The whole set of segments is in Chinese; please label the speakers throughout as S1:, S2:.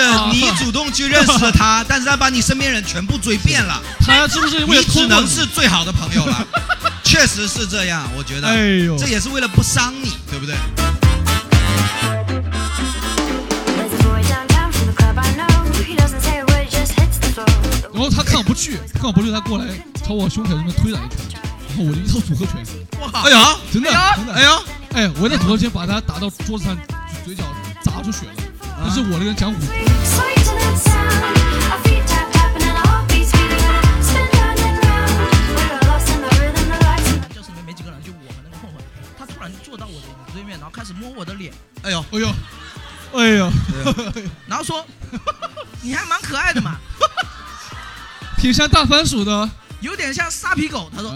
S1: 啊主动去认识了 他，但是他把你身边人全部追遍了，
S2: 他是不是为
S1: 你
S2: 了
S1: 只
S2: 通过
S1: 能是最好的朋友 了。确实是这样，啊我觉得，
S2: 哎呦
S1: 这也是为了不伤你，对不对？
S3: There's a boy downtown from the club I know. He doesn't say a word, he just hits the floor.
S2: 然后他看我不去，看我不去，他过来朝我胸口那边推了一拳，然后我就一套组合拳，
S1: 哎呀，
S2: 真的，真的，
S1: 哎呀，
S2: 哎，我那组合拳把他打到桌子上，嘴角砸出血了。
S1: 啊
S2: 但是我那个人讲武，
S3: Sway to that sound. Our feet tap tapping and our heartbeats beating. Spin round and round. We're lost in the rhythm, the lights.
S4: 教室里面没几个人，就我和那个混混，他突然坐到我的对面，然后开始摸我的脸，
S1: 哎呦，
S2: 哎呦，哎呦，
S4: 然后说：“你还蛮可爱的嘛，
S2: 挺像大番薯的。
S4: 有点像沙皮狗。”他说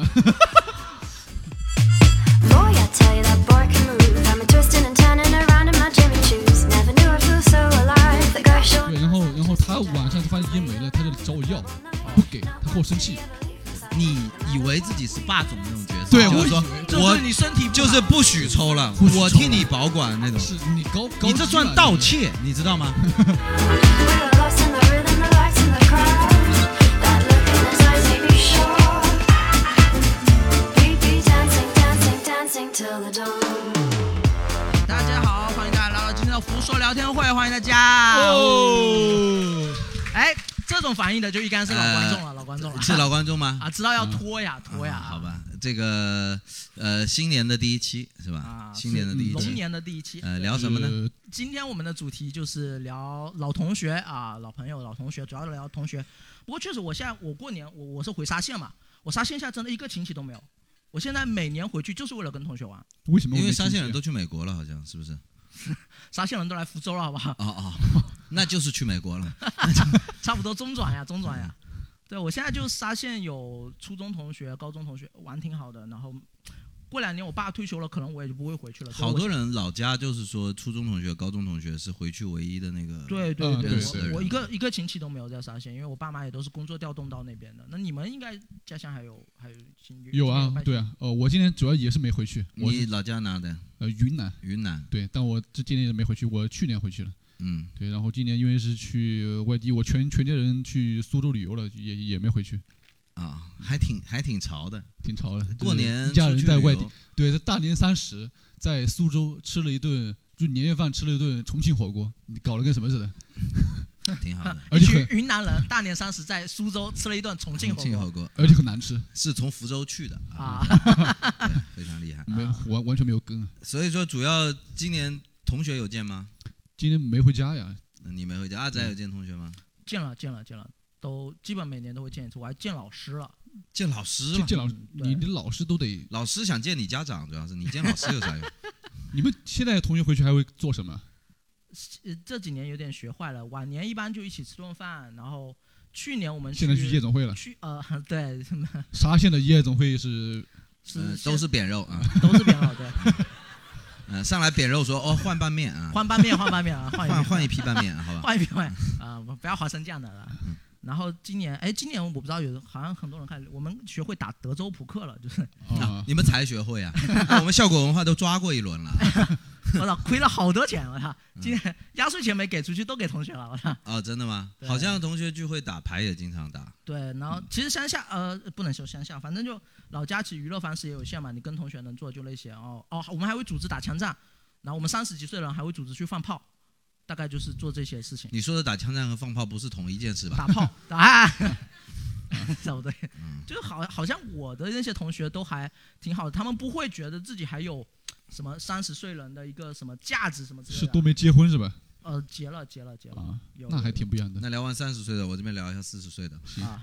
S3: Boy, I tell you that boy can move. I'm a twisting and turning around in my Jimmy shoes. Never knew I feel so alive. The guy showed
S2: 对，然后然后他晚上发现烟没了，他就找我要，我不给他和我生气。
S1: 你以为自己是霸总那种角色，
S2: 对
S1: 就
S2: 我
S1: 是
S2: 以
S1: 说
S2: 为
S4: 这
S1: 我
S4: 对你身体不好
S1: 就是不许抽了
S2: 不许，抽
S1: 我替你保管那种。
S2: 是你搞搞
S1: 你
S2: 基
S1: 这
S2: 本
S1: 算
S2: 上
S1: 盗窃，你知 道吗？
S3: we're lost in the rhythm, the lights in the crowd. That look in his eyes made me sure. We'd be dancing, dancing, dancing till the dawn.：“
S4: 大家好，欢迎大家来到今天的胡说聊天会，欢迎大家。”
S2: 哦，
S4: 哎，这种反应的就一干是老观众了，老观众了，
S1: 呃是老观众吗？
S4: 啊，知道要拖呀拖呀，
S1: 啊好吧，这个呃，新年的第一期是吧
S4: 啊，？
S1: 新年的第一
S4: 龙
S1: 期，
S4: 年的第一期。
S1: 呃，聊什么呢？
S2: 呃？
S4: 今天我们的主题就是聊老同学啊，老朋友、老同学，主要聊同学。不过确实，我现在我过年我我是回沙县嘛，我沙县现在真的一个亲戚都没有。我现在每年回去就是为了跟同学玩，
S2: 为什么我
S1: 因为
S2: 没
S1: 沙
S2: 进
S1: 县人
S2: 去啊
S1: 都去美国了，好像是不是？
S4: 啊沙县人都来福州了，好不好？
S1: 哦哦， 那就是去美国了。
S4: 差不多中转呀，中转呀。
S1: 嗯
S4: 对，我现在就沙县有初中同学、高中同学玩挺好的，然后过两年我爸退休了，可能我也就不会回去了。所以
S1: 好
S4: 我
S1: 多人老家就是说，初中同学、高中同学是回去唯一的那个。
S4: 对对
S2: 嗯
S4: 对，
S2: 对
S4: 我
S2: 是
S1: 的
S4: 我一个一个亲戚都没有在沙县，因为我爸妈也都是工作调动到那边的。那你们应该家乡还有还有亲戚
S2: 有啊，对，啊，呃，我今年主要也是没回去，我
S1: 你老家哪的？
S2: 呃云南，
S1: 云南。
S2: 对，但我这今年也没回去，我去年回去了，
S1: 嗯，
S2: 对，然后今年因为是去呃外地，我全全家人去苏州旅游了，也也没回去，
S1: 啊、还挺还挺潮的。
S2: 挺潮的。
S1: 过年
S2: 一家
S1: 出
S2: 人
S1: 去
S2: 在
S1: 旅
S2: 外
S1: 游
S2: 地，对，在大年三十在苏州吃了一顿，就年夜饭吃了一顿重庆火锅，你搞得跟什么似的？
S1: 挺 好的。
S2: 而
S4: 一
S2: 且
S4: 群
S2: 很
S4: 云南人大年三十在苏州吃了一顿重庆火
S1: 重庆火
S4: 锅
S1: 锅
S2: 而且很难吃，
S1: 是从福州去的啊，
S4: 啊，
S1: 对非常厉害。
S2: 没完完全没有跟啊。
S1: 所以说，主要今年同学有见吗？嗯
S2: 今年没回家呀，嗯
S1: 你没回家，阿仔有见同学吗？
S4: 见了见了见了，都基本每年都会见一次，我还见老师了。
S1: 见老师
S2: 见
S1: 了。
S2: 见老师，
S4: 对
S2: 你你老师都得，
S1: 老师想见你家长，主要是你见老师有啥用？
S2: 你们现在同学回去还会做什么？
S4: 呃，这几年有点学坏了，晚年一般就一起吃顿饭，然后去年我们
S2: 现在去夜总会了，
S4: 去呃对，
S2: 沙县的夜总会是呃
S1: 嗯
S4: 是，
S1: 都是 扁肉啊，
S4: 都是变老对，
S1: 嗯，上来扁肉说哦，换拌面啊，
S4: 换拌面换拌面啊，换一
S1: 换
S4: 遍
S1: 换一批拌面，好吧？ 嗯
S4: 换一批换啊、不不要划成这样的了。然后今年，哎，今年我不知道有，好像很多人开始，我们学会打德州扑克了，就是
S2: 啊，
S1: 你们才学会啊！ 我们效果文化都抓过一轮了
S4: 我操，亏了好多钱，我操，
S1: 嗯
S4: 今年压岁钱没给出去，都给同学了，我操。
S1: 啊、真的吗？
S4: 对
S1: 好像同学聚会打牌也经常打，
S4: 对，然
S1: 嗯
S4: 后其实乡下，呃，不能说乡下，反正就老家其实娱乐方式也有限嘛，你跟同学能做就那些哦哦，我们还会组织打枪战，然后我们三十几岁的人还会组织去放炮，大概就是做这些事情，
S1: 你说的打枪战和放炮不是同一件事吧？
S4: 打炮 啊，对不对？
S2: 嗯
S4: 就是好，好像我的那些同学都还挺好的，他们不会觉得自己还有什么三十岁人的一个什么价值什么之类的。
S2: 是都没结婚是吧？
S4: 呃，结了，结了，结了，
S2: 啊，
S4: 有
S2: 那还挺不一样的。
S1: 那聊完三十岁的，我这边聊一下四十岁的。
S4: 啊，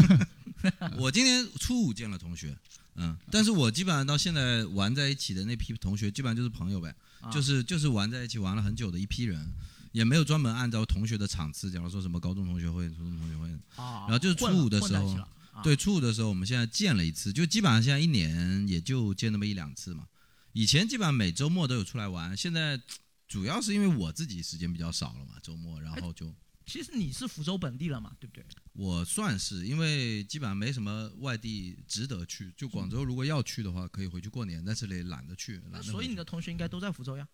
S1: 我今年初五见了同学，嗯，但是我基本上到现在玩在一起的那批同学，基本上就是朋友呗，
S4: 啊
S1: 就是就是玩在一起玩了很久的一批人，也没有专门按照同学的场次，假如说什么高中同学会、初中同学会，
S4: 啊，
S1: 然后就是初
S4: 混了
S1: 五的
S4: 混
S1: 时
S4: 在
S1: 候
S4: 一起了啊
S1: 对，初五的时候我们现在见了一次，就基本上现在一年也就见那么一两次嘛。以前基本上每周末都有出来玩，现在主要是因为我自己时间比较少了嘛，周末，然后就
S4: 其实你是福州本地人嘛，对不对？
S1: 我算是因为基本上没什么外地值得去，就广州如果要去的话，可以回去过年，但是也懒得去，懒得回去。
S4: 所以你的同学应该都在福州呀。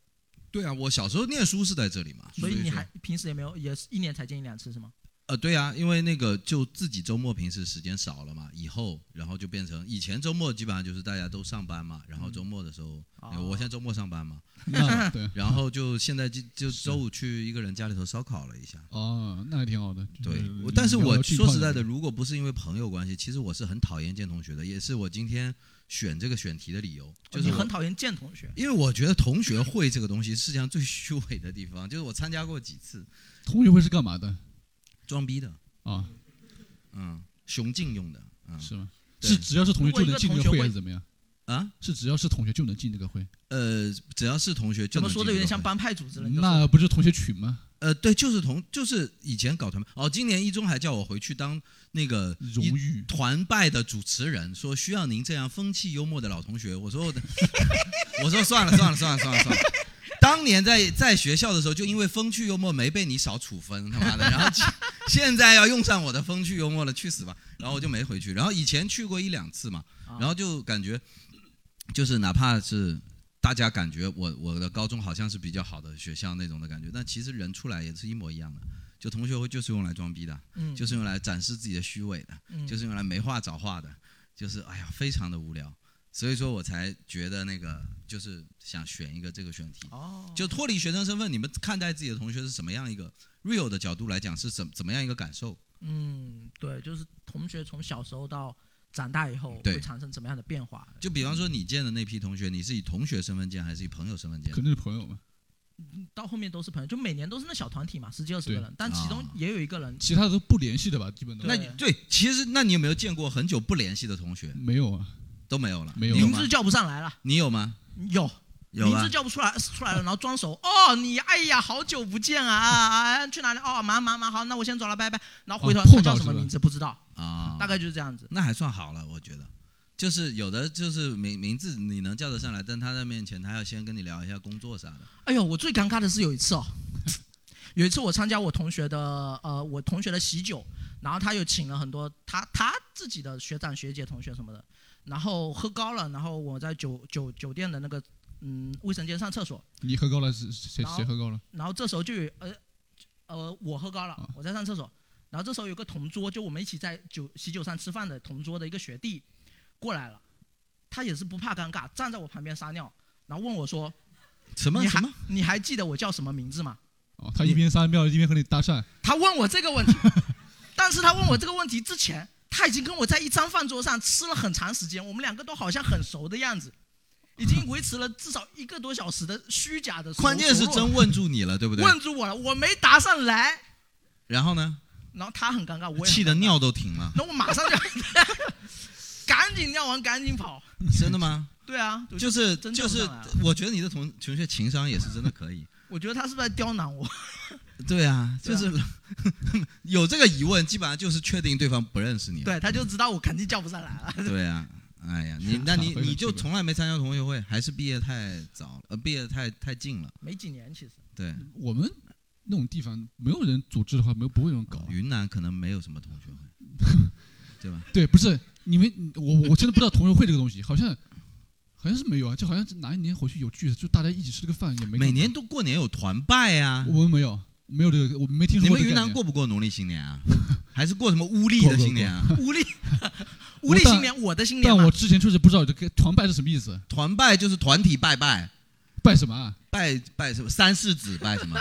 S1: 对啊，我小时候念书是在这里嘛，
S4: 所以你
S1: 说
S4: 还平时也没有，也是一年才见一两次是吗？
S1: 呃，对啊，因为那个就自己周末平时时间少了嘛，以后然后就变成以前周末基本上就是大家都上班嘛，然后周末的时候，
S4: 哦
S1: 呃我现在周末上班嘛，
S2: 嗯 那对，
S1: 然后就现在就就周五去一个人家里头烧烤了一下。
S2: 哦，那还挺好的。就
S1: 对
S2: 是，
S1: 我但是
S2: 聊聊
S1: 我
S2: 近
S1: 说
S2: 况
S1: 实在
S2: 就
S1: 的，
S2: 行，
S1: 如果不是因为朋友关系，其实我是很讨厌见同学的，也是我今天选这个选题的理由，就是
S4: 你
S1: 我
S4: 很讨厌见同学，
S1: 因为我觉得同学会这个东西是世界上最虚伪的地方，就是我参加过几次
S2: 同学会是干嘛的
S1: 装逼的，
S2: 啊？
S1: 嗯，雄竞用的，嗯
S2: 是吗？
S1: 对
S2: 是只要是同学就能进这
S4: 如果一个同学
S2: 个
S4: 会
S2: 会还是怎么样？
S1: 啊，
S2: 是只要是同学就能进这个会？
S1: 呃，只要是同学就
S4: 怎么
S1: 能
S4: 说的
S1: 进
S4: 有点
S1: 这个
S4: 像
S1: 会
S4: 帮派组织了？你就说
S2: 那不是同学群吗？
S1: 呃，对，就是同就是以前搞团哦，今年一中还叫我回去当那个
S2: 荣
S1: 一
S2: 誉
S1: 团拜的主持人，说需要您这样风趣幽默的老同学。我说 我的，我说算了算了算了算了算了。当年在在学校的时候，就因为风趣幽默没被你少处分，他妈的！然后现现在要用上我的风趣幽默了，去死吧！然后我就没回去。然后以前去过一两次嘛，然后就感觉，就是哪怕是大家感觉我我的高中好像是比较好的学校那种的感觉，但其实人出来也是一模一样的。就同学会就是用来装逼的，
S4: 嗯，
S1: 就是用来展示自己的虚伪的，
S4: 嗯
S1: 就是用来没话找话的，就是哎呀，非常的无聊。所以说我才觉得那个就是想选一个这个选题，
S4: 哦，
S1: 就脱离学生身份，你们看待自己的同学是什么样一个 real 的角度来讲是怎怎么样一个感受？
S4: 嗯，对，就是同学从小时候到长大以后
S1: 对
S4: 会产生怎么样的变化？
S1: 就比方说你见的那批同学，你是以同学身份见还是以朋友身份见
S2: 肯？定是朋友嘛。
S4: 到后面都是朋友，就每年都是那小团体嘛，十几二十个
S2: 对
S4: 人，但其中
S1: 啊
S4: 也有一个人，
S2: 其他的都不联系的吧，基本都
S1: 那你对，其实那你有没有见过很久不联系的同学
S2: 没有啊，
S1: 都没有了？
S2: 没有
S1: 你有
S4: 名
S1: 吗
S4: 字？叫不上来了，
S1: 你有吗？
S4: 有。
S1: 有啊
S4: 名
S1: 吧
S4: 字？叫不出来，出来了，然后装熟。哦，你哎呀，好久不见啊啊啊！去哪里？哦，忙忙忙，好，那我先走了，拜拜。然后回头、
S2: 哦
S4: 他
S2: 碰
S4: 叫
S2: 到
S4: 什么
S2: 是吧
S4: 名字不知道，
S1: 啊，
S4: 大概就是这样子。
S1: 那还算好了，我觉得。就是有的就是名名字你能叫得上来，但他在面前他要先跟你聊一下工作啥的。
S4: 哎呦，我最尴尬的是有一次哦， 有一次我参加我同学的呃我同学的喜酒，然后他又请了很多他他自己的学长学姐同学什么的，然后喝高了，然后我在酒酒酒店的那个嗯卫生间上厕所，
S2: 你喝高了是谁
S4: 然后
S2: 谁喝高了？
S4: 然后这时候就有呃呃我喝高了
S2: 啊，
S4: 我在上厕所，然后这时候有个同桌，就我们一起在酒喜酒上吃饭的同桌的一个学弟过来了，他也是不怕尴尬，站在我旁边撒尿，然后问我说
S1: 什么
S4: 你
S1: 什
S4: 还
S1: 么？
S4: 你还记得我叫什么名字吗？
S2: 哦，他一边撒尿一边和你搭讪，
S4: 他问我这个问题， 但是他问我这个问题之前，他已经跟我在一张饭桌上吃了很长时间，我们两个都好像很熟的样子，已经维持了至少一个多小时的虚假的熟，
S1: 关键是
S4: 熟
S1: 真问住你了，对不对？
S4: 络问住我了，我没答上来，
S1: 然后呢，
S4: 然后他很尴尬，我也很
S1: 气得
S4: 尴尬，
S1: 尿都停了，
S4: 那我马上 就赶紧尿完赶紧跑，
S1: 真的吗？
S4: 对啊，我
S1: 就
S4: 就是真
S1: 就
S4: 正
S1: 是
S4: 上来了，
S1: 我觉得你的同同学情商也是真的可以。
S4: 啊我觉得他是不是在刁难我？
S1: 对啊，
S4: 对
S1: 就
S4: 啊
S1: 是 有这个疑问，基本上就是确定对方不认识你。啊
S4: 对，他就知道我肯定叫不上来了。
S1: 对啊，哎呀，你那你
S2: 会很
S1: 你就
S2: 奇怪
S1: 从来没参加同学会，还是毕业太早了，呃，毕业太太近了。
S4: 没几年其实，
S1: 对，
S2: 我们那种地方没有人组织的话，没有不会有人搞啊。
S1: 云南可能没有什么同学会， 对吧？
S2: 对，不是你们，我我真的不知道同学会这个东西，好像好像是没有啊，就好像是哪一年回去有聚，就大家一起吃了个饭也没。
S1: 每年都过年有团拜啊。
S2: 我们没有，没有这个，我们没听说
S1: 你
S2: 过
S1: 们
S2: 这个概念。
S1: 云南过不过农历新年啊？ 还是过什么乌历 的新 年啊？
S4: 无力无力
S2: 我但
S4: 新年，我的新年
S2: 但
S4: 嘛
S2: 我之前确实不知道这个团拜是什么意思，
S1: 团拜就是团体拜拜，
S2: 拜什么啊？哦
S1: 拜拜什么三世子拜 什么，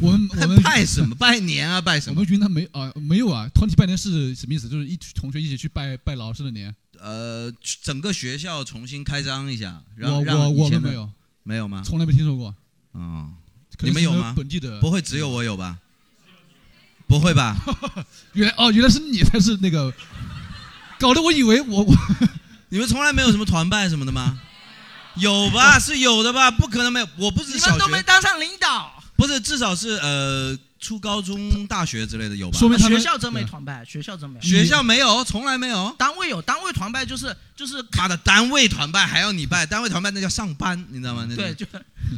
S2: 我们我
S1: 还
S2: 们
S1: 拜 什么拜年啊拜什
S2: 我
S1: 么
S2: 们？云南没啊、没有啊，团体拜年是什么意思？就是一群同学一起去拜拜老师的年。
S1: 呃，整个学校重新开张一下，然
S2: 我
S1: 后让
S2: 我
S1: 以
S2: 我
S1: 前
S2: 们
S1: 的
S2: 没有，
S1: 没有吗？
S2: 从来没听说过。
S1: 嗯，
S2: 可
S1: 你
S2: 能
S1: 们
S2: 是
S1: 有
S2: 因为
S1: 吗
S2: 本地的
S1: 不会只有我有吧？不会吧？
S2: 原来哦，原来是你才是那个，搞得我以为我我
S1: 你们从来没有什么团拜什么的吗？有吧，是有的吧？不可能没有，我不是
S4: 你
S1: 小
S4: 们都没
S1: 学，
S4: 当上领导，
S1: 不是至少是呃初高中、大啊学之类的有吧？
S2: 说明他
S4: 学
S2: 们
S4: 校真没
S2: 对
S4: 团拜，学校真没有，
S1: 嗯学校没有，从来没有。
S4: 单位有，单位团拜就是就是
S1: 妈的，单位团拜还要你拜，单位团拜那叫上班，你知道吗？那
S4: 对，就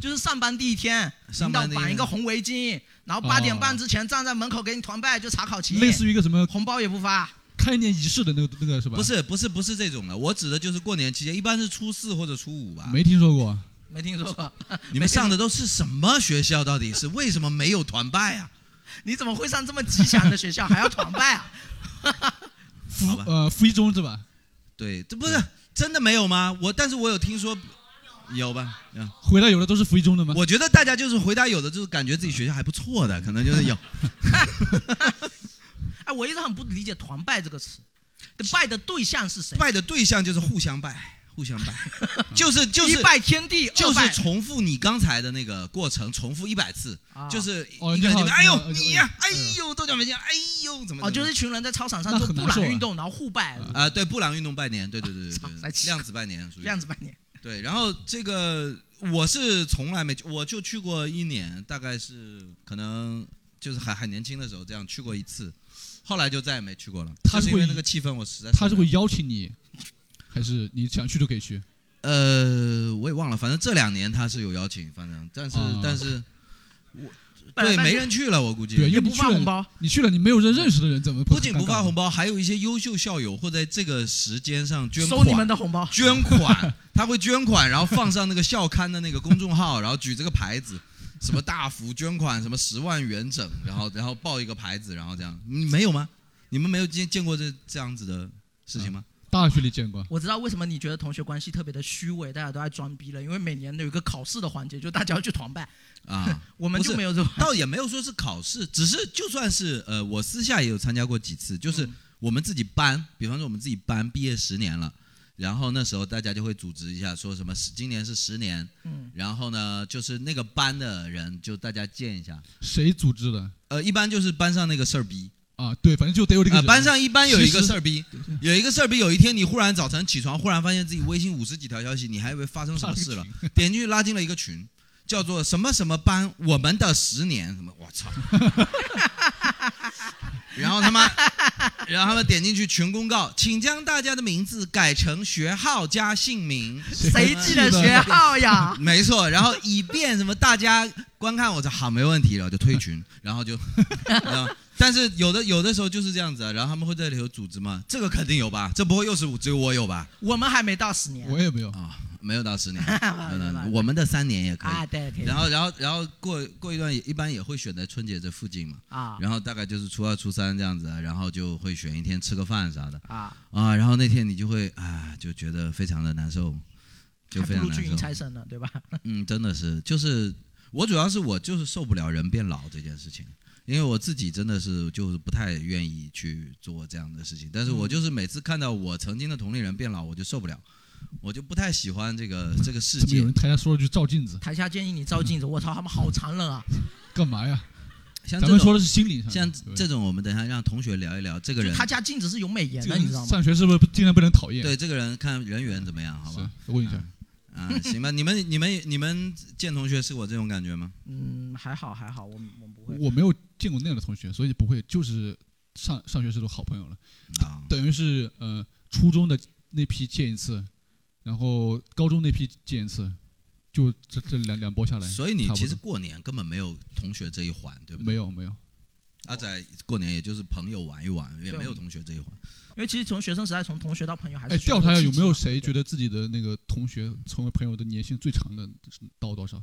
S4: 就是上班第一天，
S1: 上
S4: 领导
S1: 班第一天
S4: 绑一个红围巾，然后
S2: 哦
S4: 八点半之前站在门口给你团拜，就查考勤，
S2: 类似于一个什么
S4: 红包也不发。
S2: 开年仪式的那个那个是吧？
S1: 不是不是不是这种的，我指的就是过年期间，一般是初四或者初五吧。
S2: 没听说过，
S4: 没听说过。
S1: 你们上的都是什么学校？到底是为什么没有团拜啊？
S4: 你怎么会上这么吉祥的学校，还要团拜啊？
S2: 福
S1: 好吧
S2: 呃福一中是吧？
S1: 对，这不是真的没有吗？我但是我有听说，有吧？嗯，
S2: 回来有的都是福一中的吗？
S1: 我觉得大家就是回答有的，就是感觉自己学校还不错的，可能就是有。
S4: 哎，我一直很不理解“团拜”这个词，拜的对象是谁？
S1: 拜的对象就是互相拜，互相 拜，就是就
S4: 一
S1: 是
S4: 拜天地，
S1: 就
S4: 二拜
S1: 是重复你刚才的那个过程，重复一百次，
S4: 啊
S1: 就是
S2: 哦
S1: 一个人
S2: 你好
S1: 就哎
S2: 你好
S1: 呦你呀，哎
S2: 哎呦
S1: 呦多久没见，哎呦怎么
S4: 嗯哦，
S1: 怎
S4: 就
S1: 么
S4: 是一群人在操场上
S2: 那
S4: 做
S2: 很
S4: 布
S2: 难受
S4: 朗
S2: 啊
S4: 运动，然后互拜，
S1: 啊对布朗运动拜年，对对对对
S4: 操
S1: 对
S4: 太
S1: 对，
S4: 奇
S1: 量子拜年属于
S4: 这样子拜年。
S1: 对，然后这个我是从来没去，我就去过一年，大概是可能就是还还年轻的时候这样去过一次，后来就再也没去过了。
S2: 他
S1: 就是是因为
S2: 会
S1: 那个气氛，我实在
S2: 他
S1: 受
S2: 是
S1: 不
S2: 会
S1: 了
S2: 邀请你，还是你想去就可以去？
S1: 呃，我也忘了，反正这两年他是有邀请，反正但是、
S2: 啊
S1: 但是
S4: 拜
S1: 对
S4: 拜
S1: 没人去了，我估计。
S2: 对，因
S4: 也
S2: 为
S4: 不
S2: 你去
S4: 发
S2: 了
S4: 红，包，
S2: 你去了你没有人认识的人，怎么
S1: 啊不仅不发红
S2: 包？
S1: 包，还有一些优秀校友会在这个时间上捐款，
S4: 收你们的红包。
S1: 捐 款，他会捐款，然后放上那个校刊的那个公众号，然后举这个牌子，什么大幅捐款，什么十万元整，然后然后报一个牌子，然后这样，你没有吗？你们没有见见过这这样子的事情吗？
S4: 啊
S2: 大学里见过，
S4: 我知道为什么你觉得同学关系特别的虚伪，大家都爱装逼了，因为每年都有一个考试的环节，就大家要去团拜，
S1: 啊，
S4: 我们
S1: 不
S4: 就是没有这种。
S1: 倒也没有说是考试，只是就算是呃，我私下也有参加过几次，就是
S4: 嗯
S1: 我们自己班，比方说我们自己班毕业十年了。然后那时候大家就会组织一下，说什么十今年是十年，
S4: 嗯，
S1: 然后呢，就是那个班的人就大家见一下，
S2: 谁组织的？
S1: 呃，一般就是班上那个事儿逼
S2: 啊，对，反正就得有这个
S1: 啊、
S2: 人。
S1: 班上一般有一
S2: 其
S1: 个
S2: 实
S1: 事儿逼，有一个事儿逼，有一天你忽然早晨起床，忽然发现自己微信五十几条消息，你还以为发生什么事 了，点进去拉进了一个群，叫做什么什么班，我们的十年什么，我操！然后他妈， 然后他们点进去群公告，请将大家的名字改成学号加姓名，
S4: 谁记得学号呀？
S1: 没错，然后以便什么大家观看我这好没问题了，就退 群，然后就， 然后但是有的有的时候就是这样子啊，然后他们会在里头组织嘛，这个肯定有吧，这不会又是只有我有吧？
S4: 我们还没到十年。
S2: 我也没有
S1: 啊、，没有到十 年，
S4: 完了完了
S1: 嗯我们的三年也可
S4: 啊，
S1: 以。
S4: 对，可以
S1: 然后，然后，然后过过一段也一般也会选在春节这附近嘛，
S4: 啊
S1: 然后大概就是初二、初三这样子啊，然后就会选一天吃个饭啥的
S4: 啊，
S1: 啊，然后那天你就会啊，就觉得非常的难受，就
S4: 还不
S1: 非常
S4: 如
S1: 难
S4: 去迎
S1: 受。
S4: 财神呢，对吧？
S1: 嗯，真的是，就是我主要是我就是受不了人变老这件事情，因为我自己真的是就是不太愿意去做这样的事情，但是
S4: 嗯
S1: 我就是每次看到我曾经的同龄人变老，我就受不了，我就不太喜欢这个这个世
S2: 怎么有
S1: 界
S2: 人。台下说了句照镜子，
S4: 台下建议你照镜子，我操，他们好残忍啊！
S2: 干嘛呀？
S1: 像
S2: 咱
S1: 这
S2: 们说
S1: 种
S2: 的是心理上的，
S1: 像
S2: 对
S1: 这种，我们等一下让同学聊一聊这个
S4: 就
S1: 人，
S4: 他家镜子是有美颜
S2: 这
S4: 的，
S2: 个
S4: 你知道
S2: 人
S4: 吗？
S2: 上学是不是尽量不能讨厌？
S1: 对这个人看人缘怎么样，好
S2: 是，
S1: 吧？
S2: 我问一下，
S1: 啊，行吧，你们你们你们见同学是我这种感觉吗？
S4: 嗯，还好还好，我们我们不会。
S2: 我没有见过那样的同学，所以不会，就是上上学时都好朋友了，
S1: 啊，
S2: 等于是呃初中的那批见一次，然后高中那批见一次，就这这两两波下来，
S1: 所以你
S2: 差不
S1: 其
S2: 多
S1: 实过年根本没有同学这一环，对不对
S2: 没？有没有，
S1: 阿仔过年也就是朋友玩一玩，也
S4: 对
S1: 没有同学这一环。
S4: 因为其实从学生时代，从同学到朋友，还
S2: 哎，
S4: 是
S2: 调查一下有没有谁觉得
S4: 得
S2: 自己的那个同学成为朋友的年限最长的是到多少？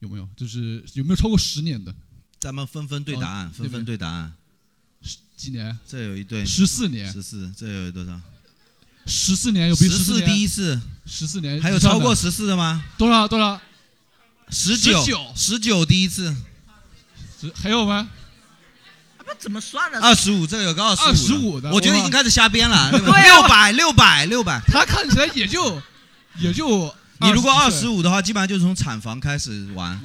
S2: 有没有？就是有没有超过十年的？
S1: 咱们纷纷对答
S2: 哦
S1: 案，纷纷对答案。
S2: 几年？
S1: 这有一对
S2: 十四年，
S1: 十四，这有多少？
S2: 十四年有比
S1: 十
S2: 四
S1: 四第一次，
S2: 十四年
S1: 还有
S2: 以上
S1: 超
S2: 的
S1: 过十四的吗？
S2: 多少多少？
S1: 十九，
S2: 19
S1: 十九第一次，
S2: 十还有吗？
S4: 啊不怎么算呢？
S1: 二十五，这有个二十
S2: 25的
S1: 我觉得
S2: 哇
S1: 已经开始瞎编了。
S4: 对啊
S1: 六百，六百，六百。
S2: 他看起来也就也就
S1: 你如果二
S2: 岁
S1: 十五的话，基本上就是从产房开始 玩。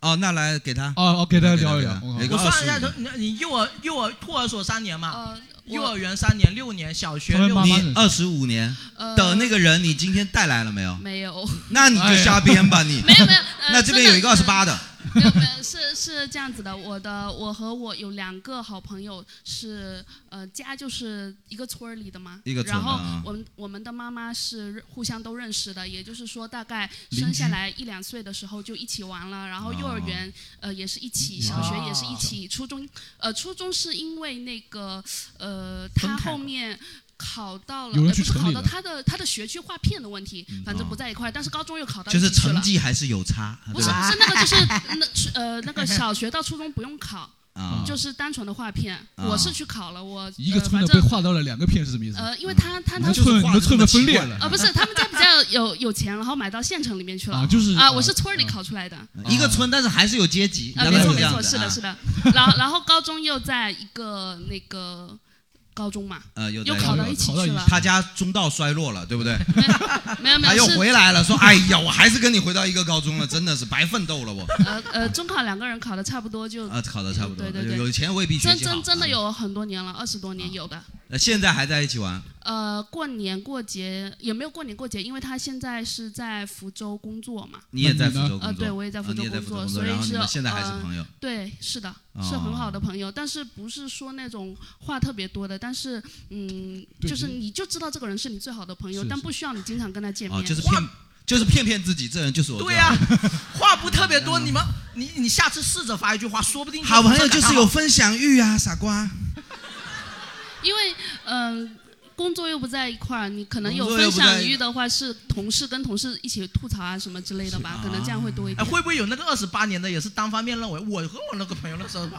S1: 哦，那来给他，
S2: 哦，我给大家聊一聊
S1: 给他，
S2: 我
S1: 给他
S2: 靠
S4: 我算了一下，
S1: 25
S4: 从你你幼儿幼儿托儿所三年嘛，
S5: 呃，
S4: 幼
S5: 我
S4: 儿园三年、六年，小学
S2: 他们
S4: 六
S2: 妈
S4: 年
S2: 妈，
S1: 你二十五年
S5: 呃
S1: 的那个人，你今天带来了没有？
S5: 没有，
S1: 那你就瞎编吧，你。
S5: 没有没有。呃
S1: 那这边有一个二十，八的，
S5: 真的是没有没有，是是这样子的，我的我和我有两个好朋友是呃家就是一个村儿里的嘛，
S1: 一个村
S5: 然后
S1: 啊
S5: 我们我们的妈妈是互相都认识的，也就是说大概
S2: 邻
S5: 生下
S2: 居
S5: 来一两岁的时候就一起玩了，然后幼儿
S1: 哦
S5: 园、呃也是一起，小学也是一
S4: 哦
S5: 起，初中呃初中是因为那个呃
S4: 分
S5: 他
S4: 开
S5: 后
S4: 了
S5: 面。考到了，
S2: 有人
S5: 呃
S2: 去
S5: 不是
S2: 城
S5: 考
S2: 里
S5: 到
S2: 了
S5: 他的他的学区划片的问题
S1: 嗯，
S5: 反正
S1: 哦
S5: 不在一块儿。但是高中又考到一
S1: 就是
S5: 起去
S1: 成
S5: 了，
S1: 绩还是有差，
S5: 不
S1: 对
S5: 是
S1: 吧？
S5: 是那个就是那呃那个小学到初中不用考，
S1: 啊，
S5: 就是单纯的划片。
S1: 啊
S5: 我是去考了，我
S2: 一
S5: 呃
S2: 个村
S5: 反
S2: 的被
S5: 正
S2: 划到了两个片是什么意思？
S5: 呃，因为他他
S2: 你
S5: 他
S2: 们
S1: 就
S2: 村
S1: 是
S2: 你
S1: 画
S2: 们
S1: 得
S2: 村
S1: 那么
S2: 的分
S1: 奇
S2: 裂
S1: 怪
S2: 了
S5: 呃不是他们家比较有有钱，然后买到县城里面去了
S2: 啊，。就是
S5: 啊，我是村儿里
S2: 啊
S5: 考出来的。
S1: 一个村，但是还是有阶级，
S5: 啊，
S1: 要
S2: 原
S1: 不
S5: 没
S2: 来
S1: 然
S5: 错
S1: 就这
S5: 没
S1: 样
S5: 错，
S1: 子
S5: 是的，
S1: 啊
S5: 是的。然后然后高中又在一个那个高中嘛，
S1: 呃，有
S5: 又
S1: 的
S5: 考
S1: 有
S5: 到
S1: 的
S5: 一起
S2: 考到
S5: 去
S2: 一
S5: 了。
S1: 他家中道衰落了，对不对？
S5: 没有没
S1: 他
S5: 有
S1: 又
S5: 是
S1: 回来了，说：“哎呀，我还是跟你回到一个高中了，真的是白奋斗了我。
S5: 呃呃，中考两个人考的差不多就”
S1: 啊，考的差不多，
S5: 对对对
S1: 有钱未必学
S5: 真
S1: 习好
S5: 真真的。
S1: 啊
S5: 有很多年了，二十多年有的。
S1: 呃现在还在一起玩
S5: 呃，过年过节也没有过年过节，因为他现在是在福州工作嘛。
S1: 你也在
S2: 你
S1: 福
S2: 呢
S1: 州工作，
S5: 呃，对，我也在福
S1: 啊你
S5: 州
S1: 也在
S5: 工
S1: 福州
S5: 作，
S1: 工作，
S5: 所以
S1: 然后你
S5: 是
S1: 们现在还是
S5: 呃
S1: 朋友，哦
S5: 对，是的，是很好的朋友，但是不是说那种话特别多的，但是嗯，
S2: 对
S5: 就是
S2: 你
S5: 你就知道这个人是你最好的朋友，
S2: 是
S5: 但
S2: 是
S5: 不需要你经常跟他见面。啊
S1: 哦，就是骗，就是骗骗自己，这人就是我。
S4: 对呀、话不特别多，你们你你下次试着发一句话，说不定
S1: 好朋友就是有
S4: 真的
S1: 分享欲啊，傻瓜。
S5: 因为嗯、工作又不在一块儿，你可能有
S1: 工作又
S5: 分
S1: 不在
S5: 享欲的话，是同事跟同事一起吐槽啊什么之类的吧，可能这样会多一
S4: 哎，
S5: 点。
S4: 会不会有那个二十八年的也是单方面认为我和我那个朋友那时候吧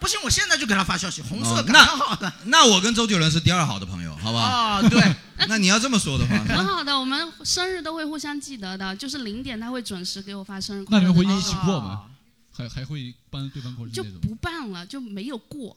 S4: 不行，我现在就给他发消息，红色
S1: 哦
S4: 感
S1: 那
S4: 叹号的
S1: 那我跟周杰伦是第二好的朋友，好不好？
S4: 啊，对，
S1: 那你要这么说的话，
S5: 很好的，我们生日都会互相记得的，就是零点他会准时给我发生日快
S2: 那你
S5: 乐
S2: 们哦
S5: 的
S2: 会
S5: 那
S2: 一
S5: 种。
S2: 起过吗？啊还还会帮对方过日
S5: 就
S2: 子那种？
S5: 不办了，就没有过，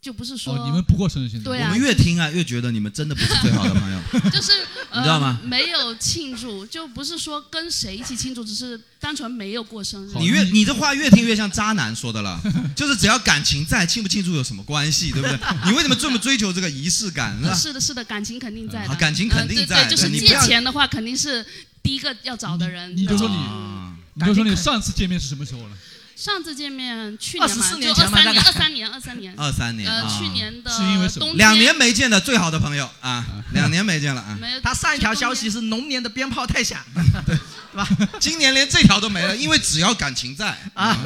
S5: 就不是说、
S2: 哦，你们不过生日现在？
S5: 对
S1: 我
S5: 啊
S1: 们越听啊越觉得你们真的不是最好的朋友。
S5: 就是、呃、
S1: 你知道吗
S5: 没有庆祝，就不是说跟谁一起庆祝，只是单纯没有过生日。
S2: 好
S1: 你越你这话越听越像渣男说的了，就是只要感情在，庆不庆祝有什么关系，对不 对？你为什么这么追求这个仪式感？是吧
S5: 是的，是的，感情肯定在的，
S1: 嗯啊感情肯定
S5: 呃对
S1: 在
S5: 对，就
S1: 对
S5: 是
S1: 你不
S5: 借
S1: 要
S5: 钱的话，肯定是第一个要找的人。
S2: 你就说你
S1: 啊
S2: 你就说
S4: 感觉
S2: 你
S4: 肯
S2: 上次见面是什么时候了？
S5: 上次见面去年嘛，
S4: 24
S5: 就
S4: 年
S5: 二
S4: 前嘛
S5: 三年，
S4: 大
S5: 二三年，二三年。
S1: 二三年
S5: 呃
S1: 啊，，
S5: 去年的
S2: 是因为什么
S5: 冬天
S1: 两年没见的最好的朋友啊，两年没见了啊，
S5: 没有。
S4: 他上一条
S5: 就冬
S4: 消
S5: 天
S4: 息是龙年的鞭炮太响
S1: 今年连这条都没了，因为只要感情在，
S4: 啊，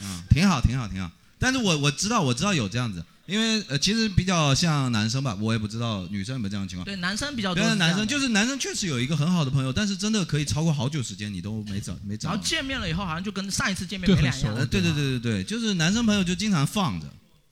S1: 嗯，挺好，挺好，挺好。但是我我知道，我知道有这样子，因为呃，其实比较像男生吧，我也不知道女生有没有这样的情况。
S4: 对，男生比较多
S1: 原
S4: 是
S1: 来男
S4: 这样的，
S1: 生就是男生确实有一个很好的朋友，但是真的可以超过好久时间你都没找没找
S4: 然
S1: 到。
S4: 后见面了以后，好像就跟上一次见面
S2: 对
S4: 没两
S2: 很熟
S4: 样
S1: 呃，
S4: 了。
S1: 对对对对对，就是男生朋友就经常放着，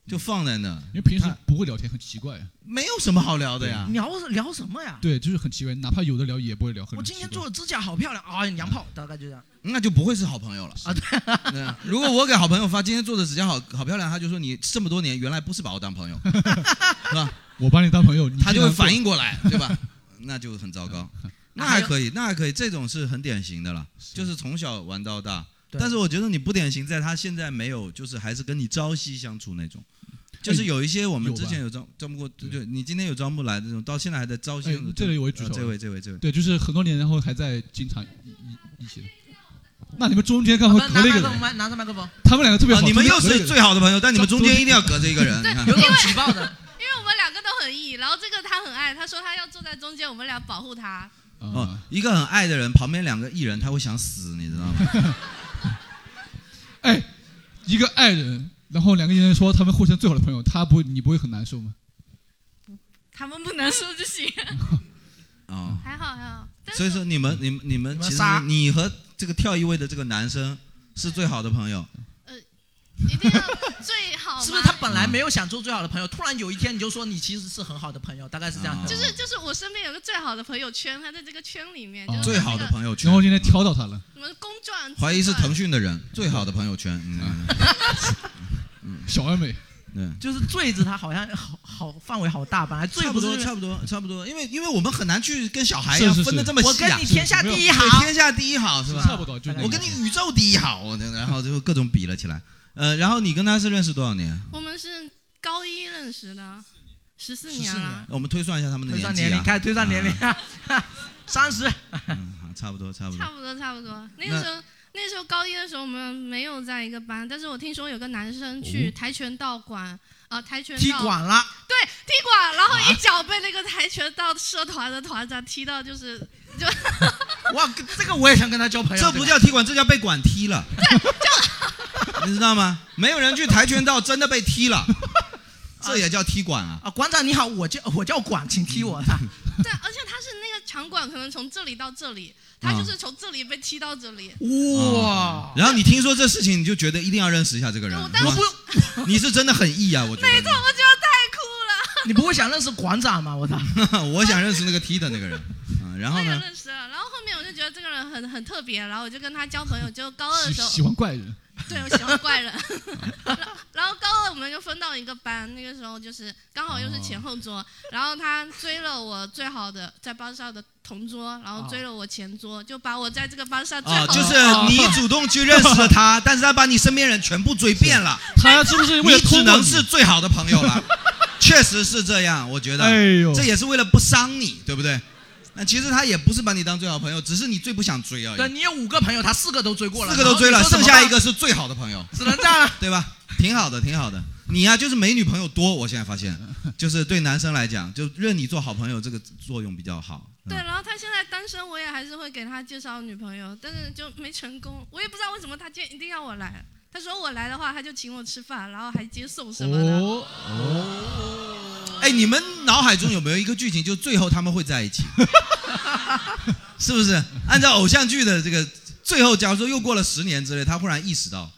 S1: 就放在那，
S2: 因为平时
S1: 他
S2: 不会聊天，很奇怪。
S1: 没有什么好聊的
S2: 啊
S1: 呀。
S4: 聊聊什么呀？
S2: 对，就是很奇怪，哪怕有的聊也不会聊。很
S4: 我今天
S2: 奇怪
S4: 做的指甲好漂亮，哎，娘炮，大概就这样。
S1: 那就不会是好朋友了
S4: 啊
S1: 对啊。如果我给好朋友发今天做的指甲好好漂亮，他就说你这么多年原来不是把我当朋友，是吧？
S2: 我把你当朋友，你
S1: 他就
S2: 竟
S1: 会
S2: 然
S1: 反应 过来，对吧？那就很糟糕。那还可以，那还可以，这种是很典型的了，就是从小玩到大。
S4: 对
S1: 但是我觉得你不典型，在他现在没有，就是还是跟你朝夕相处那种。就是有一些我们
S2: 哎有吧
S1: 之前有招招募过，对
S2: 对
S1: 对，你今天有招募来的这种，到现在还在朝夕
S2: 哎
S1: 相处。
S2: 这里我也举
S1: 呃
S2: 手
S1: 这
S2: 了
S1: 位，这位，这位
S2: 过。，对，就是很多年，然后还在经常一一一起的。那你们中间刚好
S4: 拿
S2: 隔
S4: 拿
S2: 了一
S4: 麦
S2: 个
S4: 克风，
S2: 人，
S4: 麦拿上麦克风，
S2: 他们两个特别
S1: 啊，
S2: 好。
S1: 你们又是
S2: 中间隔了一个人
S1: 最好的朋友，但你们中间一定要隔着一个人。你看
S4: 有种举报的。
S6: 因为我们两个都很 E，然后这个他很爱，他说他要坐在中间，我们俩保护他。
S2: 啊，，
S1: 哦一个很爱的人，旁边两个艺人，他会想死，你知道吗？
S2: 哎，一个爱人，然后两个人说他们互相最好的朋友，他不会，你不会很难受吗？
S6: 他们不能说就行，
S1: 啊，
S6: 还好还好。但
S1: 所以
S6: 是
S1: 说你们、你们、你们，
S4: 们
S1: 其实
S4: 仨
S1: 你和这个跳一位的这个男生是最好的朋友，
S6: 一定要最好 嘛
S4: 是不是他本
S6: 嗯
S4: 来没有想做最好的朋友，突然有一天你就说你其实是很好的朋友，大概是这样
S1: 啊
S4: 的。
S6: 就是就是我身边有个最好的朋友圈，他在这个圈里面，
S2: 哦
S6: 就是
S1: 最好的
S6: 那个
S1: 朋友圈
S2: 然。后今天挑到他了，
S6: 什么公转，
S1: 怀疑是
S6: 自传
S1: 腾讯的人，最好的朋友圈。嗯，
S2: 小而美，
S1: 对。
S4: 就是坠子，他好像好好范围好大，本来坠
S1: 差不
S4: 不是
S1: 多，差不多，差不多，因为因为我们很难去跟小孩
S2: 是
S1: 要
S2: 是
S1: 分的
S2: 是
S1: 这么
S4: 我
S1: 细
S4: 跟
S1: 啊
S4: 你，天下第一
S1: 对
S4: 好，
S1: 天下第一好啊是吧？
S2: 差不多就那个。
S1: 我跟你宇宙第一好，然后就各种比了起来。呃，然后你跟他是认识多少年？
S6: 我们是高一认识的，十四
S1: 14
S6: 年 了。
S1: 我们推算一下他们的
S4: 推算
S1: 纪
S4: 年龄，
S1: 啊，
S4: 开始推算年龄，三十
S1: 嗯，好差不多，差不多
S6: 差。不多差不多。那
S1: 那
S6: 个时候，那时候高一的时候，我们没有在一个班，但是我听说有个男生去跆拳道馆啊、呃跆拳道
S4: 踢馆了，
S6: 对踢馆，然后一脚被那个跆拳道社团的团长踢到，就是就
S4: 哇，这个我也想跟他交朋友，
S1: 这不叫踢馆，这叫被管踢 了。你知道吗？没有人去跆拳道，真的被踢了。这也叫踢馆啊？
S4: 啊，馆长你好，我叫我叫馆，请踢我。
S6: 对，而且他是那个场馆，可能从这里到这里，他就是从这里被踢到这里。
S7: 嗯
S1: 嗯
S4: 哇，
S1: 然后你听说这事情，你就觉得一定要认识一下这个人
S6: 我，当
S1: 是
S6: 时
S1: 吧你是真的很异啊，我觉
S6: 没错，我觉得太酷了。
S4: 你不会想认识馆长吗？我操！
S1: 得。 我想认识那个踢的那个人，嗯，然
S6: 我
S1: 后
S6: 也
S1: 呢？
S6: 认识了，然后后面我就觉得这个人很很特别，然后我就跟他交朋友。就高二的
S2: 喜
S6: 时候，
S2: 喜欢怪人，
S6: 对，我喜欢怪人。 然后高二我们就分到一个班，那个时候就是刚好又是前后桌，然后他追了我最好的在班上的同桌，然后追了我前桌，就把我在这个班上最
S1: 啊，
S6: 好哦的、
S1: 就是你主动去认识了他， 但是他把你身边人全部追遍了，
S2: 他是不是为
S1: 你
S2: 了
S1: 只
S2: 通过
S1: 能是最好的朋友了。啊确实是这样，我觉得。
S2: 哎呦，
S1: 这也是为了不伤你，对不对？那其实他也不是把你当最好朋友，只是你最不想追而
S4: 对
S1: 已。
S4: 你有五个朋友，他四个都追过了，
S1: 啊四个都追了，
S4: 然后你
S1: 剩
S4: 说
S1: 下
S4: 怎
S1: 一
S4: 么
S1: 个
S4: 办
S1: 是最好的朋友，
S4: 只能这样了。
S1: 对吧？挺好的，挺好的。你呀、就是没女朋友多，我现在发 现，就是对男生来讲，就认你做好朋友这个作用比较好。嗯
S6: 对，，然后他现在单身，我也还是会给他介绍女朋友，但是就没成功。我也不知道为什么他就一定要我来。他说我来的话，他就请我吃饭，然后还接送什么的。
S2: 哦哦，
S1: 哎，你们脑海中有没有一个剧情，就最后他们会在一起？ 是不是？按照偶像剧的这个，最后假如说又过了十年之类，他忽然意识到，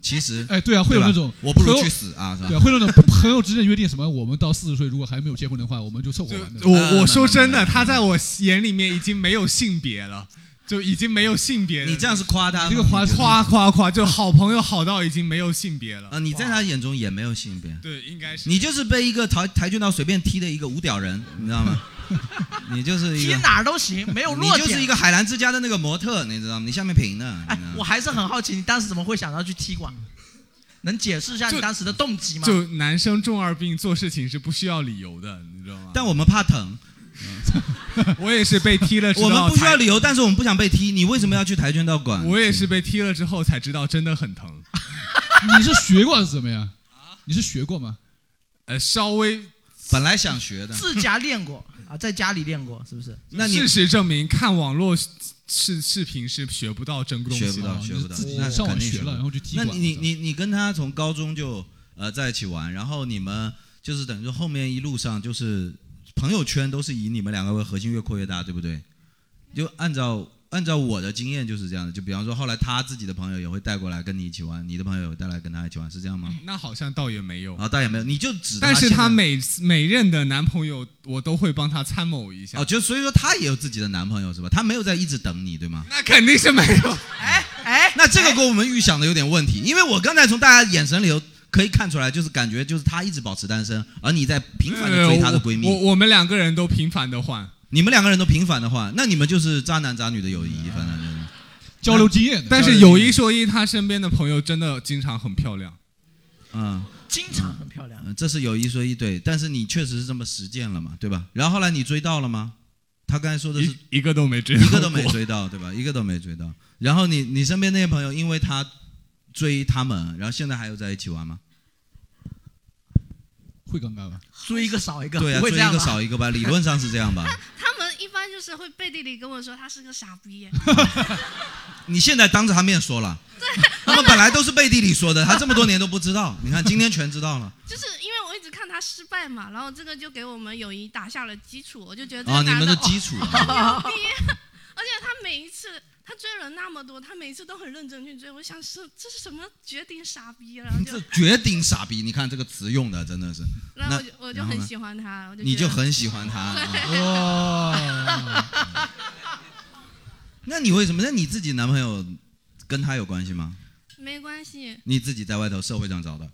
S1: 其实
S2: 哎，对啊，会有
S1: 对吧
S2: 那种
S1: 我不
S2: 朋
S1: 如
S2: 友
S1: 去死啊，是吧
S2: 对？啊，会有那种朋友之间约定什么，我们到四十岁如果还没有结婚的话，我们就凑合
S8: 就
S2: 玩的。
S1: 嗯
S8: 我我说真的，
S1: 嗯
S8: 他在我眼里面已经没有性别了，就已经没有性别了。
S1: 你这样是夸他吗，
S2: 你这个夸
S1: 你觉得
S8: 夸夸夸，就好朋友好到已经没有性别
S1: 啊，
S8: 了。
S1: 你在他眼中也没有性别，
S8: 对，应该是
S1: 你就是被一个跆跆拳道随便踢的一个无屌人，你知道吗？你就是一
S4: 踢
S1: 个，
S4: 哪儿都行，没有
S1: 你
S4: 弱点。
S1: 就是一个海澜之家的那个模特，你知道吗？你下面平的，你
S4: 哎
S1: 知道，吗
S4: 我还是很好奇，你当时怎么会想到去踢馆？能解释一下你
S8: 就
S4: 当时的动机吗？
S8: 就男生中二病做事情是不需要理由的，你知道吗？
S1: 但我们怕疼，
S8: 我也是被踢了，
S1: 我们不需要理
S8: 由。
S1: 由，但是我们不想被踢。你为什么要去跆拳道馆？
S8: 我也是被踢了之后才知道真的很疼，
S2: 你是学过还是怎么样？你是学过吗？
S8: 呃，稍微
S1: 本来想学的，
S4: 自家练过啊，在家里练过，是不是？
S1: 那你
S8: 事实证明，看网络视视频是学不啊到真东西
S1: 学
S8: 的。
S1: 不到
S2: 哦你
S1: 学不
S2: 是
S1: 到
S2: 自己
S1: 那
S2: 上
S1: 肯
S2: 网
S1: 定
S2: 学
S1: 学不
S2: 了，
S1: 到
S2: 然后去踢
S1: 那
S2: 馆。
S1: 你你你跟他从高中就呃在一起玩，然后你们就是等于说后面一路上就是朋友圈都是以你们两个为核心，越扩越大，对不对？就按照按照我的经验就是这样的，就比方说后来他自己的朋友也会带过来跟你一起玩，你的朋友也会带来跟他一起玩，是这样吗？
S8: 那好像倒也没有。
S1: 啊，倒也没有，你就指
S8: 但是
S1: 他
S8: 她
S1: 现在
S8: 每次每任的男朋友，我都会帮她参谋一下。
S1: 哦，就所以说他也有自己的男朋友是吧？他没有在一直等你，对吗？
S8: 那肯定是没有。
S4: 哎哎，
S1: 那这个跟我们预想的有点问题，因为我刚才从大家眼神里头可以看出来，就是感觉就是她一直保持单身，而你在频繁的追她的闺
S8: 我
S1: 蜜，
S8: 我我们两个人都频繁的换，
S1: 你们两个人都频繁的话，那你们就是渣男渣女的友谊，反正就是。
S2: 交流经验的，
S8: 但是有一说一，她身边的朋友真的经常很漂亮。
S1: 嗯，
S4: 经常很漂亮，
S1: 嗯这是有一说一对，但是你确实是这么实践了嘛，对吧？然后后来你追到了吗？他刚才说的是
S8: 一一个都没追，
S1: 一个都没。追到，对吧？一个都没追到。然后你你身边那些朋友，因为他追他们，然后现在还有在一起玩吗？
S2: 会尴尬吧？
S4: 追一个少一个，
S1: 对啊，
S4: 不会
S1: 追
S4: 这
S1: 一
S4: 样
S1: 个
S4: 吧？
S1: 少一个吧，理论上是这样吧。
S6: 他们一般就是会背地里跟我说他是个傻逼，
S1: 你现在当着他面说了。他们本来都是背地里说的，他这么多年都不知道。你看，今天全知道了。
S6: 就是因为我一直看他失败嘛，然后这个就给我们友谊打下了基础，我就觉得这
S1: 啊，
S6: 个
S1: 你
S6: 男
S1: 们的
S6: 的
S1: 基 础啊，
S6: 哦逼，而且他每一次。他追人那么多，他每一次都很认真去追，我想是这是什么绝顶傻逼了，就
S1: 这绝顶傻逼！你看这个词用的真的是，
S6: 然后我就我就
S1: 然后
S6: 很
S1: 呢
S6: 喜欢他，我就
S1: 你
S6: 觉
S1: 就
S6: 得
S1: 很喜欢他。 啊
S2: 哇，
S1: 那你为什么？那你自己男朋友跟他有关系吗？
S6: 没关系，
S1: 你自己在外头社会上找的，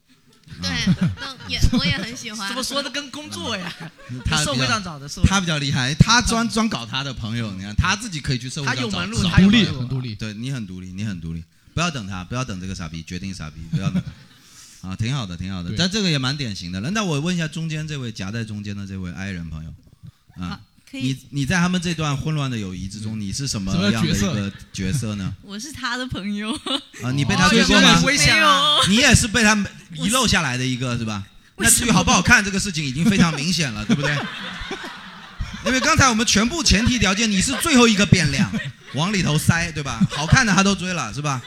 S6: 对，都 也我也很喜 欢。
S4: 怎么说的跟工作呀？
S1: 嗯他
S4: 社
S1: 比
S4: 会
S1: 较
S4: 上找的，社会
S1: 他比较厉害，他专专搞他的朋友。你看他自己可以去社会
S4: 他
S1: 上
S4: 有门
S1: 找
S4: 路，
S1: 找啊
S4: 他
S2: 独
S4: 有
S2: 立
S4: 门路
S2: 很独立。
S1: 对你很独立，你很独立，不要等他，不要等这个傻逼，决定傻逼，不要等他。啊，挺好的，挺好的，
S2: 对
S1: 但这个也蛮典型的了。那我问一下中间这位夹在中间的这位 i 人朋友，啊，
S9: 可以
S1: 你，你在他们这段混乱的友谊之中，你是什么
S2: 什么
S1: 样的一
S2: 角色
S1: 个角色呢？
S9: 我是他的朋友，
S1: 啊，你被
S4: 哦
S1: 他追
S4: 有
S1: 过
S4: 点
S1: 吗？
S4: 危险
S9: 没
S4: 啊！
S9: 有，
S1: 你也是被他们遗漏下来的一个是吧？那至于好不好看这个事情已经非常明显了，对 不对？因为刚才我们全部前提条件，你是最后一个变量，往里头塞，对吧？好看的他都追了，是吧？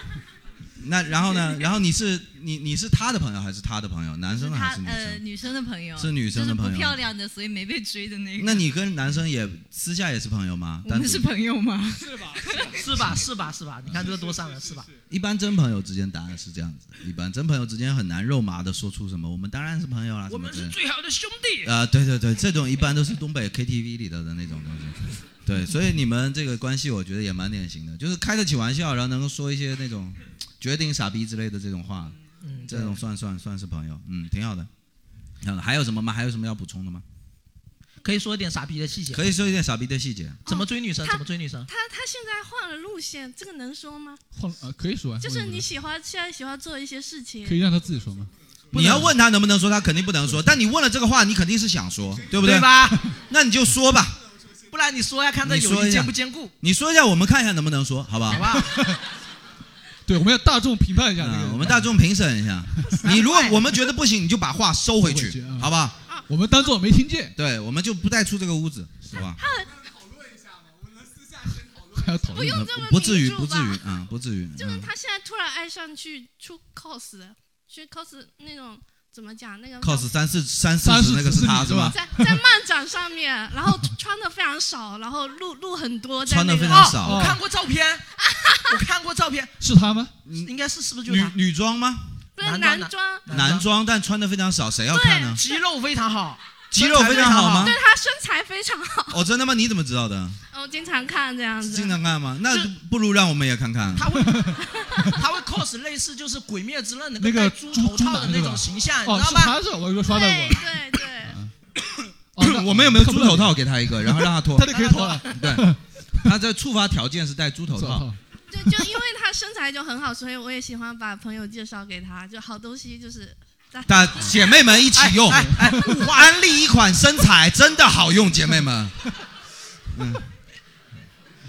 S1: 那然后呢？然后你是你你是他的朋友还是他的朋友？男
S9: 是
S1: 生还
S9: 他
S1: 是女
S9: 呃
S1: 生？
S9: 女生的朋友，
S1: 是女生的朋友
S9: 就是不漂亮的，所以没被追的那个。
S1: 那你跟男生也私下也是朋友吗？
S9: 我
S1: 单
S9: 们
S1: 独
S9: 是朋友吗？
S8: 是吧？
S4: 是吧？是吧？是吧？你看这个多伤人，是吧？
S1: 一般真朋友之间答案是这样子的，一般真朋友之间很难肉麻的说出什么，我们当然是朋友啦，
S4: 我
S1: 什么
S4: 们
S1: 之类
S4: 是
S1: 的。
S4: 最好的兄弟。
S1: 啊、对对对，这种一般都是东北 KTV 里头的那种东西。对，所以你们这个关系，我觉得也蛮典型的，就是开得起玩笑，然后能够说一些那种决定傻逼之类的这种话，
S4: 嗯，
S1: 这种算算算是朋友，嗯，挺好的。嗯，还有什么吗？还有什么要补充的吗？
S4: 可以说一点傻逼的细节。
S1: 可以说一点傻逼的细节。
S4: 怎么追女生？
S6: 他
S4: 怎么追女生？
S6: 他他现在换了路线，这个能说吗？
S2: 换呃可以说啊，
S6: 就是
S2: 换
S6: 你
S2: 一
S6: 喜欢现在喜欢做一些事
S2: 个
S6: 情
S2: 可，以让他自己说吗？
S1: 你要问他能不能说，他肯定不能说。但你问了这个话，你肯定是想说，对不
S4: 对
S1: 对？
S4: 吧？
S1: 那你就说吧，
S4: 不然你说呀，看这
S1: 你
S4: 友
S1: 说一
S4: 谊
S1: 下
S4: 坚不坚固，
S1: 你说一下，我们看一下能不能说，好不好？
S4: 好吧？
S2: 对，我们要大众评判一下这
S1: 嗯
S2: 个，
S1: 我们大众评审 一下。你如果我们觉得不行，你就把话收回
S2: 收回
S1: 去
S2: 去啊，
S1: 好不好？
S2: 我们当做没听见，
S1: 对，我们就不带出这个屋子，是吧？
S2: 还要
S6: 不
S2: 讨论。
S6: 用这么
S1: 不至于，
S6: 明著
S1: 不至
S6: 吧
S1: 于啊，不至于。
S6: 就是
S1: 嗯
S6: 他现在突然爱上去出 cos，去 cos 那种怎么讲那个
S1: cos 三四三四
S2: 三
S1: 十
S2: 四
S1: 那个
S2: 十
S1: 是他
S2: 你
S1: 是
S2: 是吧
S1: 吧？
S6: 在在漫展上面，然后穿的非常少，然后露露很多在
S1: 穿
S6: 那
S1: 的
S6: 个，
S1: 非
S4: 哦
S1: 常少，
S4: 我看过照片， 我看过照片，
S2: 是他吗？
S4: 应该是是不是就
S1: 女
S4: 是
S1: 女装吗？
S6: 不是
S4: 男
S6: 男
S4: 装
S6: 装，
S4: 他？
S1: 男装，但穿的非常少，谁要看啊呢
S4: 装，？肌肉非常好，
S1: 肌肉非常好吗
S4: 啊
S6: 对？他身材非常好，
S1: 哦，真的吗？你怎么知道的？
S6: 我经常看这样
S1: 经
S6: 子。
S1: 常看吗？那
S4: 是
S1: 不如让我们也看看。
S4: 他 会他会 cos 类似就是《鬼灭之刃》那
S2: 那
S4: 个
S2: 个
S4: 戴猪
S2: 猪
S4: 头套的
S2: 猪男
S4: 那
S2: 是
S4: 种
S2: 吧
S4: 形象，你
S2: 哦，
S4: 知道
S2: 是
S4: 吧？
S2: 他是吧，我有个刷到
S6: 对
S2: 过。
S6: 对对，
S2: 哦那
S1: 我们有没有猪头套给他一个，然后让他脱
S2: 他？就可以脱了。
S1: 对，他这触发条件是戴猪头
S2: 手
S1: 套。
S2: 套
S6: 就就因为他身材就很好，所以我也喜欢把朋友介绍给他，就好东西就是
S1: 大姐妹们一起用，
S4: 哎哎，物化
S1: 安利一款身材真的 好用，姐妹们。嗯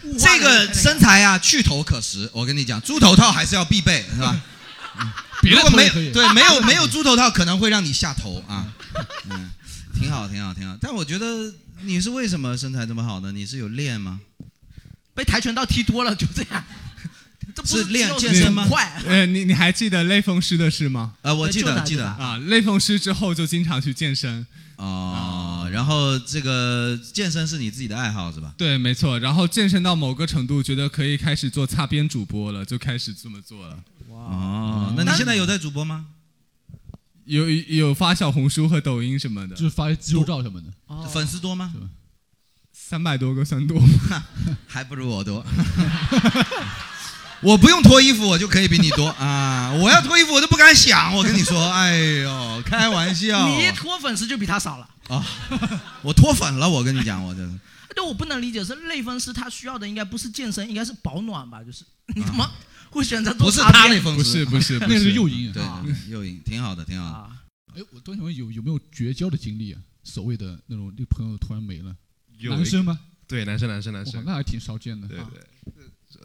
S4: 物化
S1: 这
S4: 的
S1: 个身材啊，去头可食。我跟你讲，猪头套还是要必备，是吧？
S2: 嗯
S1: 嗯
S2: 别
S1: 如
S2: 的
S1: 果
S2: 头
S1: 没
S2: 也
S1: 有
S2: 可以。
S1: 对没 有没有猪头套，可能会让你下头啊。嗯，挺好，挺好，挺好。但我觉得你是为什么身材这么好呢？你是有练吗？
S4: 被跆拳道踢多了就这样， 这不
S1: 是练
S4: 肌肉
S1: 健身吗
S4: 快，啊
S8: 呃，你你还记得类风湿的事吗？
S1: 呃，我
S4: 对
S1: 记
S4: 就
S1: 得
S4: 打
S1: 记
S4: 就
S1: 得
S4: 打
S8: 啊，类风湿之后就经常去健身，
S1: 哦。然后这个健身是你自己的爱好是吧？
S8: 对，没错。然后健身到某个程度，觉得可以开始做擦边主播了，就开始这么做了。
S1: 哦，那你现在有在主播吗？
S8: 有有发小红书和抖音什么的
S2: 就，是发肌肉照什么的，
S1: 哦粉丝多吗？
S8: 三百多个算多吗？
S1: 还不如我多。我不用脱衣服，我就可以比你多啊！我要脱衣服，我都不敢想。我跟你说，哎呦，开玩 笑，
S4: 你一脱粉丝就比他少了。
S1: 哦我脱粉了。我跟你讲，我真的
S4: 对，我不能理解是类风湿，他需要的应该不是健身，应该是保暖吧？就是你怎么会选择做
S1: 不是
S4: 擦
S1: 他
S4: 边
S1: 那风
S8: 不
S1: 湿
S8: 是，不是，
S2: 那
S8: 不
S2: 个是
S8: 是
S2: 诱因。
S1: 对，对对又赢，挺好的，挺好的。
S4: 啊？
S2: 哎，我突然想问，有有没有绝交的经历啊？所谓的那种，那朋友突然没了，
S10: 有
S2: 男生吗？
S10: 对男生男生男
S2: 哇
S10: 生，，
S2: 那还挺少见的。
S10: 对
S2: 啊
S10: 对。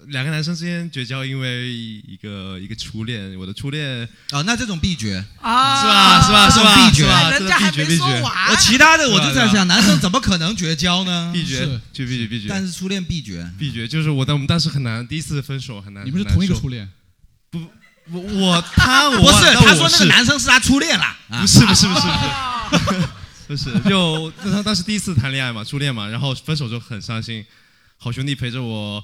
S10: 两个男生之间绝交，因为一个一个初恋，我的初恋
S1: 哦，那这种必绝。
S4: 啊，
S10: 是吧是吧是吧
S1: 必绝
S10: 是吧？
S4: 人家还
S10: 这
S4: 没
S10: 个必绝
S4: 说
S10: 必绝，
S4: 完，
S1: 我其他的我就在
S10: 对啊
S1: 想，男生怎么可能绝交呢？
S10: 必
S2: 是
S10: 绝，就必绝必
S1: 但
S10: 绝
S1: 是初恋必绝。
S10: 必绝，就是我当我们当时很难，第一次分手很难。
S2: 你们是
S10: 很难
S2: 同一个
S10: 受
S2: 初恋？
S10: 我我他我
S1: 不是，
S10: 那我
S1: 他说那个
S10: 是
S1: 男生是他初恋啦。啊
S10: 不是不是不是不是不是，就那他当时第一次谈恋爱嘛，初恋嘛，然后分手就很伤心。好兄弟陪着我，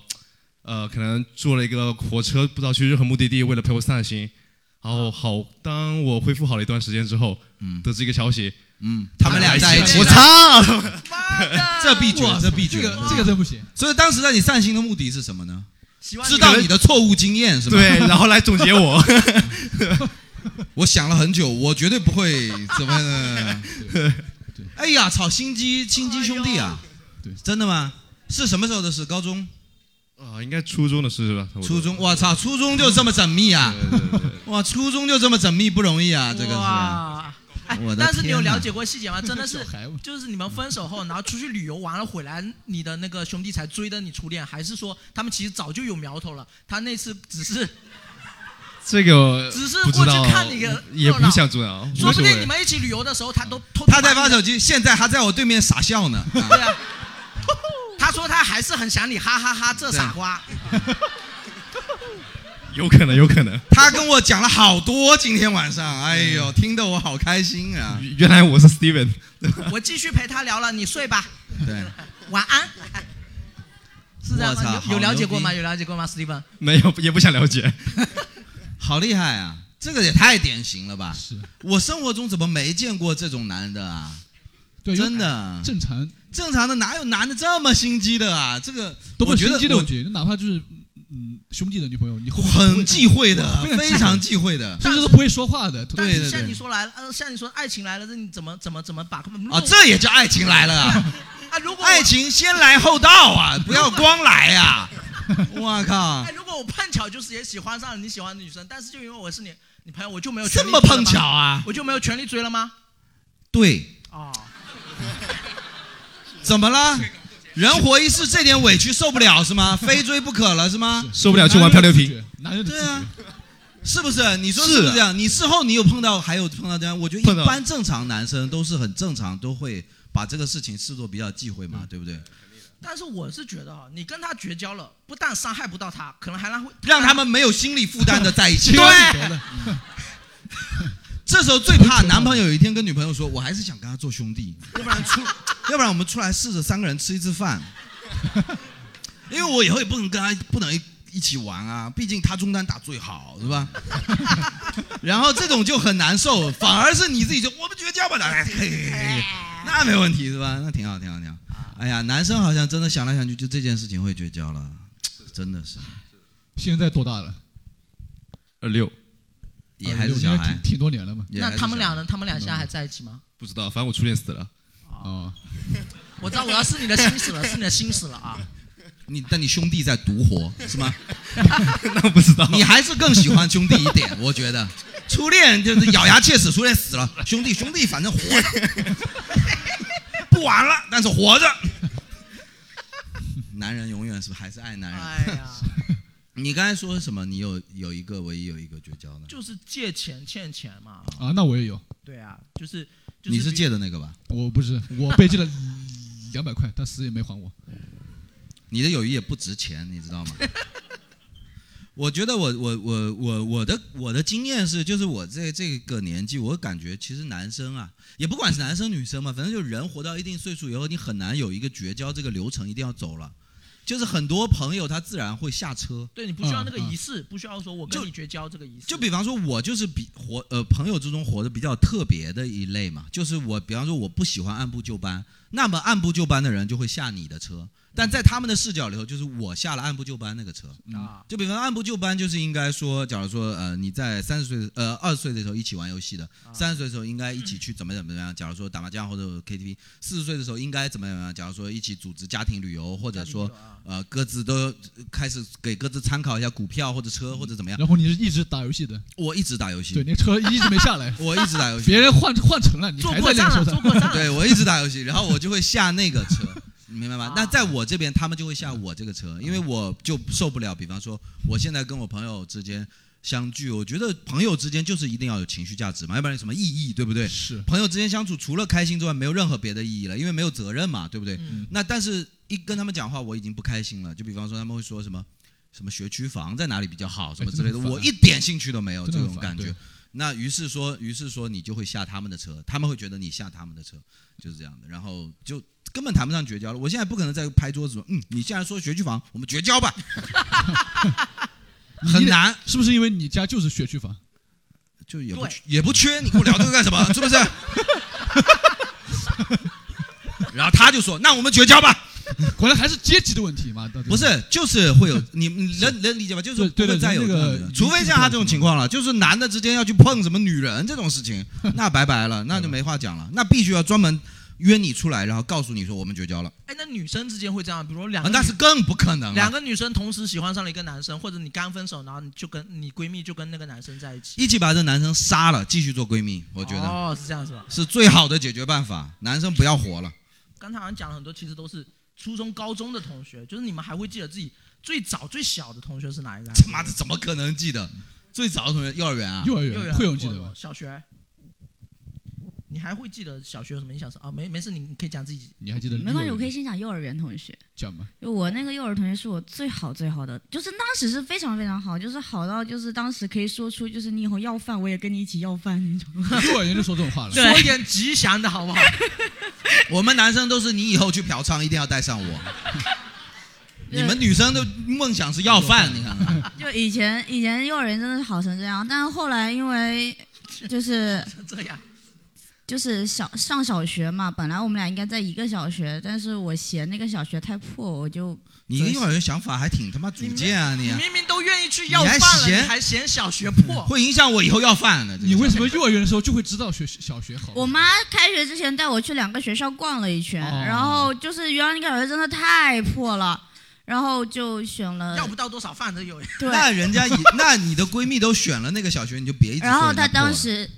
S10: 呃，可能坐了一个火车，不知道去任何目的地，为了陪我散心。然后好，当我恢复好了一段时间之后，
S1: 嗯
S10: 得知一个消息，
S1: 嗯，他们俩在一起
S10: 我
S1: 了。
S10: 操！
S1: 这必绝
S2: 哇，
S1: 这必
S2: 这
S1: 绝。
S2: 个这个真不行。
S1: 所以当时让你散心的目的是什么呢？
S4: 喜欢
S1: 知道你的错误经验是吗？
S10: 对，然后来总结我，
S1: 我想了很久，我绝对不 会怎么的。哎呀，操！心机心机兄弟
S4: 哎
S1: 啊，
S2: 对
S1: 真的吗？是什么时候的事？高中、
S10: 啊，应该初中的事是吧？差不多
S1: 初中，我操，初中就这么缜密啊！
S10: 对对对，
S1: 哇，初中就这么缜密，不容易啊！这个是，
S4: 哇哎
S1: 我的天哪
S4: 但是你有了解过细节吗？真的 是
S2: 小孩嘛，
S4: 就是你们分手后，然后出去旅游完了回来，你的那个兄弟才追的你初恋，还是说他们其实早就有苗头了？他那次只是
S10: 这个
S4: 只是
S10: 不知道
S4: 过去看你个
S10: 也
S4: 热闹
S10: 不想重要，无
S4: 说
S10: 所
S4: 不定
S10: 谓
S4: 你们一起旅游的时候，他都偷偷
S1: 他在
S4: 把
S1: 发
S4: 你的
S1: 手机，现在还在我对面傻笑呢。啊
S4: 对啊，他说他还是很想你，哈哈哈这傻瓜。
S10: 有可能，有可能。
S1: 他跟我讲了好多，今天晚上，哎呦，听得我好开心啊！
S10: 原来我是 Steven，
S4: 我继续陪他聊了，你睡吧，
S1: 对，
S4: 晚 安。是这样
S1: 我操
S4: 吗？
S1: 好
S4: 有有了解过
S1: 牛
S4: 吗？
S1: 逼
S4: 有了解过吗，Steven？
S10: 没有也不想了解。
S1: 好厉害啊！这个也太典型了吧！
S2: 是
S1: 我生活中怎么没见过这种男的啊？
S2: 对，
S1: 真
S2: 有
S1: 的，
S2: 正常
S1: 正常的哪有男的这么心机的啊？这个
S2: 都不
S1: 我觉
S2: 是
S1: 得
S2: 心机的
S1: 我
S2: 问题，哪怕就是嗯兄弟的女朋友，你后面
S1: 很忌讳的，
S2: 非常
S1: 非常忌讳的
S2: 甚至都不会说话的，
S4: 但
S1: 对
S4: 是
S1: 对
S4: 像你
S1: 对
S4: 说来了，呃，像你说爱情来了，这你怎么怎么怎么把控？
S1: 啊！这也叫爱情来了啊！
S4: 啊，如果我
S1: 爱情先来后到啊，不要光来啊！我靠
S4: 哎，，如果我碰巧就是也喜欢上了你喜欢的女生，但是就因为我是你你朋友，我就没有权
S1: 这
S4: 利
S1: 么
S4: 追了
S1: 碰
S4: 吗
S1: 巧，啊？
S4: 我就没有权利追了吗？
S1: 对，
S4: 哦，
S1: 怎么了？人活一世，这点委屈受不了是吗？非追不可了是吗？
S10: 受不了去玩漂流瓶，，
S2: 男人的自
S1: 对
S2: 觉
S1: 啊，是不是？你说
S10: 是
S1: 是不是
S10: 啊
S1: 这样？你事后你有碰到还有碰到这样？我觉得
S10: 碰到
S1: 一般正常男生都是很正常，都会把这个事情视作比较忌讳嘛，对不对？
S4: 但是我是觉得啊，你跟他绝交了，不但伤害不到他，可能还让会
S1: 让他们没有心理负担的在一 起。
S2: 男人的自觉的
S1: 这时候最怕男朋友有一天跟女朋友说：“我还是想跟他做兄弟，要不然出， 要不然我们出来试着三个人吃一次饭。” 因为我以后也不能跟他不能一一起玩啊，毕竟他中单打最好，是吧？然后这种就很难受，反而是你自己就我们绝交吧，哎嘿嘿嘿嘿那没问题是吧？那挺好，挺好，挺好。哎呀，男生好像真的想来想去，就这件事情会绝交了，真的是
S2: 现在多大了？
S10: 二六
S1: 也还
S2: 啊
S1: 是
S2: 有
S1: 小
S2: 应该
S1: 孩
S2: 挺。挺多年了嘛。
S1: 也还
S4: 那
S1: 是
S4: 他们
S1: 小孩
S4: 两人，他们俩现在还在一起吗？
S10: 不知道，反正我初恋死了。
S2: 哦，
S4: 我知道，我要是你的心死了，是你的心死了啊！
S1: 你但你兄弟在独活是吗？
S10: 那不知道，
S1: 你还是更喜欢兄弟一 点，我觉得。初恋就是咬牙切齿，初恋死了，兄弟兄弟反正活着， 不玩了，但是活着。男人永远是还是爱男人。
S4: 哎呀，
S1: 你刚才说什么？你有有一个唯一有一个绝交的，
S4: 就是借钱欠钱嘛，
S2: 啊，那我也有，
S4: 对啊，就是就是
S1: 你是
S4: 比
S1: 借的那个吧？
S2: 我不是，我被借了两百块，他死也没还我。
S1: 你的友谊也不值钱，你知道 吗？我觉得我我我我我的我的经验是，就是我这这个年纪，我感觉其实男生啊，也不管是男生女生嘛，反正就人活到一定岁数以后，你很难有一个绝交这个流程一定要走了。就是很多朋友他自然会下车，
S4: 对你不需要
S2: 嗯
S4: 那个
S2: 嗯
S4: 仪式，不需要说我跟
S1: 就
S4: 你绝交这个仪式，
S1: 就比方说，我就是比活呃朋友之中活得比较特别的一类嘛，就是我比方说我不喜欢按部就班，那么按部就班的人就会下你的车，但在他们的视角里头，就是我下了按部就班那个车。
S4: 啊，
S1: 就比方说按部就班，就是应该说，假如说呃你在三十岁呃二十岁的时候一起玩游戏的，三十岁的时候应该一起去怎么怎么怎么样，假如说打麻将或者 KTV，四十岁的时候应该怎么怎么样，假如说一起组织家庭旅游，或者说呃各自都开始给各自参考一下股票或者车或者怎么样。
S2: 然后你是一直打游戏的，
S1: 我一直打游
S2: 对，
S1: 戏，，
S2: 那车一直没下来
S1: 我一直打游戏，
S2: 别人换换成了，你
S4: 做
S2: 还
S4: 过
S2: 在
S4: 账
S2: 练
S4: 了，
S2: 手
S4: 做
S2: 上。
S4: 过账了，
S1: 对我一直打游戏，然后我就会下那个车，你明白吗
S4: 啊？
S1: 那在我这边，他们就会下我这个车，因为我就受不了。比方说，我现在跟我朋友之间相聚，我觉得朋友之间就是一定要有情绪价值嘛，要不然有什么意义，对不对？
S2: 是，
S1: 朋友之间相处除了开心之外，没有任何别的意义了，因为没有责任嘛，对不对？
S4: 嗯
S1: 那但是一跟他们讲话，我已经不开心了。就比方说，他们会说什么什么学区房在哪里比较好，什么之类的，
S2: 哎真的很烦啊
S1: 我一点兴趣都没有
S2: 真
S1: 这
S2: 的很
S1: 种
S2: 烦
S1: 感觉
S2: 对。
S1: 那于是说，于是说你就会下他们的车，他们会觉得你下他们的车，就是这样的。然后就根本谈不上绝交了。我现在不可能再拍桌子说，嗯，你既然说学区房，我们绝 交吧，很难，
S2: 是不是因为你家就是学区房？
S1: 就也不
S4: 对
S1: 缺也不缺，你跟我聊这个干什么？ 是不 是？然后他就说，那我们绝交吧。
S2: 果然还是阶级的问题嘛，到底
S1: 不是，就是会有你你能能理解吧？就是不
S2: 对对
S1: 会
S2: 对
S1: 再有
S2: 就是那个
S1: 这种人除非像他这种情况了，就是男的之间要去碰什么女人这种 事情，那拜拜了，那就没话讲了，那必须要专门约你出来，然后告诉你说我们绝交了，
S4: 哎，那女生之间会这样，比如说两
S1: 啊
S4: 个
S1: 那
S4: 女
S1: 是更不可能啊
S4: 两
S1: 了。
S4: 个女生同时喜欢上了一个男生，或者你刚分手，然后你就跟你闺蜜就跟那个男生在一起。
S1: 一起把这男生杀了，继续做闺蜜，我觉得
S4: 哦，是这样是吧？
S1: 是最好的解决办法。男生不要活了，
S4: 刚才好像讲了很多，其实都是初中、高中的同学，就是你们还会记得自己最早、最小的同学是哪一个？
S1: 他 妈的怎么可能记得？最早的同学幼儿园啊，
S2: 幼儿
S4: 幼
S2: 园
S4: 儿园
S2: 会用记得吧？
S4: 小学你还会记得小学有什么印象深啊？没没事，你你可以讲自己。
S2: 你还记得？
S11: 没关系，我可以
S2: 以
S11: 先讲幼儿园同学。
S2: 讲吗？
S11: 就我那个幼儿同学是我最好最好的，就是当时是非常非常好，就是好到就是当时可以说出就是你以后要饭我也跟你一起要饭那种。
S2: 幼儿园 就说这种话了。
S11: 对
S4: 说一点吉祥的好不好？
S1: 我们男生都是你以后去嫖娼一定要带上 我。你们女生的梦想是要饭，你看看。
S11: 就以前以前幼儿园真的是好成这样，但是后来因为就是
S4: 这样，
S11: 就是小上小学嘛，本来我们俩应该在一个小学，但是我嫌那个小学太破，我就
S1: 你幼儿园想法还挺他妈主见啊，你
S4: 你
S1: 啊
S4: 明明都愿意去要
S1: 你还
S4: 饭了，你
S1: 嫌
S4: 还嫌小学破？
S1: 会影响我以后要饭的。
S2: 你为什么幼儿园的时候就会知道学小学好？
S11: 我妈开学之前带我去两个学校逛了一圈，
S2: 哦
S11: 然后就是原来那个小学真的太破了，然后就选了
S4: 要不到多少饭都有。
S11: 对
S1: 那人家以 那你的闺蜜都选了那个小学，你就别一直说人 家
S11: 然
S1: 破
S11: 后
S1: 了。
S11: 他当时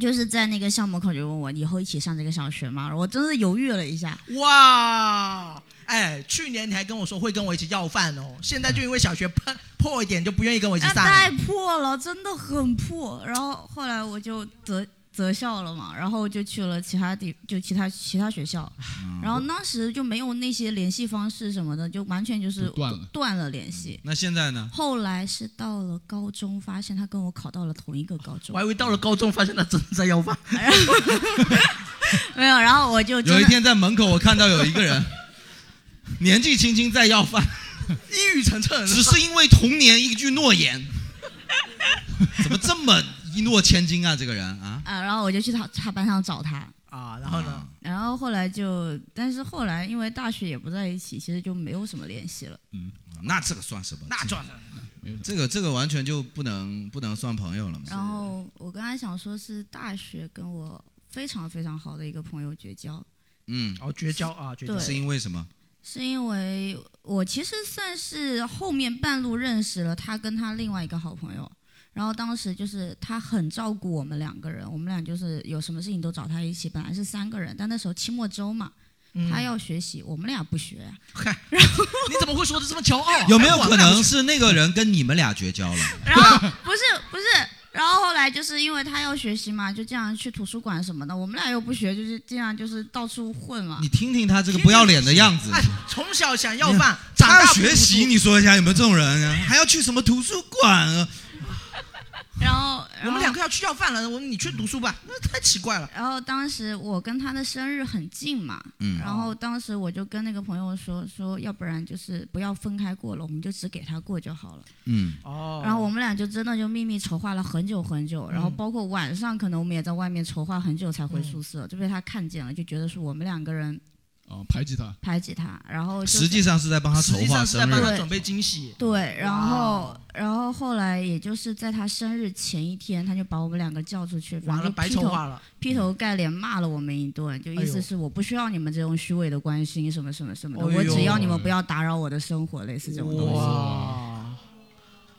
S11: 就是在那个校门口就问我以后一起上这个小学吗？我真的犹豫了一下，
S4: 哇，哎，去年你还跟我说会跟我一起要饭哦，现在就因为小学 破破一点就不愿意跟我一起
S11: 啊，
S4: 上了
S11: 太。破了，真的很破。然后后来我就择择校了嘛，然后就去了其他地，就其他其他学校。
S1: 嗯
S11: 然后当时就没有那些联系方式什么的，就完全就是
S2: 就断了嗯
S11: 断了联系。
S1: 那现在呢？
S11: 后来是到了高中，发现他跟我考到了同一个高中
S4: 我还，以为到了高中发现他真的在要饭，
S11: 没有。然后我就真
S1: 有一
S11: 的
S1: 天在门口，我看到有一个人，年纪轻轻在要饭，
S4: 一语成谶。
S1: 只是因为童年一句诺言，怎么这么一诺千金啊？这个人啊，
S11: 啊，然后我就去他他班上找他，
S4: 啊，然后呢？
S11: 然后后来就，但是后来因为大学也不在一起，其实就没有什么联系了。
S1: 那这个算什么？
S4: 那
S1: 这
S4: 赚了。
S1: 这个这个完全就不能不能算朋友了嘛。
S11: 然后我刚才想说是大学跟我非常非常好的一个朋友绝交，
S1: 嗯，
S4: 哦，绝交啊，绝交。
S11: 对
S1: 是因为什么？
S11: 是因为我其实算是后面半路认识了他跟他另外一个好朋友，然后当时就是他很照顾我们两个人，我们俩就是有什么事情都找他一起，本来是三个人，但那时候期末周嘛，
S4: 嗯
S11: 他要学习，我们俩不学啊，
S4: 嗨，你怎么会说的这么骄傲？
S1: 有没有
S4: 哎
S1: 可能？ 是那个人跟你们俩绝交 了？
S11: 然后不是不是，然后后来就是因为他要学习嘛，就经常去图书馆什么的，我们俩又不学，就是经常就是到处混嘛
S1: 你。听听他这个不要脸的样子
S4: 我。看哎，从小想要饭，长
S1: 他
S4: 大
S1: 要
S4: 不
S1: 学习，
S4: 读书。
S1: 你说一下有没有这种人啊？还要去什么图书馆啊？
S11: 然后
S4: 我
S11: 然
S4: 们
S11: 后
S4: 两个要去要饭了，我你去读书吧，那太奇怪了。
S11: 然后当时我跟他的生日很近嘛，
S1: 嗯
S11: 然后当时我就跟那个朋友说说，要不然就是不要分开过了，我们就只给他过就好了。
S1: 嗯，
S4: 哦
S11: 然后我们俩就真的就秘密筹划了很久很久，然后
S4: 嗯
S11: 包括晚上可能我们也在外面筹划很久才回宿
S4: 嗯
S11: 舍，就被他看见了，就觉得是我们两个人
S2: 啊，
S1: 哦
S2: 排挤他。
S11: 排挤他，然后就是
S1: 实际上是在帮他
S4: 实
S1: 筹
S4: 际
S1: 划
S4: 上是在
S1: 生
S4: 帮
S1: 日。啊
S4: 他准备惊喜。
S11: 对，然
S4: 哇
S11: 后
S4: 哦
S11: 然后后来也就是在他生日前一天，他就把我们两个叫出去，
S4: 完
S11: 然后
S4: 了，白
S11: 劈
S4: 筹
S11: 头
S4: 划了。
S11: 劈头盖脸骂了我们一顿，就意
S4: 哎呦
S11: 思是我不需要你们这种虚伪的关心什么什么什么的，
S4: 哎
S11: 我
S4: 呦
S11: 只要你们不要打扰我的生活，类似这种东西。
S4: 哇，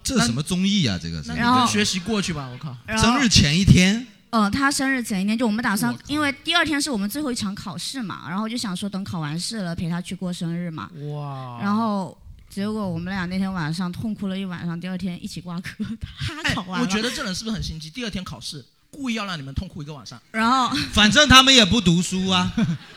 S1: 这什么综艺啊？这个是
S4: 那你
S11: 然后
S4: 跟学习过去吧，我靠。
S11: 然后
S1: 生日前一天，
S11: 呃，他生日前一天，就我们打算
S2: 我靠，
S11: 因为第二天是我们最后一场考试嘛，然后就想说等考完试了陪他去过生日嘛，
S4: 哇，
S11: 然后。结果我们俩那天晚上痛哭了一晚上，第二天一起挂科，他
S4: 哎
S11: 考，完
S4: 我
S11: 了，
S4: 觉得这人是不是很心机？第二天考试，故意要让你们痛哭一个晚上。
S11: 然后
S1: 反正他们也不读书啊。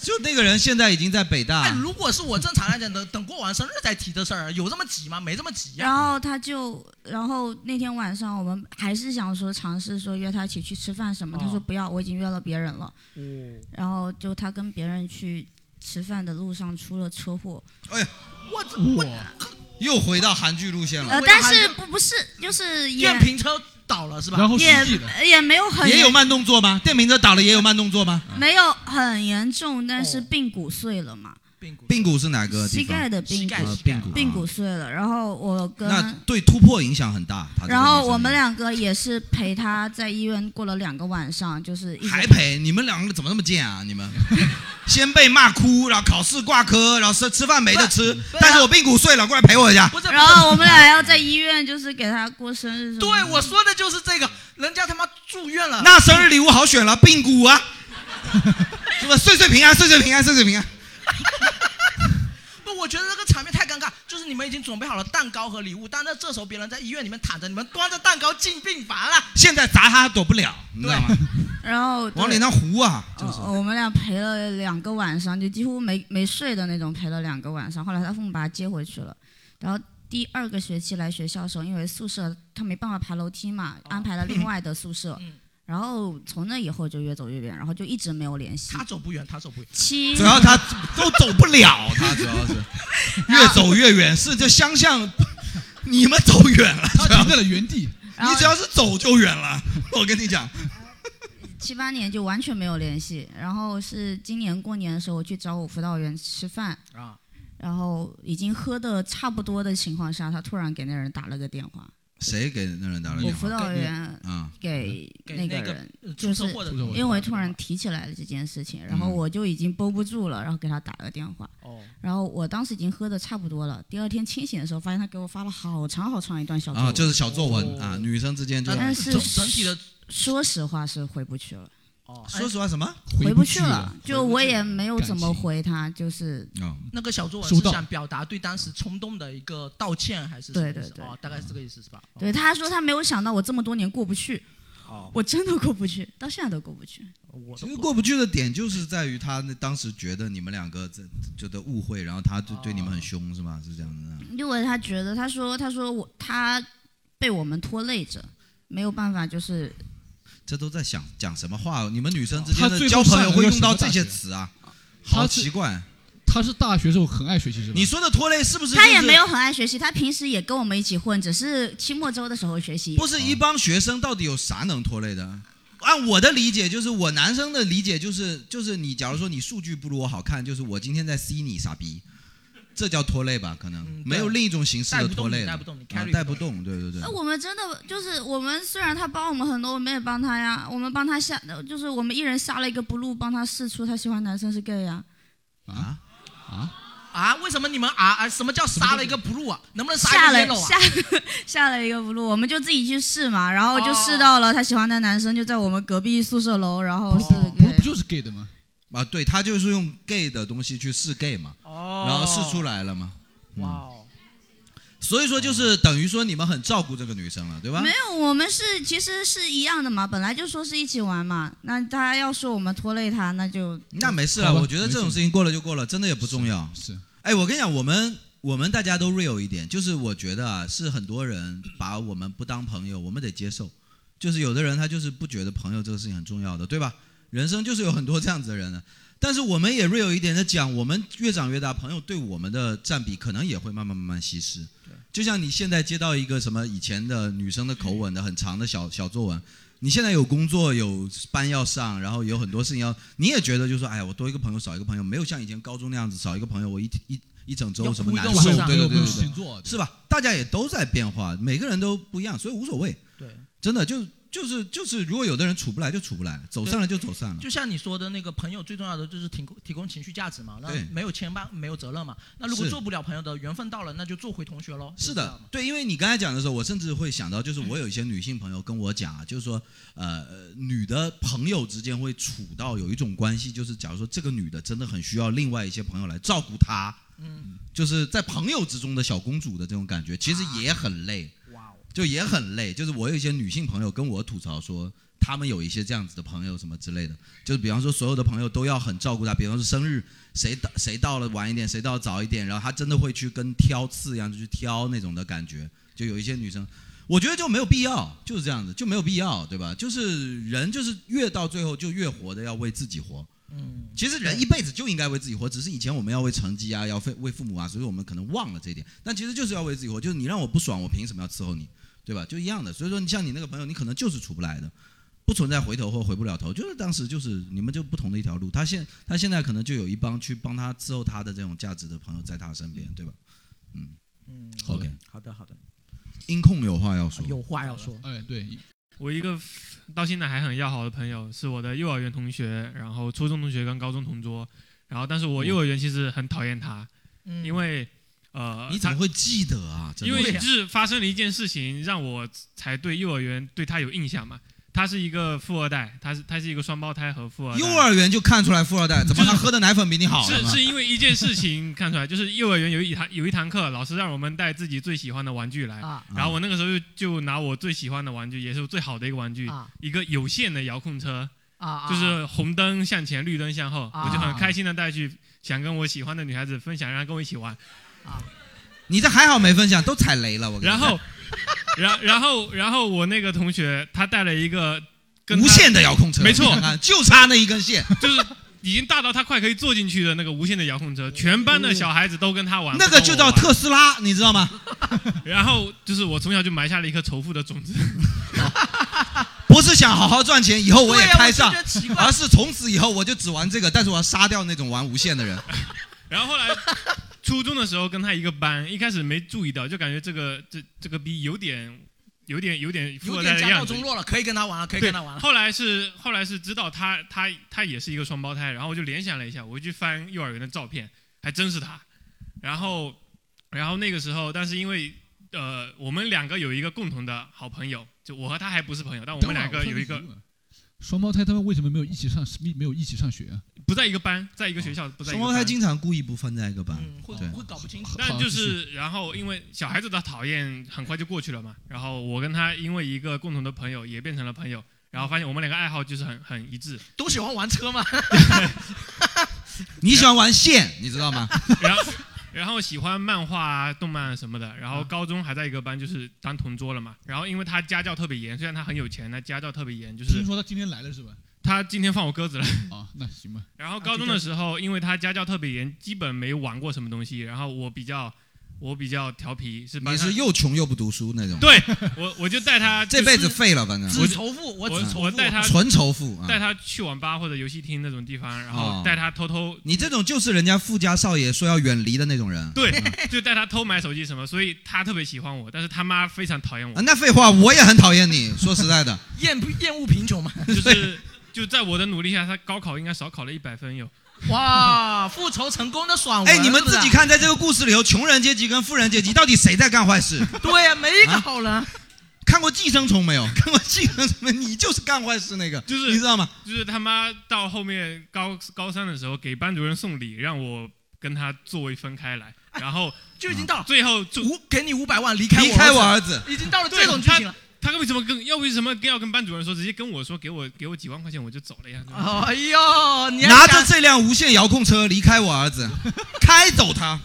S1: 就那个人现在已经在北
S4: 哎，
S1: 大，
S4: 如果是我正常来讲，等等过完生日再提这事儿，啊有这么急吗？没这么急呀、
S11: 然后他就，然后那天晚上我们还是想说尝试说约他一起去吃饭什么，他
S4: 哦
S11: 说不要，我已经约了别人了。
S4: 嗯
S11: 然后就他跟别人去吃饭的路上出了车祸，
S4: 我这
S2: 哇，
S1: 又回到韩剧路线了，
S11: 呃，但是不不是，就是也
S4: 电瓶车倒了是吧？
S2: 然后失忆了。
S11: 也也没有很
S1: 也有慢动作吗？电瓶车倒了也有慢动作吗？
S11: 没有很严重，但是
S4: 哦
S11: 髌骨碎了嘛，
S4: 髌骨
S1: 髌骨是哪个
S11: 膝
S1: 地方？
S11: 盖的髌
S4: 膝盖
S11: 骨，
S1: 呃
S4: 膝盖
S1: 髌骨
S11: 髌骨碎了。然后我跟
S1: 那对突破影响很大。他这个
S11: 然
S1: 女
S11: 后
S1: 生
S11: 我们两个也是陪他在医院过了两个晚上，就是一直
S1: 还赔，哎你们两个怎么那么贱啊？你们 先被骂哭，然后考试挂科，然后吃吃饭没得吃，
S4: 不
S1: 但是我髌骨碎了，过来陪我一下。
S4: 不是，
S11: 然后我们俩要在医院，就是给他过生日什么的。
S4: 对我说的就是这个，人家他妈住院 了，
S1: 那生日礼物好选了，髌骨啊， 是吧？岁岁平安，岁岁平安，岁岁平安。
S4: 不，我觉得这个场面太尴尬，就是你们已经准备好了蛋糕和礼物，但那这时候别人在医院里面躺着，你们端着蛋糕进病房了，
S1: 现在砸他躲不了，你知道吗？
S11: 然后
S1: 往脸上糊啊就是
S11: 呃我们俩陪了两个晚上，就几乎没没睡的那种，陪了两个晚上。后来他父母把他接回去了，然后第二个学期来学校的时候，因为宿舍他没办法爬楼梯嘛，
S4: 哦
S11: 安排了另外的宿舍。
S4: 嗯
S11: 然后从那以后就越走越远，然后就一直没有联系。他
S4: 走不远，他走不远。
S11: 七，
S1: 主要他都走不了，他主要是越走越远，是就相向， 你们走远了，他停在了原地，
S11: 然后
S1: 你只要是走就远了。 我跟你讲，
S11: 七八年就完全没有联系。然后是今年过年的时候，我去找我辅导员吃饭，
S4: 啊，
S11: 然后已经喝的差不多的情况下，他突然给那人打了个电话，
S1: 谁给那人打了
S11: 我
S1: 电话？
S11: 辅导员
S1: 啊，
S11: 给
S1: 给
S11: 那
S1: 那个
S11: 人
S1: 呃，
S11: 就
S1: 出车
S11: 是
S1: 祸的人
S11: 因为突然提起来了这件事情，然后
S1: 嗯
S11: 我就已经绷不住了，然后给他打了电话。
S4: 哦，
S11: 然后我当时已经喝的差不多了，第二天清醒的时候，发现他给我发了好长好长一段小作文
S1: 啊，就是小作文啊，女生之间就
S11: 但是
S1: 整体的
S11: 说实话是回不去了。
S4: 哦，
S1: 说实话什么
S11: 回不去
S1: 了
S11: 了，就我也没有怎么
S1: 感
S11: 回他，就是
S1: 啊，
S4: 那个小作文
S11: 收
S4: 是
S11: 到
S4: 想表达对当时冲动的一个道歉，还是什么意思
S11: 对对对
S4: 哦，大概是这个意思是吧？
S11: 对，他说他没有想到我这么多年过不去，
S4: 哦，
S11: 我真的过不去， 到现在都过不去。
S4: 我
S1: 其实过不去的点就是在于他那当时觉得你们两个这觉得误会，然后他就对你们很凶，是吗？是这样的啊。
S11: 因为他觉得，他说他说我他被我们拖累着，没有办法，就是
S1: 这都在想讲什么话？你们女生之间
S2: 他
S1: 的
S2: 最后
S1: 交朋友会用
S2: 上了个
S1: 到这
S2: 什么大
S1: 些
S2: 学
S1: 词啊，
S2: 他
S1: 好
S2: 是
S1: 奇怪。
S2: 他是大学时候很爱学习是吧？
S1: 你说的拖累是不是？
S11: 他也没有很爱学习，他平时也跟我们一起混，只是期末周的时候学习。
S1: 不是一帮学生到底有啥能拖累的？按我的理解，就是我男生的理解就是就是你，假如说你数据不如我好看，就是我今天在 C 你傻逼，这叫拖累吧？可能、没有另一种形式的拖累了，
S4: 嗯带不动你带不动
S1: 啊
S4: 你 carry
S1: 带不动，对对对
S11: 呃，。我们真的就是我们，虽然他帮我们很多，我们也帮他呀。我们帮他下，呃就是我们一人下了一个 blue，帮他试出他喜欢男生是 gay 呀。
S1: 啊
S4: 啊，为什么你们啊啊？什么叫杀了一个 blue 啊？能不能杀
S11: 下
S4: 一个
S11: 了
S4: yellow
S11: 下
S4: 啊？
S11: 下了一个 blue，我们就自己去试嘛，然后就试到了他喜欢的男生就在我们隔壁宿舍楼，然后是个 gay
S1: 不就是 gay 的吗？啊，对他就是用 gay 的东西去试 gay 嘛，
S4: 哦
S1: 然后试出来了嘛。嗯
S4: 哇哦！
S1: 所以说就是等于说你们很照顾这个女生了，对吧？
S11: 没有，我们是其实是一样的嘛，本来就说是一起玩嘛。那他要说我们拖累他，那就
S1: 那没事了，啊我觉得这种事情过了就过了，真的也不重要。
S2: 是，
S1: 哎，我跟你讲，我们我们大家都 real 一点，就是我觉得啊，是很多人把我们不当朋友，我们得接受。就是有的人他就是不觉得朋友这个事情很重要的，对吧？人生就是有很多这样子的人的。但是我们也 real 一点的讲，我们越长越大，朋友对我们的占比可能也会慢慢慢慢稀释。就像你现在接到一个什么以前的女生的口吻的很长的小小作文，你现在有工作有班要上，然后有很多事情要，你也觉得就是说，哎呀，我多一个朋友少一个朋友，没有像以前高中那样子少一个朋友我一一一整周什么难受，对对对对对，是吧？大家也都在变化，每个人都不一样，所以无所谓。
S4: 对，
S1: 真的就就是就是，如果有的人处不来就处不来，走散了就走散了。
S4: 就像你说的那个朋友，最重要的就是提供提供情绪价值嘛，那
S1: 对
S4: 没有牵绊，没有责任嘛。那如果
S1: 是
S4: 做不了朋友的，缘分到了，那就做回同学喽。
S1: 是的，对，因为你刚才讲的时候，我甚至会想到，就是
S4: 嗯
S1: 我有一些女性朋友跟我讲啊，就是说，呃，呃女的朋友之间会处到有一种关系，就是假如说这个女的真的很需要另外一些朋友来照顾她，
S4: 嗯，
S1: 就是在朋友之中的小公主的这种感觉，其实
S4: 啊
S1: 也很累，
S4: 哇哦，
S1: 就也很累。就是我有一些女性朋友跟我吐槽说，她们有一些这样子的朋友什么之类的，就是比方说所有的朋友都要很照顾她，比方说生日谁到谁到了晚一点，谁到早一点，然后她真的会去跟挑刺一样就去挑那种的感觉。就有一些女生，我觉得就没有必要，就是这样子，就没有必要，对吧？就是人就是越到最后就越活的要为自己活。
S4: 嗯，
S1: 其实人一辈子就应该为自己活，只是以前我们要为成绩啊，要为为父母啊，所以我们可能忘了这一点。但其实就是要为自己活，就是你让我不爽，我凭什么要伺候你，对吧？就一样的。所以说，你像你那个朋友，你可能就是处不来的，不存在回头或回不了头，就是当时就是你们就不同的一条路。他现他现在可能就有一帮去帮他伺候他的这种价值的朋友在他身边，对吧？嗯
S4: 嗯
S1: 好的
S4: 好的好的，
S1: 音控有话要说，
S4: 有话要说。
S2: 哎，对，
S12: 我一个到现在还很要好的朋友，是我的幼儿园同学，然后初中同学跟高中同桌，然后但是我幼儿园其实很讨厌他，
S4: 嗯
S12: 因为呃，
S1: 你怎么
S12: 他
S1: 会记得啊？真
S12: 因
S1: 的
S12: 为就是发生了一件事情，让我才对幼儿园对他有印象嘛。他是一个富二代，他是他是一个双胞胎和富二代。
S1: 幼儿园就看出来富二代， 怎么他喝的奶粉比你好了
S12: 是
S1: 吗
S12: 是因为一件事情看出来，就是幼儿园有一堂有一堂课，老师让我们带自己最喜欢的玩具来，
S4: 啊
S12: 然后我那个时候就就拿我最喜欢的玩具，也是我最好的一个玩具，
S4: 啊
S12: 一个有线的遥控车，
S4: 啊
S12: 就是红灯向前，绿灯向后，
S4: 啊
S12: 我就很开心的带去，想跟我喜欢的女孩子分享，让她跟我一起玩。
S4: 啊
S1: 你这还好没分享，都踩雷了。我跟你
S12: 然 后，然然后然后我那个同学他带了一个跟他
S1: 无线的遥控车，
S12: 没错
S1: 你看，看就差那一根线，
S12: 就是已经大到他快可以坐进去的那个无线的遥控车，全班的小孩子都跟他玩，
S1: 那个就叫特斯拉，你知道吗？
S12: 然后就是我从小就埋下了一颗仇富的种子，
S1: 不是想好好赚钱，以后我也
S12: 对啊
S1: 开上
S12: 我就觉得奇，怪
S1: 而是从此以后我就只玩这个，但是我要杀掉那种玩无线的人。
S12: 然后后 来初中的时候跟他一个班，一开始没注意到，就感觉这个这这个逼有点有点有点富
S4: 有
S12: 二代
S4: 点
S12: 的
S4: 家
S12: 样
S4: 道
S12: 子
S4: 中。落了，可以跟他玩了，可以
S12: 对
S4: 跟他玩了。
S12: 后来是后来是知道他他他也是一个双胞胎，然后我就联想了一下，我去翻幼儿园的照片，还真是他。然后然后那个时候，但是因为呃我们两个有一个共同的好朋友，就我和他还不是朋友，但我们两个有一个
S2: 双胞胎他们为什么没有一起上没有一起上学啊？
S12: 不在一个班，在一个学校，不在一
S1: 双
S12: 个
S1: 胞胎
S12: 班。
S1: 经常故意不分在一个班，对，
S4: 会搞不清
S12: 但就是，然后因为小孩子的讨厌很快就过去了嘛，然后我跟他因为一个共同的朋友也变成了朋友，然后发现我们两个爱好就是很很一致，
S4: 都喜欢玩车嘛。
S1: 你喜欢玩线，你知道吗？
S12: 然后然后喜欢漫画啊、动漫啊什么的，然后高中还在一个班，就是当同桌了嘛。然后因为他家教特别严，虽然他很有钱，他家教特别严，就是
S2: 听说他今天来了是吧？
S12: 他今天放我鸽子了。
S2: 啊，那行 吧。
S12: 然后高中
S1: 啊
S12: 的时候，因为他家教特别严，基本没玩过什么东西。然后我比较我比较调皮，是班
S1: 你
S12: 上
S1: 是又穷又不读书那种。
S12: 对我我就带他
S1: 这辈子废了反正
S12: 我就
S1: 只仇富我
S12: 我
S1: 只仇富
S12: 我带他
S1: 纯仇富啊
S12: 带他去网吧或者游戏厅那种地方，然
S1: 哦
S12: 后带他偷偷
S1: 你这种就是人家富家少爷说要远离的那种 人。
S12: 对，就带他偷买手机什么，所以他特别喜欢我，但是他妈非常讨厌我
S1: 啊，。那废话，我也很讨厌你。说实在的，
S4: 厌不厌恶贫穷嘛？
S12: 就是就在我的努力下，他高考应该少考了一百分有。
S4: 哇，复仇成功的爽文。
S1: 哎，你们
S4: 是不
S1: 自
S4: 是啊
S1: 己看，在这个故事里头，穷人阶级跟富人阶级到底谁在干坏事？
S4: 对呀、没一个
S1: 啊
S4: 好人。
S1: 看过《寄生虫》没有？ 看过《寄生虫》没？你就是干坏事那个，
S12: 就是
S1: 你知道吗？
S12: 就是他妈到后面高高三的时候，给班主任送礼，让我跟他座位分开来，然后
S4: 哎
S12: 啊
S4: 就已经
S1: 啊
S4: 到
S12: 最后就
S4: 五给你五百万离
S1: 开我离开我儿子儿子
S4: 已经到了这种剧情了。
S12: 他他为什么跟要为什么跟要跟班主任说，直接跟我说给我给我几万块钱我就走了呀？
S4: 哎呦，你还
S1: 拿着
S4: 敢
S1: 这辆无线遥控车离开我儿 子，开走他。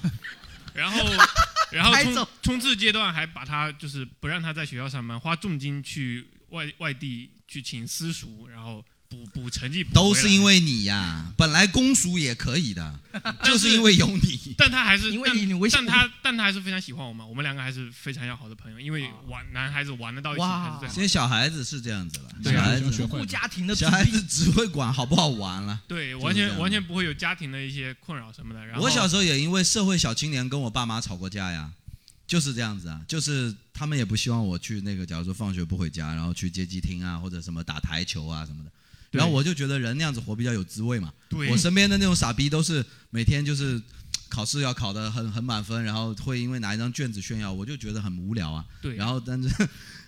S12: 然后 然后
S1: 开
S12: 冲
S1: 走
S12: 冲刺阶段还把他就是不让他在学校上班，花重金去外外地去请私塾，然后补补成绩补回来
S1: 都是 因为你呀、本来公叔也可以的，就是因为有你。
S12: 但他还是
S1: 因为你
S12: 但
S1: 你微信
S12: 但他但他还是非常喜欢我嘛，我们两个还是非常要好的朋友，因
S1: 啊
S12: 为玩、男孩子玩得到一起还是最好
S1: 现在小孩子是这样子了，
S12: 对
S1: 小
S12: 啊
S1: 孩子
S12: 学会了家庭的
S1: 小孩子只会管好不好玩了。
S12: 对，
S1: 就是
S12: 完
S1: 这
S12: 全
S1: 样
S12: 完全不会有家庭的一些困扰什么的。然后
S1: 我小时候也因为社会小青年跟我爸妈吵过架呀，就是这样子啊，就是他们也不希望我去那个，假如说放学不回家，然后去街机厅啊，或者什么打台球啊什么的。
S12: 对
S1: 然后我就觉得人那样子活比较有滋味嘛。
S12: 对
S1: 我身边的那种傻逼都是每天就是考试要考得很很满分，然后会因为拿一张卷子炫耀，我就觉得很无聊啊。
S12: 对
S1: 然 后但是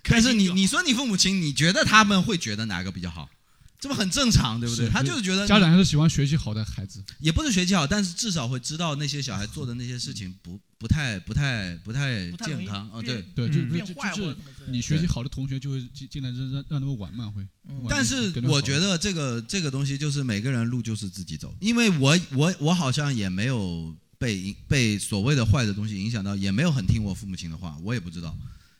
S1: 但是你你说你父母亲，你觉得他们会觉得哪个比较好？这不很正常，对不对？他就是觉得
S2: 家长还是喜欢学习好的孩子。
S1: 也不是学习好，但是至少会知道那些小孩做的那些事情不不太不太不太
S2: 不太容
S1: 健
S2: 易
S1: 康啊，对
S2: 变对就
S1: 嗯
S2: 就就是你学习好的同学就会进进来让让让他们玩嘛会。玩
S1: 但是我觉得这个这个东西就是每个人路就是自己走，因为我我我好像也没有被被所谓的坏的东西影响到，也没有很听我父母亲的话，我也不知道，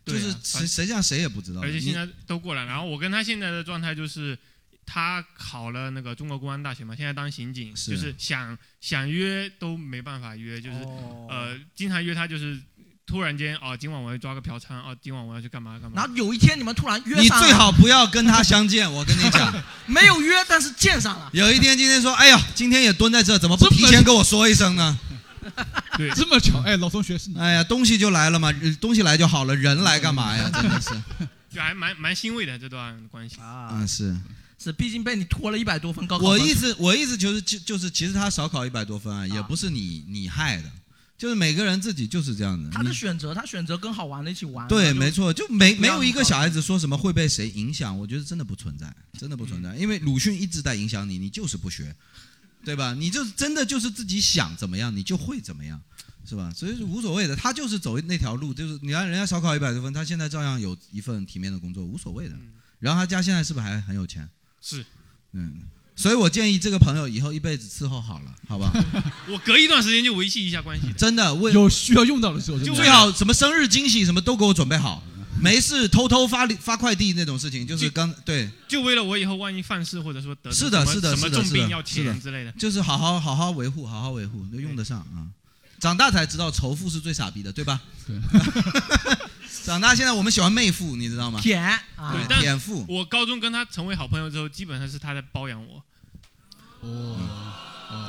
S1: 就
S12: 对啊
S1: 是
S12: 反
S1: 谁谁像谁也不知道。
S12: 而且
S1: 你
S12: 现在都过来，然后我跟他现在的状态就是，他考了那个中国公安大学嘛，现在当刑警，
S1: 是
S12: 就是想想约都没办法约，就是、
S4: 哦
S12: 呃，经常约他就是突然间哦，今晚我要抓个嫖娼，哦，今晚我要去干嘛干嘛。
S4: 然后有一天你们突然约
S1: 你
S4: 上了
S1: 最好不要跟他相见，我跟你讲，
S4: 没有约，但是见上了。
S1: 有一天今天说，哎呀，今天也蹲在这，怎么不提前跟我说一声呢？
S12: 对，
S2: 这么巧，哎，老同学是你。
S1: 哎呀，东西就来了嘛，呃东西来就好了，人来干嘛呀？真的是，
S12: 就还蛮蛮欣慰的这段关系啊
S1: 嗯，是。
S4: 是，毕竟被你拖了一百多分高考
S1: 我
S4: 分。
S1: 一直我一直就是就就是，其实他少考一百多分啊，也不是你你害的，就是每个人自己就是这样的。
S4: 他的
S1: 你
S4: 选择，他选择跟好玩的一起玩。
S1: 对，
S4: 啊那就
S1: 没错，就没
S4: 不
S1: 没
S4: 要
S1: 有一个
S4: 搞
S1: 小孩子说什么会被谁影响，我觉得真的不存在，真的不存
S4: 嗯
S1: 在，因为鲁迅一直在影响你，你就是不学，对吧？你就真的就是自己想怎么样，你就会怎么样，是吧？所以是无所谓的，他就是走那条路，就是你让人家少考一百多分，他现
S4: 嗯
S1: 在照样有一份体面的工作，无所谓的。然后他家现在是不是还很有钱？
S12: 是，
S1: 嗯，所以我建议这个朋友以后一辈子伺候好了，好不好？
S12: 我隔一段时间就维系一下关系的。
S1: 真的，为有需要用到的时候
S12: 真的
S1: 最好什么生日惊喜什么都给我准备好，没事偷偷发礼发快递那种事情，就是刚对，
S12: 就为了我以后万一犯事或者说得
S1: 是的，
S12: 什么
S1: 是的，
S12: 什么
S1: 是的，
S12: 重
S1: 是
S12: 病要
S1: 的，是
S12: 钱之类的，
S1: 就是好好好好维护，好好维护，用得上啊。长大才知道仇富是最傻逼的，对吧？
S2: 对。
S1: 长大现在我们喜欢妹夫，你知道吗？
S12: 舔
S2: 啊
S12: 对，
S1: 对，
S12: 但
S1: 舔富。
S12: 我高中跟他成为好朋友之后，基本上是他在包养我。
S1: 哦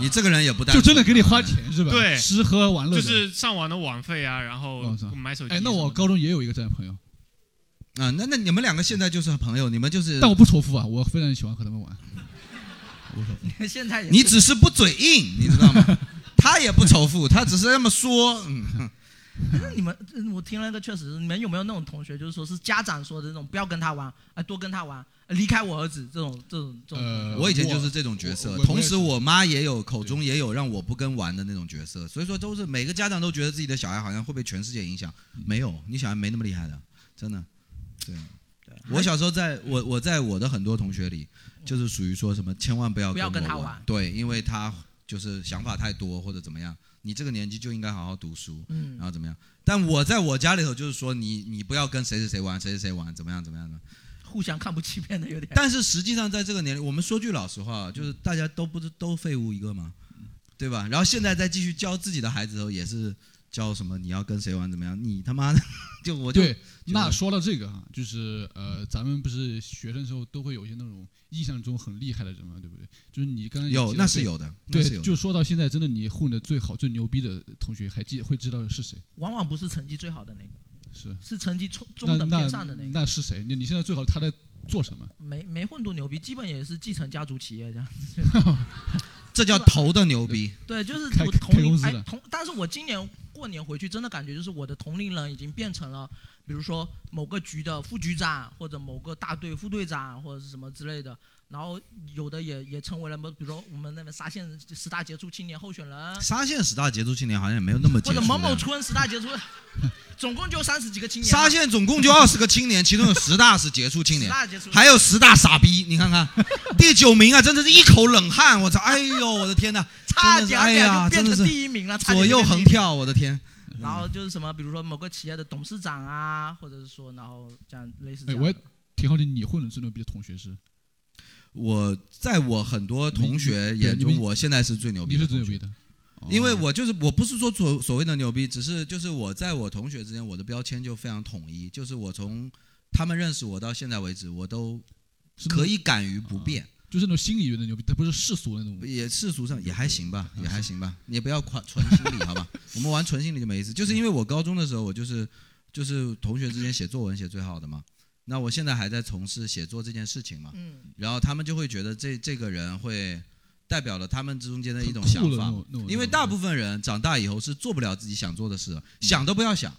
S1: 你这个人也不单
S2: 就真的给你花钱是吧？
S12: 对，
S2: 吃喝玩
S12: 就
S2: 乐的
S12: 是上网的网费啊，然后买手机。
S2: 哎，那我高中也有一个这样的朋友，
S1: 啊，那那你们两个现在就是朋友，你们就是。
S2: 但我不仇富啊，我非常喜欢和他们 玩。
S4: 现在也
S1: 你只是不嘴硬，你知道吗？他也不仇富，他只是这么说。嗯，
S4: 那你们，嗯我听了一个，确实，你们有没有那种同学，就是说是家长说的那种，不要跟他玩，哎，多跟他玩，离开我儿子这种这种 这种同
S7: 嗯
S4: 学。
S1: 我以前就是这种角色
S2: 呃我，我
S1: 同时我妈也有，口中也有让我不跟玩的那种角色，所以说都是每个家长都觉得自己的小孩好像会被全世界影响，没有，你小孩没那么厉害的，真的。对，我小时候在我我在我的很多同学里，就是属于说什么千万不要
S4: 不要
S1: 跟
S4: 跟他
S1: 我
S4: 玩
S1: 对，因为他就是想法太多或者怎么样，你这个年纪就应该好好读书，
S4: 嗯
S1: 然后怎么样？但我在我家里头就是说你你不要跟谁谁谁玩，谁谁谁玩，怎么样怎么样的。
S4: 互相看不起变得有点。
S1: 但是实际上，在这个年龄，我们说句老实话，啊就是大家都不是都废物一个嘛，对吧？然后现在再继续教自己的孩子的时候，也是教什么你要跟谁玩怎么样，你他妈的
S4: 嗯
S1: 就我就
S2: 对，那
S1: 就
S2: 说到这个哈，就是呃，咱们不是学生时候都会有一些那种印象中很厉害的人嘛，对不对？就是你刚才也
S1: 有
S2: 提到
S1: 那是
S2: 这个
S1: 有的那
S2: 对
S1: 是有，的
S2: 就说到现在，真的你混的最好、最牛逼的同学，还记会知道是谁？
S4: 往往不是成绩最好的那个，
S2: 是
S4: 是成绩中
S2: 那
S4: 中等偏上的
S2: 那
S4: 那个，
S2: 那是谁？你你现在最好他在做什么？
S4: 没没混多牛逼，基本也是继承家族企业这样。
S1: 这叫头的牛逼。
S4: 对，就是
S1: 开
S4: 我
S1: 开
S4: 同
S1: 公
S4: 龄
S1: 司
S4: 哎
S1: 的
S4: 同，但是我今年过年回去，真的感觉就是我的同龄人已经变成了，比如说某个局的副局长，或者某个大队副队长，或者是什么之类的。然后有的也也成为了，比如说我们那边沙县十大杰出青年候选人，
S1: 沙县十大杰出青年好像也没有那么杰出
S4: 或者
S1: 的。
S4: 某某村十大杰出，总共就三十几个青年嘛。
S1: 沙县总共就二十个青年，其中有十大是杰出青年
S4: 十大杰出，
S1: 还有哎十大傻逼。你看看，第九名啊，真的是一口冷汗，我操！哎呦，我的天呐，真
S4: 差
S1: 的是
S4: 点
S1: 哎
S4: 点
S1: 呀，
S4: 就变
S1: 真的
S4: 成
S1: 是
S4: 第一名了，差点
S1: 左
S4: 就
S1: 右
S4: 变第一
S1: 横
S4: 名
S1: 跳，我的天！
S2: 嗯
S4: 然后就是什么，比如说某个企业的董事长啊，或者是说，然后这样类似这
S2: 哎，
S4: 样
S2: 我
S4: 的。
S2: 也挺好奇你混的最牛逼的同学是？
S1: 我在我很多同学
S2: 你
S1: 眼
S2: 你
S1: 中，
S2: 你
S1: 我现在是最牛逼
S2: 你
S1: 的
S2: 是最
S1: 同
S2: 牛
S1: 学，
S2: 逼的，哦
S1: 因为我就是我不是说所所谓的牛逼，只是就是我在我同学之间，我的标签就非常统一，就是我从他们认识我到现在为止，我都
S2: 那
S1: 可以敢于不变，
S2: 就是那种心理学的牛逼，他不是世俗那种。
S1: 也世俗上也还行吧，
S2: 啊
S1: 也还行吧，你不要夸纯心理， 好吧？我们玩纯心理就没意思。就是因为我高中的时候，我就是就是同学之间写作文写最好的嘛。那我现在还在从事写作这件事情嘛，然后他们就会觉得这这个人会代表了他们中间的一种
S2: 很酷
S1: 想
S2: 的那
S1: 法
S2: 种那种，嗯
S1: 因为大部分人长大以后是做不了自己想做的事，想都不要想，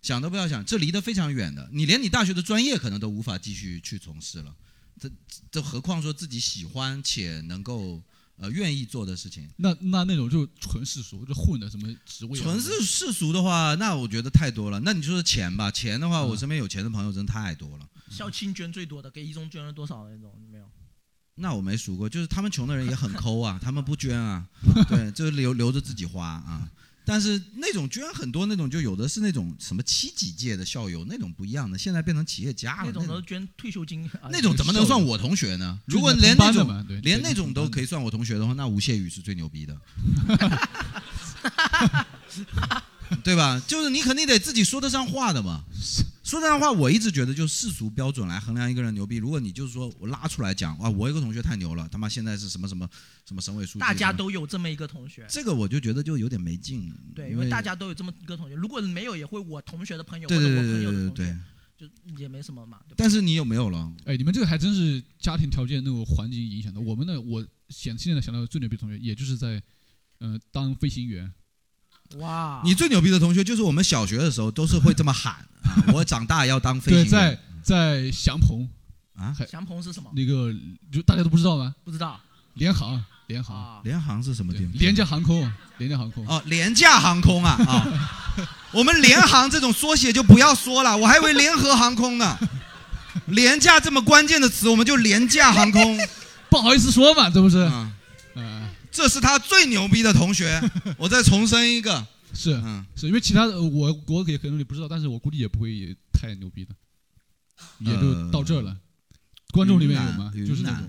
S1: 想都不要想，这离得非常远的，你连你大学的专业可能都无法继续去从事了，这这何况说自己喜欢且能够呃愿意做的事情。
S2: 那那那种就纯世俗，就混的什么职位啊？
S1: 纯世世俗的话，那我觉得太多了。那你说是钱吧，钱的
S2: 嗯
S1: 话，我身边有钱的朋友真太多了。
S4: 校庆捐最多的，给一中捐了多少那种？没有。
S1: 那我没数过，就是他们穷的人也很抠啊，他们不捐啊，对，就是留留着自己花啊。但是那种捐很多那种，就有的是那种什么七几届的校友那种不一样的，现在变成企业家了。
S4: 那
S1: 那
S4: 种都
S1: 种
S4: 是捐退休金。啊
S1: 那种怎么能算我同学呢？
S2: 就是
S1: 如果
S2: 同
S1: 连那
S2: 班的嘛
S1: 种
S2: 对
S1: 连
S2: 对
S1: 那种都可以算我同学的话，那吴谢宇是最牛 逼的，对吧？就是你肯定得自己说得上话的嘛。说得上话，我一直觉得就世俗标准来衡量一个人牛逼。如果你就是说我拉出来讲啊，我有个同学太牛了，他妈现在是什么什么什么省委书记，
S4: 大
S1: 什
S4: 家
S1: 么
S4: 都有这么一个同学。
S1: 这个我就觉得就有点没劲。
S4: 对，因
S1: 因
S4: 为大家都有这么一个同学，如果没有，也会我同学的朋友
S1: 对
S4: 或
S1: 对
S4: 者
S1: 对
S4: 我朋
S1: 对
S4: 友
S1: 对
S4: 的
S1: 对
S4: 同学
S1: 对，，
S4: 就也没什么嘛。对吧
S1: 但是你有没有了？
S2: 哎，你们这个还真是家庭条件那种环境影响的。我们呢，我想现在想到最牛逼的同学，也就是在，呃，当飞行员。
S4: 哇
S1: 你最牛逼的同学就是我们小学的时候都是会这么喊 啊，我长大要当飞
S2: 对，
S1: 行员。
S2: 在在祥鹏
S1: 啊，
S4: 祥鹏是什么？
S2: 那个就大家都不知道吗？
S4: 不知道。
S2: 联航，联航，
S1: 联航是什么地方？
S2: 廉价航空，廉价航空。
S1: 哦，廉价航空啊啊！我们联航这种缩写就不要说了，我还以 为联合航空呢。廉价这么关键的词，我们就廉价航 空，嗯
S2: 不好意思说嘛，这不是？呃
S1: 这是他最牛逼的同 学，我再重申一个，
S2: 是，
S1: 嗯
S2: 是因为其他的我我也可能也不知道，但是我估计也不会也太牛逼的，也就到这儿了。观众里面有吗？
S1: 呃云南
S2: 就是那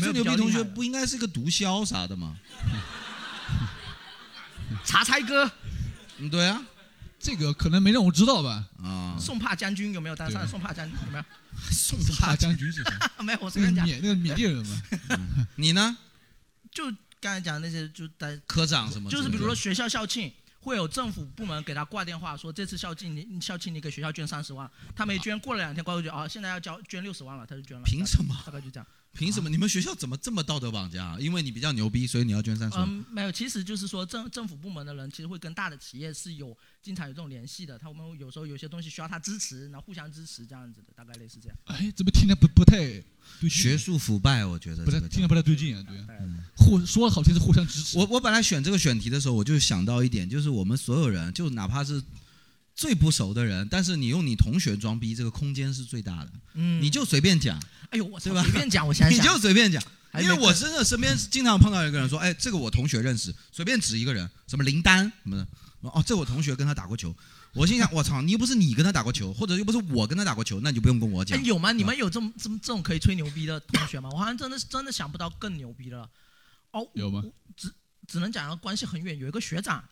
S2: 种
S1: 南你这牛逼同学不应该是个毒枭啥的吗？
S4: 查差哥，
S1: 嗯，对啊，
S2: 这个可能没让我知道吧？
S1: 啊，
S4: 宋帕将军有没有搭上？
S2: 对
S4: 宋帕将军有 没有？
S1: 宋
S2: 帕将军是谁？
S4: 没有，我随
S2: 那个
S4: 便讲。
S2: 缅那个缅甸人 嘛。
S1: 你呢？
S4: 就刚才讲的那些，就在
S1: 科长什么之类
S4: 就
S1: 的
S4: 是比如说学校校庆，会有政府部门给他挂电话说，这次校庆你你校庆你给学校捐三十万，他没捐，过了两天过后就啊，现在要交捐六十万了，他就捐了。
S1: 凭什么？
S4: 大概就这样。
S1: 凭什么？你们学校怎么这么道德绑架啊？因为你比较牛逼，所以你要捐三十万。
S4: 嗯，没有，其实就是说政政府部门的人其实会跟大的企业是有经常有这种联系的，他们有时候有些东西需要他支持，然后互相支持这样子的，大概类似这样。
S2: 哎，怎么听着不不太对劲？
S1: 学术腐败，我觉得
S2: 不太
S1: 这个嗯
S2: 听着不太对劲啊，对啊。互说好听是互相支持。
S1: 我我本来选这个选题的时候，我就想到一点，就是我们所有人，就哪怕是最不熟的人，但是你用你同学装逼，这个空间是最大的。
S4: 嗯
S1: 你就随便讲，
S4: 哎呦，我操
S1: 对吧？
S4: 随便讲，我想 想，
S1: 你就随便讲。
S4: 还
S1: 因
S4: 没
S1: 为我
S4: 看
S1: 真的身边经常碰到一个人说，哎，这个我同学认识，随便指一个人，什么林丹什么的，哦，这我同学跟他打过球，我心想，我操，你又不是你跟他打过球，或者又不是我跟他打过球，那你就不用跟我
S4: 哎
S1: 讲。啊
S4: 有吗？你们有这么这么这种可以吹牛逼的同学吗？我好像真的是真的想不到更牛逼的了。哦，
S2: 有吗？
S4: 只只能讲到关系很远。有一个学长，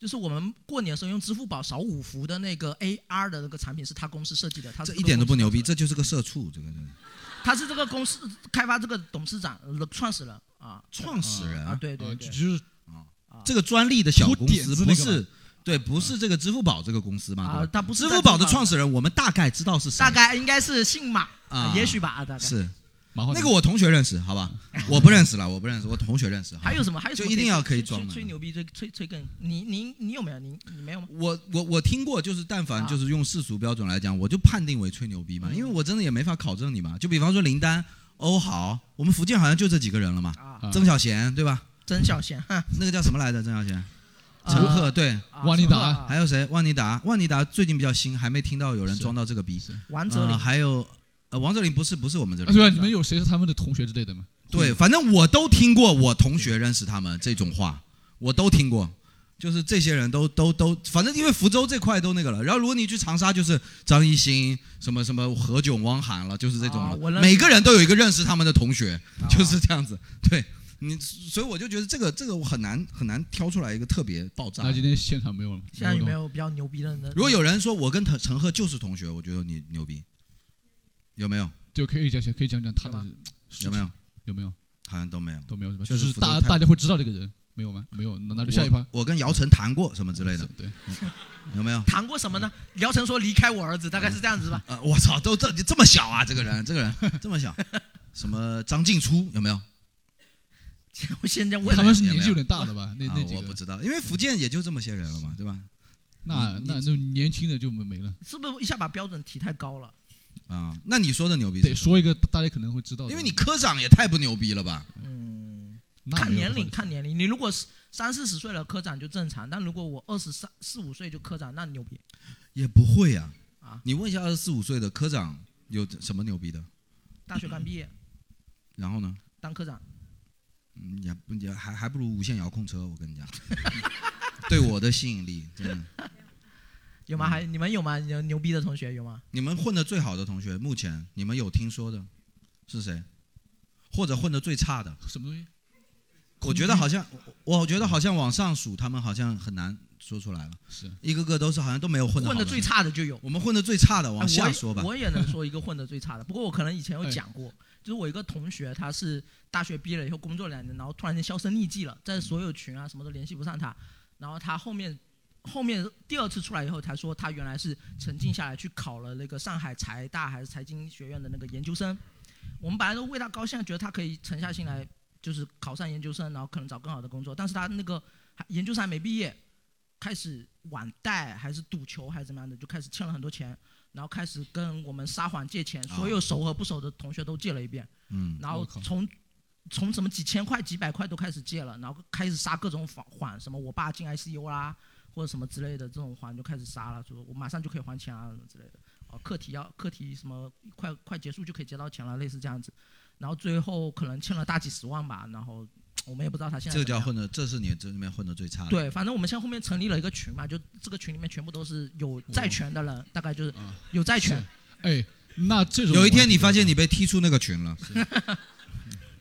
S4: 就是我们过年的时候用支付宝扫五福的那个 AR 的那个产品是他公司设计的，他是
S1: 这
S4: 个
S1: 一点都
S4: 公
S1: 不
S4: 司
S1: 牛逼，这就是个社畜，这个真的
S4: 他是这个公司开发这个董事长呃创始人啊，
S1: 创始人
S4: 啊，对对啊
S1: 呃
S4: 对，
S2: 就是
S1: 这个专利的小公
S4: 出点
S1: 司
S4: 子
S1: 不
S4: 那个
S1: 是
S4: 吧。
S1: 对，不是这个支付宝这个公司嘛？
S4: 啊
S1: 对吧
S4: 它不是
S1: 支
S4: 在
S1: 付宝
S4: 支
S1: 的
S4: 付宝
S1: 创始人，我们大概知道是谁。
S4: 大概应该是姓马
S1: 啊
S4: 也许吧，啊大概
S1: 是。
S2: 好
S1: 那个我同学认识，好吧？我不认识了，我不认识，我同学认识。好吧
S4: 还有什么？还有什
S1: 就
S4: 么
S1: 一定要可以
S4: 吹
S1: 装的
S4: 吹。牛逼，吹吹吹更。你你你有没有？你你没有吗？
S1: 我我我听过，就是但
S4: 啊
S1: 凡就是用世俗标准来讲，我就判定为吹牛逼嘛，
S4: 嗯
S1: 因为我真的也没法考证你嘛。就比方说林丹、欧豪，我们福建好像就这几个人了嘛。
S2: 啊
S1: 曾小贤对吧？
S4: 啊曾小贤，
S1: 那个叫什么来着？曾小贤，
S4: 啊
S1: 陈赫对，
S2: 万妮达，
S1: 还有谁？万妮达，万妮达最近比较新，还没听到有人装到这个逼。
S4: 王哲林
S1: 呃还有呃，王哲林不是不是我们这
S2: 啊
S1: 里。
S2: 对啊，你们有谁是他们的同学之类的吗？
S1: 对，反正我都听过，我同学认识他们这种话，我都听过。就是这些人都都都，反正因为福州这块都那个了。然后如果你去长沙，就是张艺兴、什么什么何炅、汪涵了，就是这种
S4: 啊我
S1: 了。
S4: 认识啊
S1: 每个人都有一个认识他们的同学，就是这样子。对你，所以我就觉得这个这个我很难很难挑出来一个特别爆炸的。
S2: 那今天现场没有了吗？
S4: 现在有没有比较牛逼的人？
S1: 如果有人说我跟陈陈赫就是同学，我觉得你牛逼，有没有？
S2: 就可以讲讲，可以讲讲他的事情
S1: 有没有？
S2: 有没有？
S1: 好像都没有，
S2: 都没有是吧？
S1: 确
S2: 就
S1: 实
S2: 是
S1: 福州
S2: 大
S1: 太
S2: 大家会知道这个人，没有吗？没有，那那就下一趴。嗯
S1: 我。我跟姚晨谈过什么之类的，
S2: 对，
S1: 有没有？
S4: 谈过什么呢？姚晨说离开我儿子，大概是这样子
S2: 啊
S4: 吧。
S1: 呃，我操，都这这么小啊，这个人，这个人 这么小，什么张静初有没有？
S4: 我现在问
S2: 他们是年纪有点大的吧？那
S1: 啊
S2: 那几
S1: 我
S2: 个
S1: 不知道，因为福建也就这么些人了嘛，对吧？
S2: 那
S1: 你
S2: 那就年轻的就没没了。
S4: 是不是一下把标准提太高了？
S1: 啊，那你说的牛逼是
S2: 得说一个大家可能会知道的，
S1: 因为你科长也太不牛逼了吧？
S2: 那
S4: 看
S2: 没有办法
S4: 年龄，看年龄。你如果是三四十岁了，科长就正常；但如果我二十三四五岁就科长，那牛逼。
S1: 也不会呀、
S4: 啊
S1: 你问一下二十四五岁的科长有什么牛逼的？
S4: 大学刚毕业
S1: 然后呢？
S4: 当科长，
S1: 嗯，也不也还还不如无线遥控车，我跟你讲， 对我的吸引力真的。
S4: 有吗？还你们有吗？有牛逼的同学有吗？
S1: 你们混的最好的同学，目前你们有听说的是谁？或者混的最差的？
S2: 什么东西？
S1: 我觉得好像，我我觉得好像往上数，他们好像很难说出来了。
S2: 是
S1: 一个个都是好像都没有混的
S4: 混的最差的就有。
S1: 我们混的最差的
S4: 哎
S1: 往下说吧。哎
S4: 我也我也能说一个混的最差的，不过我可能以前有讲过，就是我一个同学，他是大学毕业了以后工作两年，然后突然间销声匿迹了，在所有群啊什么都联系不上他，然后他后面后面第二次出来以后才说他原来是沉静下来去考了那个上海财大还是财经学院的那个研究生，我们本来都为他高兴，觉得他可以沉下心来就是考上研究生，然后可能找更好的工作，但是他那个还研究生还没毕业。开始网贷还是赌球还是怎么样的，就开始欠了很多钱，然后开始跟我们撒谎借钱，所有熟和不熟的同学都借了一遍，
S1: 嗯
S4: 然后从从什么几千块、几百块都开始借了，然后开始撒各种谎谎，什么我爸进 ICU 啦，或者什么之类的这种谎就开始撒了，说我马上就可以还钱啊什么之类的。啊课题要课题什么快快结束就可以结到钱了，类似这样子。然后最后可能欠了大几十万吧，然后我们也不知道他现在
S1: 这个
S4: 怎
S1: 叫
S4: 么样
S1: 混的，这是你这里面混的最差的。
S4: 对，反正我们现在后面成立了一个群嘛，就这个群里面全部都是有
S1: 嗯
S4: 债权的人，大概就是有债权，
S2: 哎，那这种
S1: 有一天你发现你被踢出那个群了，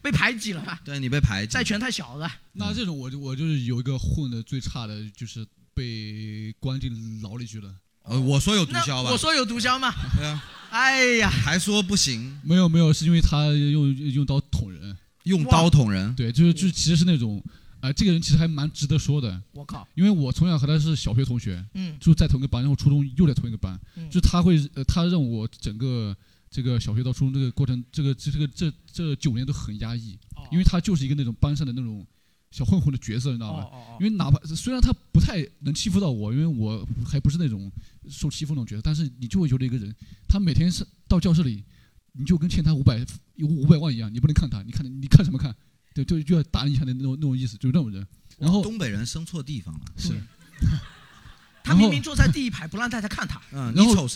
S4: 被排挤了吧？
S1: 对你被排挤，嗯
S4: 债权太小了。
S2: 那这种我就我就是有一个混的最差的，就是被关进牢里去了。
S1: 呃，我说有毒枭吧？
S4: 我说有毒枭吗？
S1: 对啊，
S4: 哎呀，
S1: 还说不行，
S2: 没有没有，是因为他用用刀捅人，
S1: 用刀捅人。
S2: 对，就是就是，其实是那种，啊、这个人其实还蛮值得说的。
S4: 我靠，
S2: 因为 我从小和他是小学同学，
S4: 嗯
S2: 就在同一个班，然后初中又在同一个班，
S4: 嗯
S2: 就他会，呃，他让我整个这个小学到初中这个过程，这个这这个这这九年都很压抑，因为他就是一个那种班上的那种小混混的角色，你知道吗？因为哪怕虽然他不太能欺负到我，因为我还不是那种受欺负那种角色，但是你就会觉得一个人，他每天是到教室里，你就跟欠他五百五百万一样，你不能看他，你看你看什么看？对，就就要打你一下的那种那种意思，就是那种人。然后
S1: 东北人生错地方了，
S2: 是。
S4: 他明明坐在第一排，不让大家看他。
S1: 嗯
S2: 然后？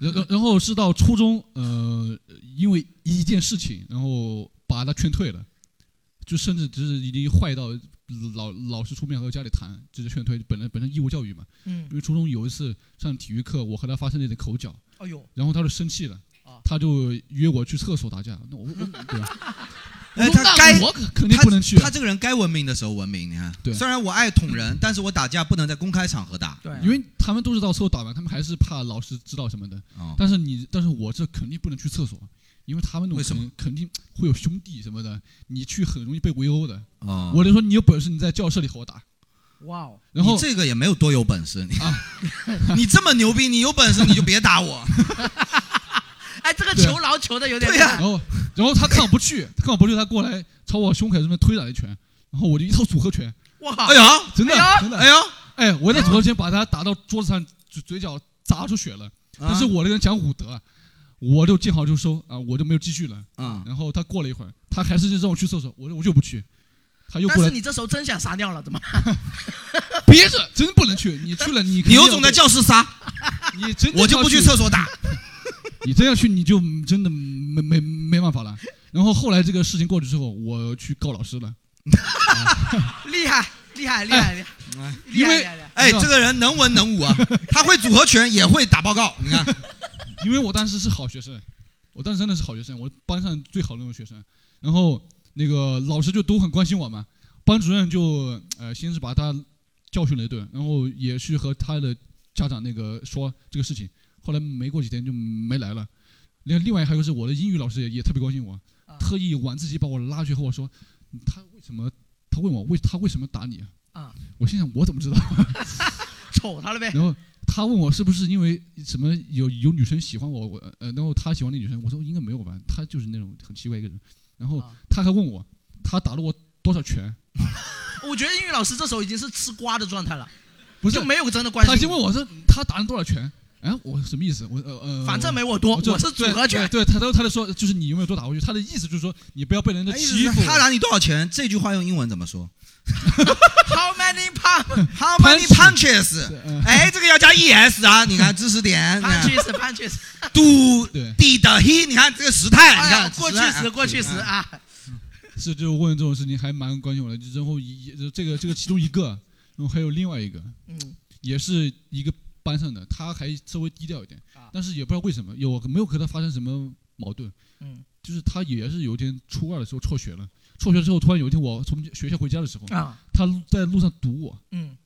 S2: 然然然后是到初中，呃，因为一件事情，然后把他劝退了，就甚至就是已经坏到老老师出面和家里谈，直接劝退。本来本身义务教育嘛，
S4: 嗯
S2: 因为初中有一次上体育课，我和他发生了一点口角，
S4: 哎呦，
S2: 然后他就生气了，他就约我去厕所打架。那我我对吧？
S1: 哎，
S2: 我
S1: 他
S2: 那
S1: 该
S2: 我可肯定不能去啊
S1: 他。他这个人该文明的时候文明，你看。
S2: 对
S1: 虽然我爱捅人，但是我打架不能在公开场合打。
S4: 对
S2: 因为他们都是到厕所打完，他们还是怕老师知道什么的。
S1: 哦
S2: 但是你，但是我这肯定不能去厕所，因为他们那种肯定肯定会有兄弟什么的，你去很容易被围殴的。
S1: 哦
S2: 我就说你有本事你在教室里和我打。
S4: 哇哦，
S2: 然后啊
S1: 你这个也没有多有本事，你、 你这么牛逼，你有本事你就别打 我。
S4: 哎，这个
S2: 对啊
S4: 求饶求的有点
S1: 对啊呀
S2: 然后然后他看我不去，他看我不去，他过来朝我胸口这边推打了一拳，然后我就一套组合拳。
S4: 哇
S1: 哎呀
S2: 真的
S1: 哎呀
S2: 真的
S1: 哎呀
S2: 哎，我在组合拳把他打到桌子上，嘴嘴角砸出血了。
S1: 啊
S2: 但是我这个人讲武德，我就见好就收啊，我就没有继续了。
S1: 啊，
S2: 然后他过了一会儿，他还是让我去厕所，我说我就不去，他又
S4: 但
S2: 过
S4: 是
S2: 来
S4: 你这时候真想撒尿了，怎么？
S2: 憋着，真不能去，你去了你
S1: 你有种在教室撒，
S2: 你真的
S1: 我就
S2: 要
S1: 不去厕所打。
S2: 你真要去，你就真的没没没办法了。然后后来这个事情过去之后，我去告老师了。
S4: 厉害，厉害，厉害，厉害！厉
S1: 因
S4: 害
S1: 为
S4: 厉害厉害
S1: 哎，这个人能文能武啊，他会组合拳，也会打报告。你看，
S2: 因为我当时是好学生，我当时真的是好学生，我班上最好的那种学生。然后那个老师就都很关心我嘛，班主任就呃先是把他教训了一顿，然后也去和他的家长那个说这个事情。后来没过几天就没来了。另另外还有是我的英语老师也也特别关心我，特意晚自习把我拉去和我说，嗯他为什么？他问我为他为什么打你啊？
S4: 啊，
S2: 我心想我怎么知道？
S4: 瞅他了呗。
S2: 然后他问我是不是因为什么有有女生喜欢我，我呃，然后他喜欢那女生，我说应该没有吧，他就是那种很奇怪一个人。然
S4: 啊
S2: 后他还问我，他打了我多少拳？
S4: 我觉得英语老师这时候已经是吃瓜的状态了，
S2: 不是
S4: 就没有真的关系。嗯
S2: 他先问我是他打了多少拳？哎，我什么意思？我呃呃，
S4: 反正没我多
S2: 就
S4: 我是组合拳
S2: 对，对对他他就说就是你有没有多打过去？他的意思就是说你不要被人家
S1: 哎
S2: 欺负。
S1: 他打你多 少钱？这句话用 英文怎么说？
S4: How many pump? How
S1: many punches？
S2: 嗯
S1: 哎，这个要加 es 啊！你看知识点
S4: punches punches，
S1: ，do
S2: 对
S1: did he？你看这个时态，你
S4: 哎呀
S1: 看
S4: 过去
S1: 态
S4: 时过去时。
S1: 对
S4: 啊，
S2: 是就问这种事情还蛮关心我的，就然后一一这个这个其中一个，然后还有另外一个，
S4: 嗯，
S2: 也是一个班上的，他还稍微低调一点，
S4: 啊
S2: 但是也不知道为什么有没有和他发生什么矛盾，
S4: 嗯，
S2: 就是他也是有一天初二的时候辍学了，辍学之后突然有一天我从学校回家的时候，
S4: 啊，
S2: 他在路上堵我，
S4: 嗯，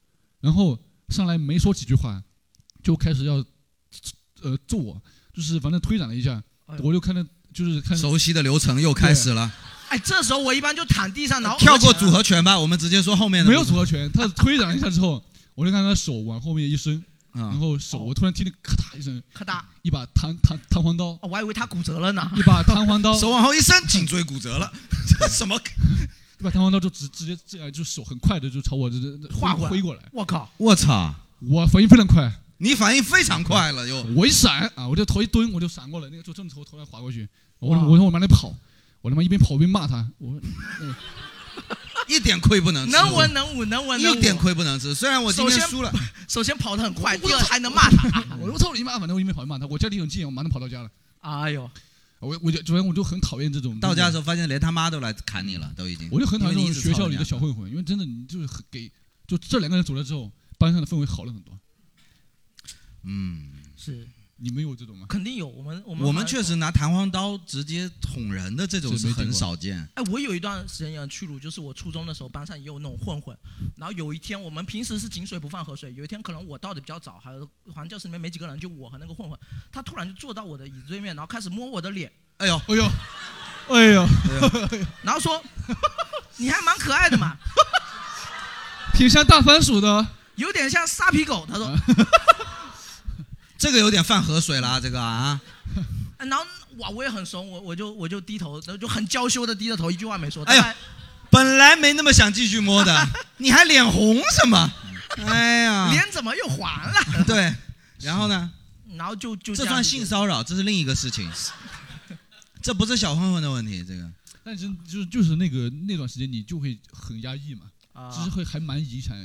S2: 然后上来没说几句话，就开始要呃揍我，就是反正推搡了一下，
S4: 哎呦
S2: 我就看到就是看
S1: 熟悉的流程又开始了，
S4: 哎，这时候我一般就躺地上，然后
S1: 跳过组合拳吧，我们直接说后面的。
S2: 没有组合拳，他推搡一下之后，我就看他手往后面一伸，然后手我突然听见咔嗒一声，
S4: 咔嗒，
S2: 一把弹弹弹簧刀，
S4: 我还以为他骨折了呢，
S2: 一把弹簧刀，
S1: 手往后一伸，颈椎骨折了，这什么？
S2: 一把弹簧刀就直直接这样，就手很快的就朝我这这这
S1: 划过来
S2: 挥过来，
S4: 我靠，
S1: 我操！
S2: 我反应非常快，
S1: 你反应非常快了又。
S2: 我一闪啊，我就头一蹲，我就闪过了，那个就正头头上划过去，我
S1: 哇
S2: 我说我往哪里跑，我他妈一边跑一边骂他，我说。嗯
S1: 一点亏不能吃，
S4: 能文能武，能文能武，
S1: 一点亏不能吃。虽然我今天
S4: 首先
S1: 输了，
S4: 首先跑得很快，第二还能骂他。
S2: 我我操你妈！反正我一边跑一边骂他，我家离很近，我马上跑到家了。
S4: 哎呦，
S2: 我我就主要我就很讨厌这种
S1: 到家的时候发现连他妈都来砍你了，都已经。
S2: 我就很讨厌
S1: 因
S2: 这
S1: 为你一
S2: 种
S1: 直
S2: 学
S1: 操
S2: 校
S1: 人
S2: 里的
S1: 家
S2: 小混混，因为真的你就是很给，就这两个人走了之后，班上的氛围好了很多。
S1: 嗯，
S4: 是
S2: 你们有这种吗？
S4: 肯定有，我们我们
S1: 我
S4: 我
S1: 们确实拿弹簧刀直接捅人的这种
S2: 是
S1: 是
S2: 没
S1: 很
S2: 听过
S1: 少见。
S4: 哎，我有一段时间也很屈辱，就是我初中的时候，班上也有那种混混。然后有一天，我们平时是井水不犯河水，有一天可能我到的比较早，还有好像教室里面没几个人，就我和那个混混，他突然就坐到我的椅子对面，然后开始摸我的脸，
S1: 哎呦，
S2: 哎呦，哎呦，
S4: 然后说：“你还蛮可爱的嘛，
S2: 挺像大番薯的。
S4: 有点像沙皮狗。”他 说，
S1: 这个有点犯河水了啊，这个啊，
S4: 哎然后哇，我也很怂，我我就我就低头，然后就很娇羞的低着头，一句话没说。
S1: 哎呦本来没那么想继续摸 的，你还脸红什么？哎呀，
S4: 脸怎么又黄 了？
S1: 对，然后呢？
S4: 然后就就
S1: 这
S4: 样
S1: 算
S4: 子
S1: 性骚扰，这是另一个事 情，这不是小混混的问题，这个。
S2: 但是就是就是那个那段时间你就会很压抑嘛，
S4: 啊
S2: 就是会还蛮遗产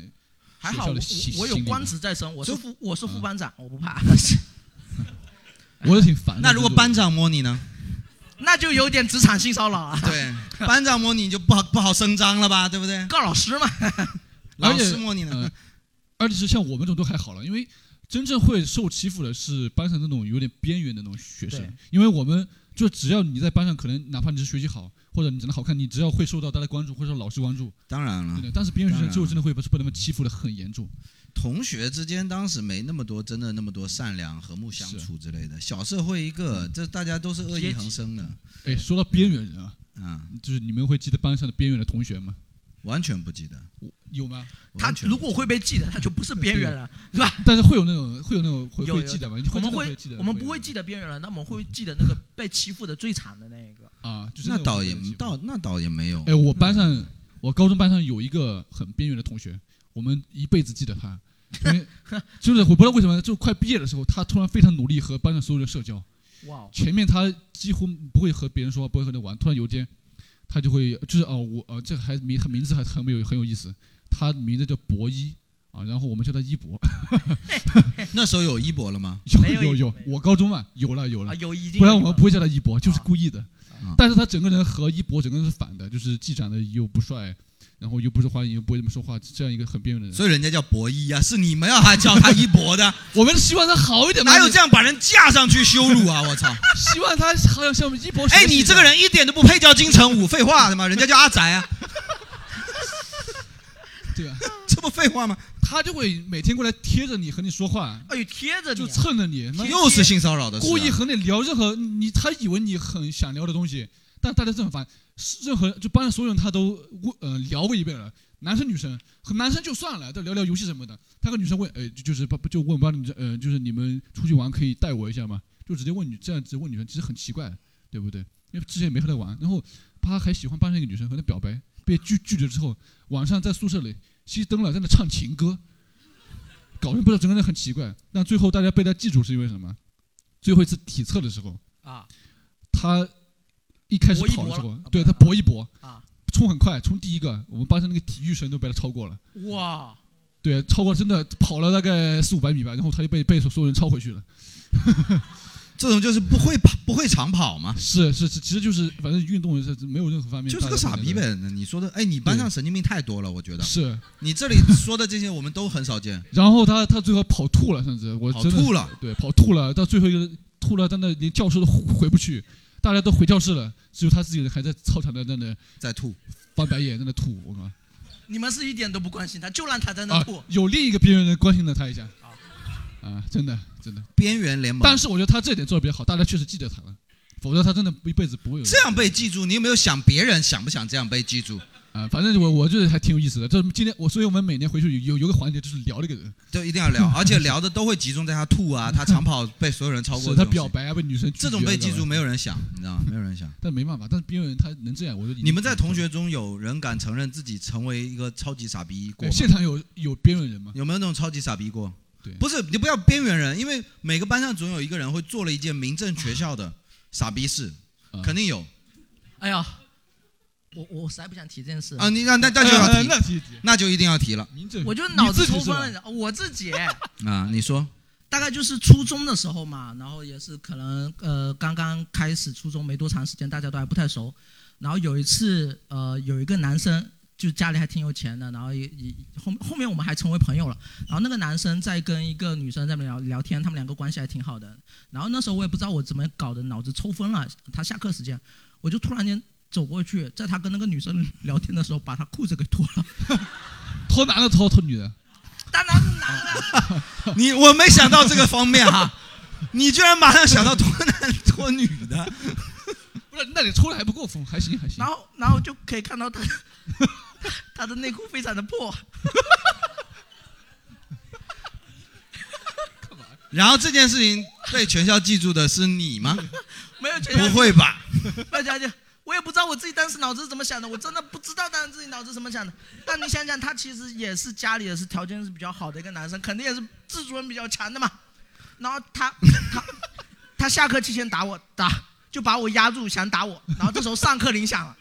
S4: 还
S2: 学
S4: 好
S2: 校
S4: 我
S2: 的习
S4: 我我有
S2: 心理嗯
S4: 官
S2: 的
S4: 职在身，我是副我是副班长，我不怕。
S2: 我也挺烦的。
S1: 那如果
S2: 这种
S1: 班长摸你呢？
S4: 那就有点职场性骚扰啊。
S1: 对，班长摸你就 不好不好声张了吧，对不对？
S4: 告老师嘛。
S2: 而
S1: 老
S2: 且
S1: 师摸你呢
S2: 呃？而且是像我们这种都还好了，因为真正会受欺负的是班上那种有点边缘的那种学
S4: 对
S2: 生，因为我们就只要你在班上，可能哪怕你是学习好，或者你长得好看，你只要会受到大家关注，会受到老师关注，
S1: 当然了
S2: 对的。但是边缘学生
S1: 当然
S2: 最后真的会被被他们欺负的很严重。哎
S1: 同学之间当时没那么多真的那么多善良、和睦相处之类的，小社会一
S2: 嗯
S1: 个，这大家都是恶意横生的
S2: 哎，说到边缘人啊，
S1: 啊，
S2: 就是你们会记得班上的边缘的同学吗？
S1: 完全不记得。
S2: 有吗？
S4: 他
S1: 完全
S4: 如果会被记得，他就不是边缘人，是吧？
S2: 但是会有那种会有那种会
S4: 有
S2: 会
S4: 有
S2: 记得吗？
S4: 我们
S2: 会
S4: 会
S2: 记得，
S4: 我们不会记得边缘人，那我们会记得那个被欺负的最惨的那一个。
S2: 啊，就是
S1: 那
S2: 种
S1: 倒
S2: 会
S1: 也
S2: 被欺负
S1: 倒那倒也没有。
S2: 哎，我班上，我高中班上有一个很边缘的同学，我们一辈子记得他，因 为就是我不知道为什么，就快毕业的时候，他突然非常努力和班上所有人社交。
S4: 哇哦，
S2: 前面他几乎不会和别人说话，不会和人玩，突然有一天，他就会就是哦，我呃，这个还名他名字还很没有很有意思，他名字叫博一啊，然后我们叫他一博，
S1: 那时候有一博了吗？
S4: 没
S2: 有
S4: 有
S2: 有
S4: 一
S2: 有，我高中嘛，有了有了
S4: 啊，，有已经有一个。
S2: 不然我们不会叫他一博，就是故意的。
S1: 啊
S2: 但是他整个人和一博整个人是反的，就是既长得又不帅，然后又不受欢迎，又不会怎么说话，这样一个很边缘的人。
S1: 所以人家叫博一啊，是你们要还叫他一博的，
S2: 我们希望他好一点嘛，
S1: 哪有这样把人架上去羞辱啊！我 操！
S2: 你？希望他好像像一博学习一
S1: 哎，
S2: 样。
S1: 你这个人一点都不配叫金城武，废话的嘛，人家叫阿宅啊，
S2: 对啊 吧？
S1: 这不废话吗？
S2: 他就会每天过来贴着你和你说话，
S4: 哎呦贴着
S2: 就
S4: 你啊，
S2: 蹭着你，妈
S1: 又是性骚扰的事啊、
S2: 故意和你聊任何你他以为你很想聊的东西，但大家真的很烦，是任何就班上所有人他都问呃聊过一遍了，男生女生和男生就算了，再聊聊游戏什么的。他和女生问，哎，就就是不就问班里呃就是你们出去玩可以带我一下吗？就直接问女这样直接问女生，其实很奇怪，对不对？因为之前也没和他玩，然后他还喜欢班上一个女生和她表白，被拒拒绝之后，晚上在宿舍里熄灯了，在那唱情歌。搞得不知道整个人很奇怪，但最后大家被他记住是因为什么？最后一次体测的时候，
S4: 啊
S2: 他一开始
S4: 搏一
S2: 跑的
S4: 搏
S2: 时
S4: 了
S2: 候
S4: 啊，
S2: 对
S4: 不
S2: 他
S4: 是
S2: 搏一搏，
S4: 啊！
S2: 冲很快，冲第一个，我们班上那个体育生都被他超过了，
S4: 哇，
S2: 对，超过真的跑了大概四五百米吧，然后他就被被所有人超回去了。
S1: 这种就是不会跑，不会长跑嘛，
S2: 是是是，其实就是反正运动是没有任何方面，
S1: 就是个
S2: 大家
S1: 傻
S2: 都
S1: 逼
S2: 觉得。
S1: 呗。那你说的，哎，你班上神经病太多了，我觉得。
S2: 是，
S1: 你这里说的这些我们都很少见，
S2: 然后他他最后跑吐了，甚至我
S1: 跑
S2: 真的
S1: 吐了，
S2: 对，跑吐了，到最后一个吐了，但那连教室都回回不去，大家都回教室了，只有他自己人还在操场的在那
S1: 在吐。
S2: 翻白眼，在那吐，我靠！
S4: 你们是一点都不关心他，就让他在那
S2: 啊
S4: 吐，，
S2: 有另一个边缘人关心了他一下，啊，真的真的。
S1: 边缘联盟，
S2: 但是我觉得他这点做的比较好，大家确实记得他了，否则他真的一辈子不会有人
S1: 这样被记住，你有没有想别人想不想这样被记住？
S2: 啊。反正我我觉得还挺有意思的。这今天我，所以我们每年回去有有有个环节就是聊这个人，
S1: 就一定要聊，而且聊的都会集中在他吐啊，他长跑被所有人超过
S2: 是
S1: 这
S2: 他
S1: 种事
S2: 表白啊，被女生拒绝
S1: 这种被记
S2: 干嘛
S1: 住没有人想，你知道吗？没有人想。
S2: 但没办法，但是边缘人他能这样，我觉得已经
S1: 你们在
S2: 很棒
S1: 同学中有人敢承认自己成为一个超级傻逼过
S2: 对
S1: 吗？
S2: 现场有有边缘人吗？
S1: 有没有那种超级傻逼过？
S2: 对
S1: 不是你不要边缘人，因为每个班上总有一个人会做了一件名震学校的傻逼事
S2: 啊，
S1: 肯定有。
S4: 哎呀，我我实在不想提这件事
S7: 啊，你那那那就要 提，那就一定要提了。
S4: 我就脑子抽风了，我 自己
S7: 啊，你说
S4: 大概就是初中的时候嘛，然后也是可能呃刚刚开始初中没多长时间，大家都还不太熟。然后有一次呃有一个男生，就家里还挺有钱的，然后也也后后面我们还成为朋友了。然后那个男生在跟一个女生在那边聊聊天，他们两个关系还挺好的。然后那时候我也不知道我怎么搞的，脑子抽风了。他下课时间，我就突然间走过去，在他跟那个女生聊天的时候，把他裤子给脱了。
S2: 脱男的脱脱女的，
S7: 你我没想到这个方面
S1: 啊
S7: 哈，你居然马上想到脱男脱女的，
S2: 不是那你抽的还不够疯，还行还行。
S4: 然后然后就可以看到他 他的内裤非常的破，
S7: 然后这件事情被全校记住的是你 吗？
S4: 没有全校
S7: 不会吧？
S4: 没有全校我 也不知道我自己当时脑子是怎么想的，我真的不知道当时自己脑子怎么想的。但你想想，他其实也是家里也是条件是比较好的一个男生，肯定也是自尊比较强的嘛。然后他他他下课期间打我打，就把我压住想打我，然后这时候上课铃响了，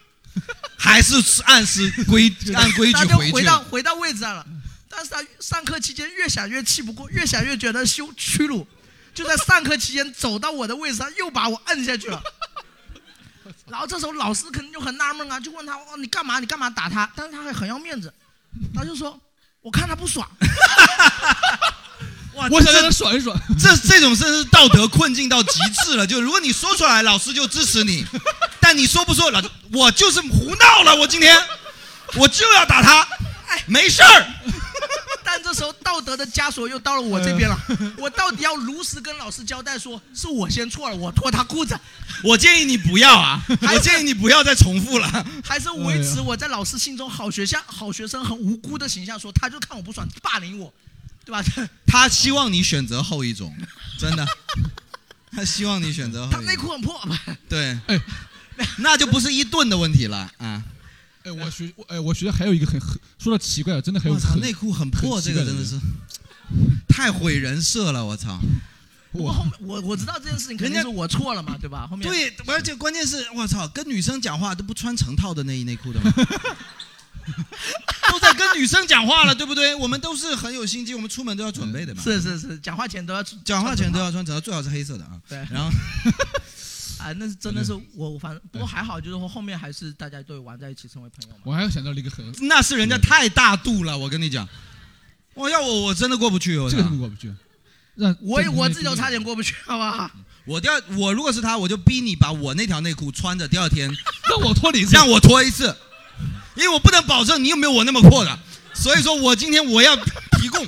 S7: 还是按时规 按规
S4: 他
S7: 矩
S4: 就
S7: 回去
S4: 回到
S7: 了？
S4: 回到位置上了。但是他上课期间越想越气不过，越想越觉得羞屈辱，就在上课期间走到我的位置上，又把我摁下去了。然后这时候老师肯定就很纳闷啊，就问他：“哦，你干嘛？你干嘛打他？”但是他还很要面子，他就说：“我看他不爽。 哇”
S2: 我想让他爽一爽。
S7: 这这种真是道德困境到极致了。就如果你说出来，老师就支持你；但你说不说，老师我就是胡闹了。我今天我就要打他，
S4: 哎
S7: 没事儿。
S4: 但这时候道德的枷锁又到了我这边了，
S7: 嗯
S4: 我到底要如实跟老师交代说，是我先错了，我脱他裤子，
S7: 我建议你不要啊，
S4: 还
S7: 我
S4: 是
S7: 建议你不要再重复了。
S4: 还是维持我在老师心中好学校、好学生很无辜的形象，说他就看我不爽，霸凌我，对吧？
S7: 他希望你选择后一种，真的，他希望你选择
S4: 他
S7: 后一
S4: 内
S7: 种。
S4: 裤很破，
S7: 对，那就不是一顿的问题了啊。
S2: 哎，我学我哎，我学校还有一个很很说到奇怪啊的，真的还有
S7: 我操，
S2: 哎很
S7: 内裤很破，
S2: 很
S7: 这
S2: 奇
S7: 个
S2: 怪
S7: 真的
S2: 人
S7: 是太毁人设了，我操！
S4: 我后面我我知道这件事情肯定是我错了嘛，对吧？后面
S2: 哎
S7: 对，而且关键是，我操，跟女生讲话都不穿成套的内衣内裤 的吗？都在跟女生讲话了，对不对？我们都是很有心机，我们出门都要准备的嘛。
S4: 是是是，讲话前都要
S7: 讲话前都要穿成套，最好是黑色的啊。
S4: 对
S7: 然 后
S4: 啊，那是真的是我我反正不过还好，就是后面还是大家都有玩在一起成为朋友嘛。
S2: 我还有想到了一个很，
S7: 那是人家太大度了，我跟你讲，我要我我真的过不去，我
S2: 这
S7: 操
S2: 个真的过不去。让
S4: 我
S2: 这个
S4: 我自己都差点过不去，好不好？
S7: 我第二，我如果是他，我就逼你把我那条内裤穿着，第二天
S2: 让我脱你一次
S7: 让我脱一次，因为我不能保证你有没有我那么破的，所以说我今天我要提 供，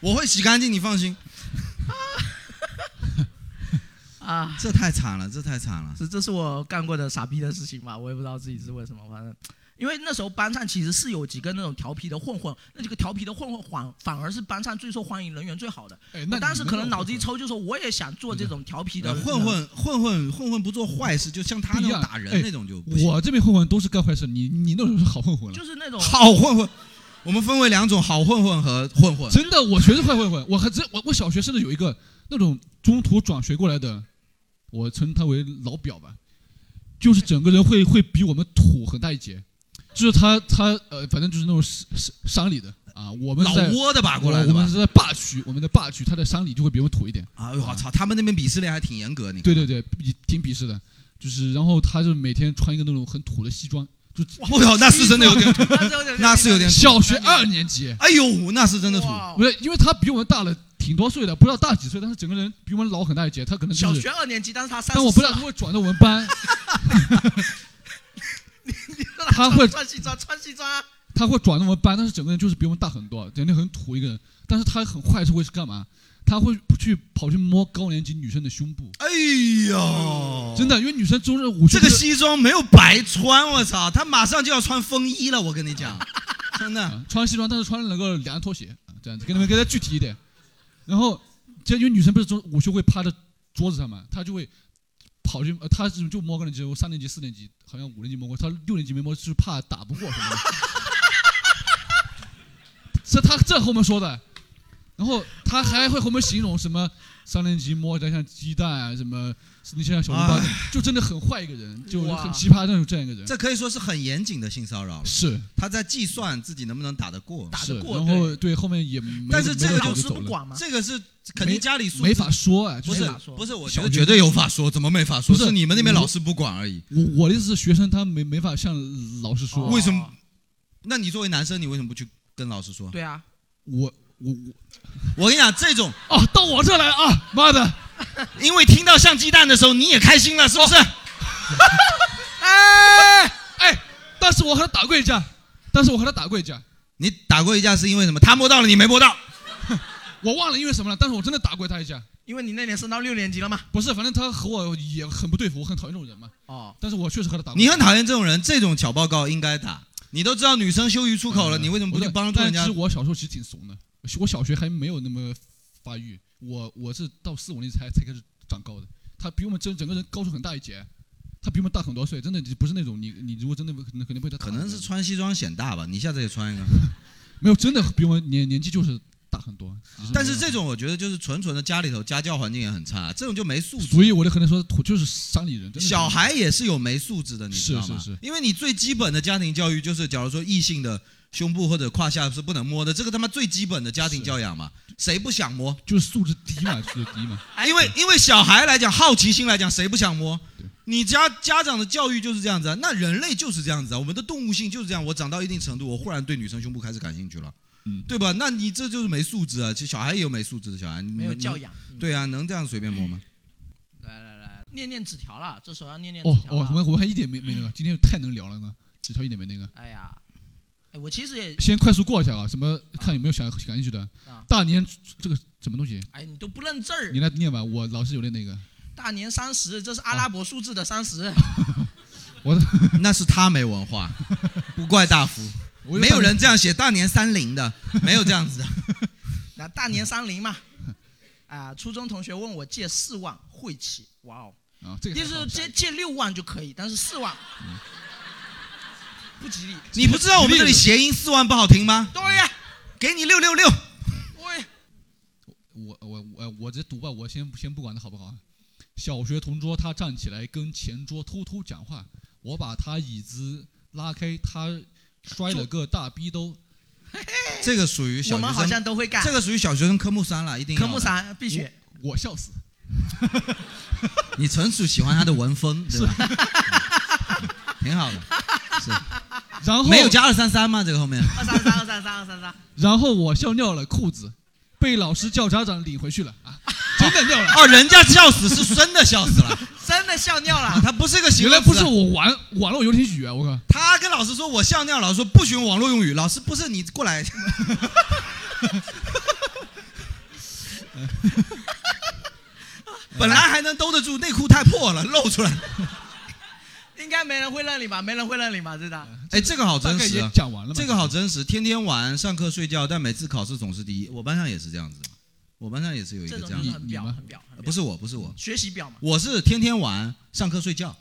S7: 我会洗干净，你放心。
S2: 呃
S4: 啊，
S7: 这太惨了，这太惨了。
S4: 这这是我干过的傻逼的事情吧？我也不知道自己是为什么，反正因为那时候班上其实是有几个那种调皮的混混，那几个调皮的混混反反而是班上最受欢迎、人缘最好的。
S2: 哎
S7: 那
S4: 我当时
S7: 你们
S4: 可
S7: 那
S4: 能
S7: 种
S4: 脑子一抽，就说我也想做这种调皮的啊
S7: 混混混混混混不做坏事，就像
S2: 不
S7: 他那
S2: 一
S7: 种
S2: 样
S7: 打人
S2: 哎
S7: 那种就不行。
S2: 我这边混混都是干坏事，你你那种是好混混了。
S4: 就 是那种
S7: 好混混，我们分为两种，好混混和混混。
S2: 真的，我全是坏混混。我还真我我小学甚至有一个那种中途转学过来的，我称他为老表吧，就是整个人会会比我们土很大一截。就是他他呃，反正就是那种山山山里的啊，我们
S7: 老
S2: 在
S7: 挝的吧过来的
S2: 我我
S7: 吧
S2: 们是在坝区，我们的坝区，他在山里就会比我们土一点。啊
S7: 哎呦我操，他们那边鄙视链还挺严格，你看
S2: 对对对，比挺鄙视的。就是然后他就每天穿一个那种很土的西装，就
S7: 我靠，那是真的有 点土，那是有点土
S2: 小学二年级，
S7: 哎呦，那是真的土。
S2: 不是，因为他比我们大了挺多岁的，不知道大几岁，但是整个人比我们老很大一截。他可能就
S4: 小
S2: 是
S4: 学二年级，但是他三，啊
S2: 但我不知道他会转到我们 班，他会
S4: 穿西装，穿西装啊。
S2: 他会转到我们班，但是整个人就是比我们大很多，整个人很土一个人。但是他很坏是会是干嘛？他会去跑去摸高年级女生的胸部，
S7: 哎呦，
S2: 真的，因为女生周日午休
S7: 这个西装没有白穿，我操，他马上就要穿风衣了，我跟 你讲，真的。
S2: 啊穿西装，但是穿了个两个拖鞋，啊这样子，给你们给他具体一点。然后，这因为女生不是中午休会趴在桌子上嘛，她就会跑去，呃、她就就摸个人级，我三年级、四年级，好像五年级摸过，她六年级没摸，就是怕打不过什么的。这她这和我们说的，然后她还会和我们形容什么三年级摸着像鸡蛋啊什么，那像小笼包
S1: 哎，
S2: 就真的很坏一个人，就
S1: 哇
S2: 很奇葩那种这样一个人。
S1: 这可以说是很严谨的性骚扰了。
S2: 是，
S1: 他在计算自己能不能打得过，
S2: 是然后对后面也没，
S1: 但是这个
S2: 没
S1: 就
S2: 有就走了
S1: 这个是肯定家里素质
S2: 没法说啊，就
S1: 不
S2: 是
S1: 是不是，我 觉
S2: 小
S1: 得
S2: 学
S1: 绝对有法说，怎么没法说？
S2: 不是
S1: 是你们那边
S2: 我
S1: 老师不管而已。
S2: 我我的意思是，学生他没没法向老师说，
S1: 为什么？那你作为男生，你为什么不去跟老师说？
S4: 对啊，
S2: 我我
S1: 我跟你讲，这种
S2: 哦，到我这来了啊，妈的！
S1: 因为听到像鸡蛋的时候，你也开心了，是不是？
S2: 哎哎，但是我和他打过一架，但是我和他打过一架，
S1: 你打过一架是因为什么？他摸到了，你没摸到。
S2: 我忘了因为什么了，但是我真的打过他一架。
S4: 因为你那年升到六年级了嘛。
S2: 不是，反正他和我也很不对付，我很讨厌这种人嘛。
S4: 哦，
S2: 但是我确实和他打过。
S1: 你很讨厌这种人，这种小报告应该打。你都知道女生羞于出口了，你为什么不去帮助
S2: 但
S1: 人家
S2: 其嗯实？我小时候其实挺怂的，我小学还没有那么发育，我我是到四五年级才才开始长高的。他比我们整整个人高出很大一截，他比我们大很多岁，真的不是那种你你如果真的可能肯定会他
S1: 可能是穿西装显大吧，
S4: 嗯
S1: 你下次也穿一 个。
S2: 没有真的比我们年年纪就是大很多。只
S1: 但是这种我觉得就是纯纯的家里头家教环境也很差，这种就没素质。
S2: 所以我就和他说，我就是山里人。真的是
S1: 小孩也是有没素质的，你知道吗？
S2: 是是是
S1: 因为你最基本的家庭教育就是，假如说异性的胸部或者胯下是不能摸的，这个他妈最基本的家庭教养嘛，谁不想摸？
S2: 就是素质低嘛，素质低嘛。
S1: 啊因为因为小孩来讲，好奇心来讲，谁不想摸？你家家长的教育就是这样子啊，那人类就是这样子啊，我们的动物性就是这样。我长到一定程度，我忽然对女生胸部开始感兴趣了，
S2: 嗯
S1: 对吧？那你这就是没素质啊！其实小孩也有没素质的小孩，没
S4: 没有教养嗯
S1: 对啊，能这样随便摸吗？
S4: 来来来，念念纸条了，这时候要念念
S2: 哦
S4: 纸条
S2: 哦，
S4: 了。
S2: 我我还一点没没那个，今天太能聊了呢，纸条一点没那个。
S4: 哎呀，哎我其实也
S2: 先快速过一下啊，什么看有没有想感兴趣的
S4: 啊。
S2: 大年这个什么东西？
S4: 哎，你都不认字儿
S2: 你。来哦念吧，我老是有点那个。
S4: 大年三十，这是阿拉伯数字的 三十。
S2: 我
S1: 那是他没文 化，不怪大福，
S4: 我就
S1: 没有人这样写大年三零的，没有这样子 的。
S4: 那大年三零嘛，啊，初中同学问我借四万，晦气，哇哦，
S2: 啊，这个
S4: 意思是借借六万就可以，但是四万不吉利。
S1: 你不知道我们这里谐音四万不好听吗？
S4: 对呀，
S1: 给你六六哦六。
S2: 我我我我直接读吧，我先先不管他好不好。小学同桌他站起来跟前桌偷偷讲话，我把他椅子拉开，他摔了个大逼兜。
S1: 这个属于小学生
S4: 我们好像都会干
S1: 这个属于小学生科目三了，一定要的
S4: 科目三必须。
S2: 我我笑死。
S1: 你纯属喜欢他的文风，对吧？嗯挺好的，是。
S2: 然后
S1: 没有加二三三吗？这个后面
S4: 二三三二三三二三三，
S2: 然后我笑尿了裤子，被老师叫家长领回去了啊！真的尿了
S1: 哦，人家笑死是真的笑死了，
S4: 真的笑尿了。
S1: 他啊不是个形
S2: 原
S1: 容
S2: 来
S1: 词
S2: 不是我玩玩了我有点语啊，我靠！
S1: 他跟老师说我笑尿，老师说不许用网络用语，老师不是你过 来。本来还能兜得住，内裤太破了，露 出来。
S4: 应该没人会认领吧？没人会认领吧？真的。
S1: 哎，这个好真
S2: 大概
S1: 实啊
S2: 也！讲完了嘛
S1: 这个好真实，天天玩，上课睡觉，但每次考试总是第一。我班上也是这样子，我班上也是有一个
S4: 这种
S1: 这样
S4: 就是
S1: 子。
S4: 很表很表，
S1: 呃不是我，不是我，
S4: 学习表嘛。
S1: 我是天天玩，上课睡觉，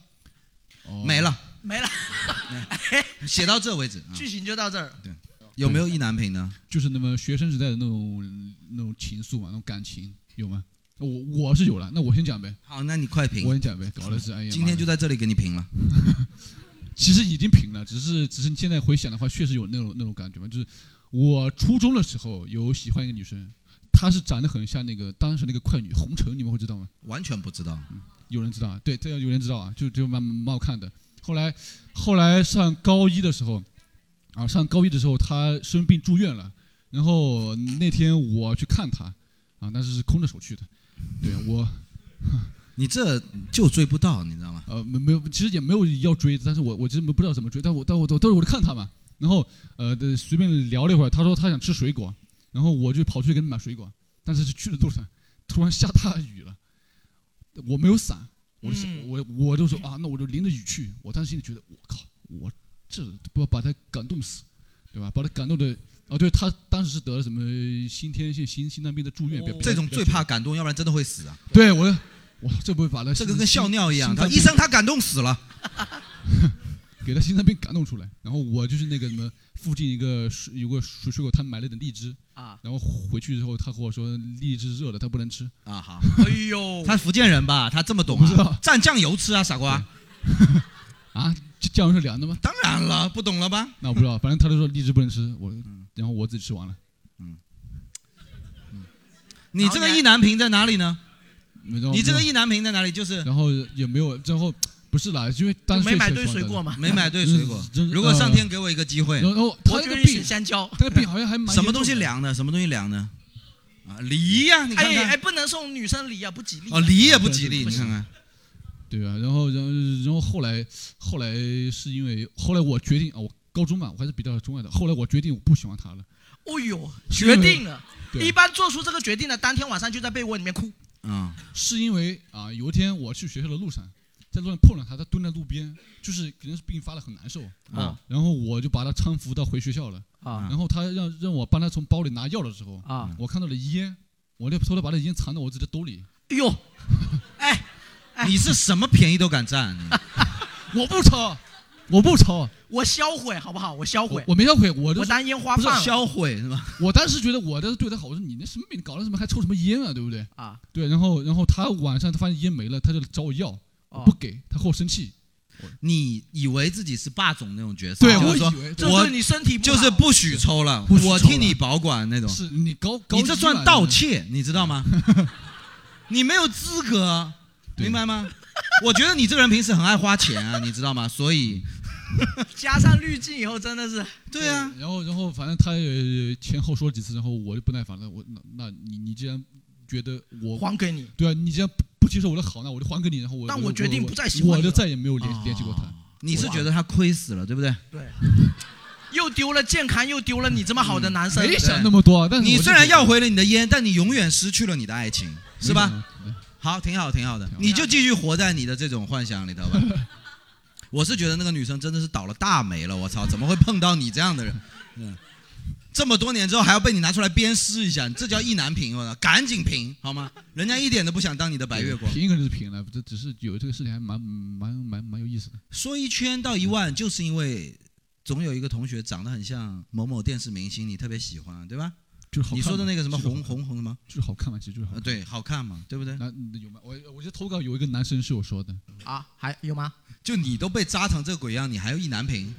S2: 哦
S1: 没了。
S4: 没了，
S1: 写到这为止啊，
S4: 剧情就到这儿。
S1: 有没有意难平呢？
S2: 就是那么学生时代的那种那种情愫嘛，那种感情有吗？我我是有了，那我先讲呗。
S1: 好，那你快评。
S2: 我先讲呗，搞的是哎呀。
S1: 今天就在这里给你评了。
S2: 其实已经平了，只是只是你现在回想的话，确实有那种那种感觉嘛。就是我初中的时候有喜欢一个女生，她是长得很像那个当时那个快女红尘，你们会知道吗？
S1: 完全不知道。
S2: 有人知道啊？对，这有人知道啊，就就蛮蛮好看的。后来后来上高一的时候，啊，上高一的时候她生病住院了，然后那天我去看她，啊，但是是空着手去的，对我。
S1: 你这就追不到，你知道吗？
S2: 呃，没没有，其实也没有要追，但是我我真没不知道怎么追，但我但我但是我就看他嘛，然后呃对随便聊了一会儿，他说他想吃水果，然后我就跑出去给他买水果，但是去的路上突然下大雨了，我没有伞，我就想、
S4: 嗯
S2: 我我就说啊，那我就淋着雨去，我当时心里觉得我靠，我这不把他感动死，对吧？把他感动的。哦，对他当时是得了什么先天性心心脏病的住院，别
S1: 哦这种最怕感动，要不然真的会死啊。
S2: 对我，我这不会把他
S1: 这个跟笑尿一样，
S2: 心
S1: 他
S2: 脏
S1: 医
S2: 病
S1: 生他感动死了。
S2: 给他心脏病感动出来。然后我就是那个什么，附近一个水有个水水果摊买了点荔枝
S4: 啊，
S2: 然后回去之后他和我说荔枝热了，他不能吃
S1: 啊。好，
S4: 哎 呦，
S1: 他福建人吧，他这么懂
S2: 我不知
S1: 啊
S2: 道，
S1: 蘸酱油吃啊，傻瓜。
S2: 啊，这酱油是凉的吗？
S1: 当然了，不懂了吧？
S2: 那我不知道，反正他就说荔枝不能吃，我
S1: 嗯
S2: 然后我自己吃完了。
S1: 你这个意难平在哪里呢？
S2: 然后
S1: 你这个意难平在哪里？就是
S2: 然后也没有，然后不是啦，因为当时
S1: 没买
S2: 确实
S1: 对
S2: 喜欢
S1: 水
S2: 他
S1: 果嘛
S2: 的
S1: 没买对水果
S2: 真
S1: 如果上天
S2: 呃
S1: 给我一个机会
S2: 然后他
S4: 我
S2: 那
S4: 觉
S2: 个
S4: 得
S2: 病
S4: 是，香蕉，
S2: 他那病好像还蛮
S1: 什么东西凉的？什么东西凉的？啊，梨呀、你看
S4: 哎哎，
S1: 看，
S4: 不能送女生梨啊，不吉利。
S1: 哦，梨也不吉利，你看看。
S2: 对啊，然后然后然后后来后来是因为后来我决定啊，我高中嘛，我还是比较钟爱的。后来我决定我不喜欢他了，
S4: 哦呦，
S2: 是
S4: 决定了。
S2: 对
S4: 一般做出这个决定的，当天晚上就在被窝里面哭。
S2: 嗯
S1: 啊、
S2: 是因为啊，有一天我去学校的路上，在路上碰到他，他蹲在路边，就是可能是病发了，很难受
S1: 啊。
S2: 然后我就把他搀扶到回学校了
S4: 嗯啊。
S2: 然后他让让我帮他从包里拿药的时候
S4: 啊，
S2: 我看到了烟，我就偷偷把那烟藏到我自己的兜里。
S4: 哎呦，哎
S2: 哎
S1: 你是什么便宜都敢占？啊你
S2: 我不抽， 我不抽，
S4: 我销毁好不好？我销
S2: 我
S4: 毁。
S2: 我没要毁，我
S4: 我
S2: 我
S4: 当烟花放了
S1: 毁是吧？
S2: 我当时觉得我当时对他好，我说你那什么病，搞了什么还抽什么烟啊，对不对？
S4: 啊，
S2: 对，然后然后他晚上他发现烟没了，他就找我要，我不给他和我生气，
S1: 你以为自己是霸总那种角色？
S2: 对
S1: 就是
S2: 我以
S1: 说
S2: 为
S4: 这
S1: 我
S4: 对你身体不好
S1: 就是不许抽了，
S2: 不许抽了
S1: 我替你保管那种。
S2: 是你高高
S1: 你这
S2: 级
S1: 算
S2: 了
S1: 盗窃，你知道 吗？你没有资格，明白吗？我觉得你这个人平时很爱花钱啊，你知道吗？所以
S4: 加上滤镜以后，真的是
S1: 对啊，
S2: 然后然后反正他也前后说了几次，然后我就不耐烦了，我那那你你既然觉得我
S4: 还给你。
S2: 对啊，你既然不不接受我的好，那我就还给你，然后我
S4: 但
S2: 我
S4: 我决定
S2: 我
S4: 不再喜欢
S2: 我
S4: 你
S2: 就
S4: 了
S2: 再也没有
S1: 啊
S2: 联联系过他。
S1: 哦你是觉得他亏死了，对不对？
S4: 对，又丢了健康，又丢了你这么好的男生。
S2: 没想那么多，但是
S1: 你
S2: 我就
S1: 虽然
S2: 觉得
S1: 要回了你的烟，但你永远失去了你的爱情，是吧？？好，挺好，挺好的，你就继续活在你的这种幻想里头吧。我是觉得那个女生真的是倒了大霉了，我操，怎么会碰到你这样的人？嗯，这么多年之后还要被你拿出来鞭尸一下，你这叫意难平，我操，赶紧平好吗？人家一点都不想啊当你的白月光。
S2: 平可能是平了，这只是有这个事情还蛮蛮蛮蛮有意思的。
S1: 说一圈到一万，就是因为总有一个同学长得很像某某电视明星，你特别喜欢，对吧？
S2: 就是好看
S1: 你说的
S2: 嘛
S1: 那个什么
S2: 就是好看
S1: 红红红什么？
S2: 就是好看嘛，其实就是好
S1: 呃
S2: 看。
S1: 对，好看嘛，对不对？
S2: 那嗯有吗？我我觉得投稿有一个男生是我说的，
S4: 啊，还有吗？
S1: 就你都被扎成这个鬼样，你还有意难平？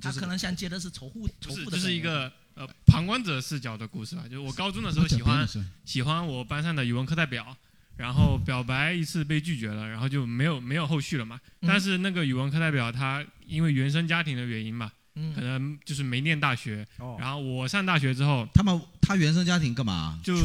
S4: 他可能想接的是仇富，
S12: 不
S4: 仇
S12: 是
S4: 富
S12: 就
S4: 的梗
S12: 是一个呃旁观者视角的故事吧。啊就是我高中的时候喜
S2: 那
S12: 欢
S2: 讲别的事
S12: 喜欢我班上的语文课代表，然后表白一次被拒绝了，然后就没有没有后续了嘛。
S4: 嗯
S12: 但是那个语文课代表他因为原生家庭的原因嘛，
S4: 嗯
S12: 可能就是没念大学。
S4: 哦
S12: 然后我上大学之后
S1: 他们他原生家庭干嘛？
S12: 就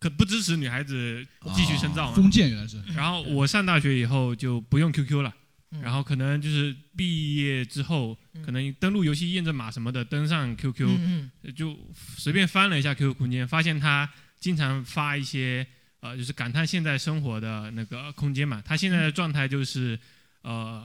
S12: 可不支持女孩子继续深造嘛。
S2: 封建原来是
S12: 然后我上大学以后就不用 QQ 了，
S4: 嗯
S12: 然后可能就是毕业之后，可能登录游戏验证码什么的，登上 QQ，、
S4: 嗯
S12: 就随便翻了一下 QQ 空间，发现他经常发一些呃，就是感叹现在生活的那个空间嘛。他现在的状态就是呃，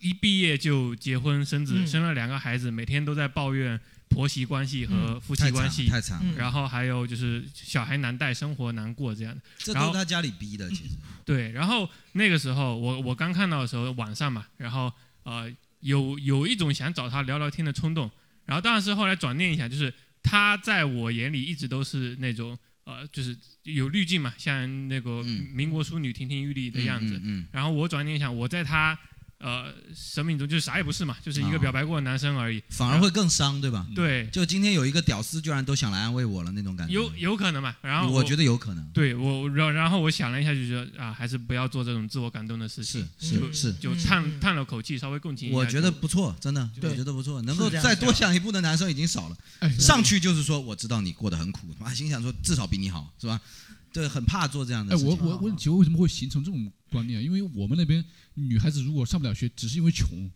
S12: 一毕业就结婚生子，
S4: 嗯
S12: 生了两个孩子，每天都在抱怨婆媳关系和
S4: 嗯
S12: 夫
S1: 太
S12: 妻
S1: 惨
S12: 关系，
S1: 太惨
S4: 了嗯
S12: 然后还有就是小孩难带，生活难过这样的。
S1: 这
S12: 然
S1: 都
S12: 后
S1: 是他家里逼的，其实。
S12: 对，然后那个时候我我刚看到的时候晚上嘛，然后呃有有一种想找他聊聊天的冲动，然后当然是后来转念一下，就是他在我眼里一直都是那种呃就是有滤镜嘛，像那个
S1: 嗯
S12: 民国淑女亭亭玉立的样子，
S1: 嗯，嗯
S12: 然后我转念一想，我在他呃生命中就是啥也不是嘛，就是一
S1: 啊
S12: 个表白过的男生而已，
S1: 反而会更伤，对吧？
S12: 对，
S1: 就今天有一个屌丝居然都想来安慰我了那种感觉，
S12: 有有可能嘛，然后
S1: 我觉得有可能。
S12: 对我，然然后我想了一下，就觉得啊，还是不要做这种自我感动的事情，
S1: 是
S12: 就是就是叹叹了口气，稍微共情一下就。
S1: 我觉得不错，真的，
S4: 对
S1: 我觉得不错，能
S4: 是
S1: 够
S4: 这样
S1: 再
S4: 子
S1: 多想一步的男生已经少了。
S2: 哎
S1: 上去就是说，我知道你过得很苦，妈心想说至少比你好，是吧？对，很啊怕做这样
S2: 哎，
S1: 的事情。
S2: 我我我很奇怪为什么会形成这种观念？因为我们那边女孩子如果上不了学，只是因为穷，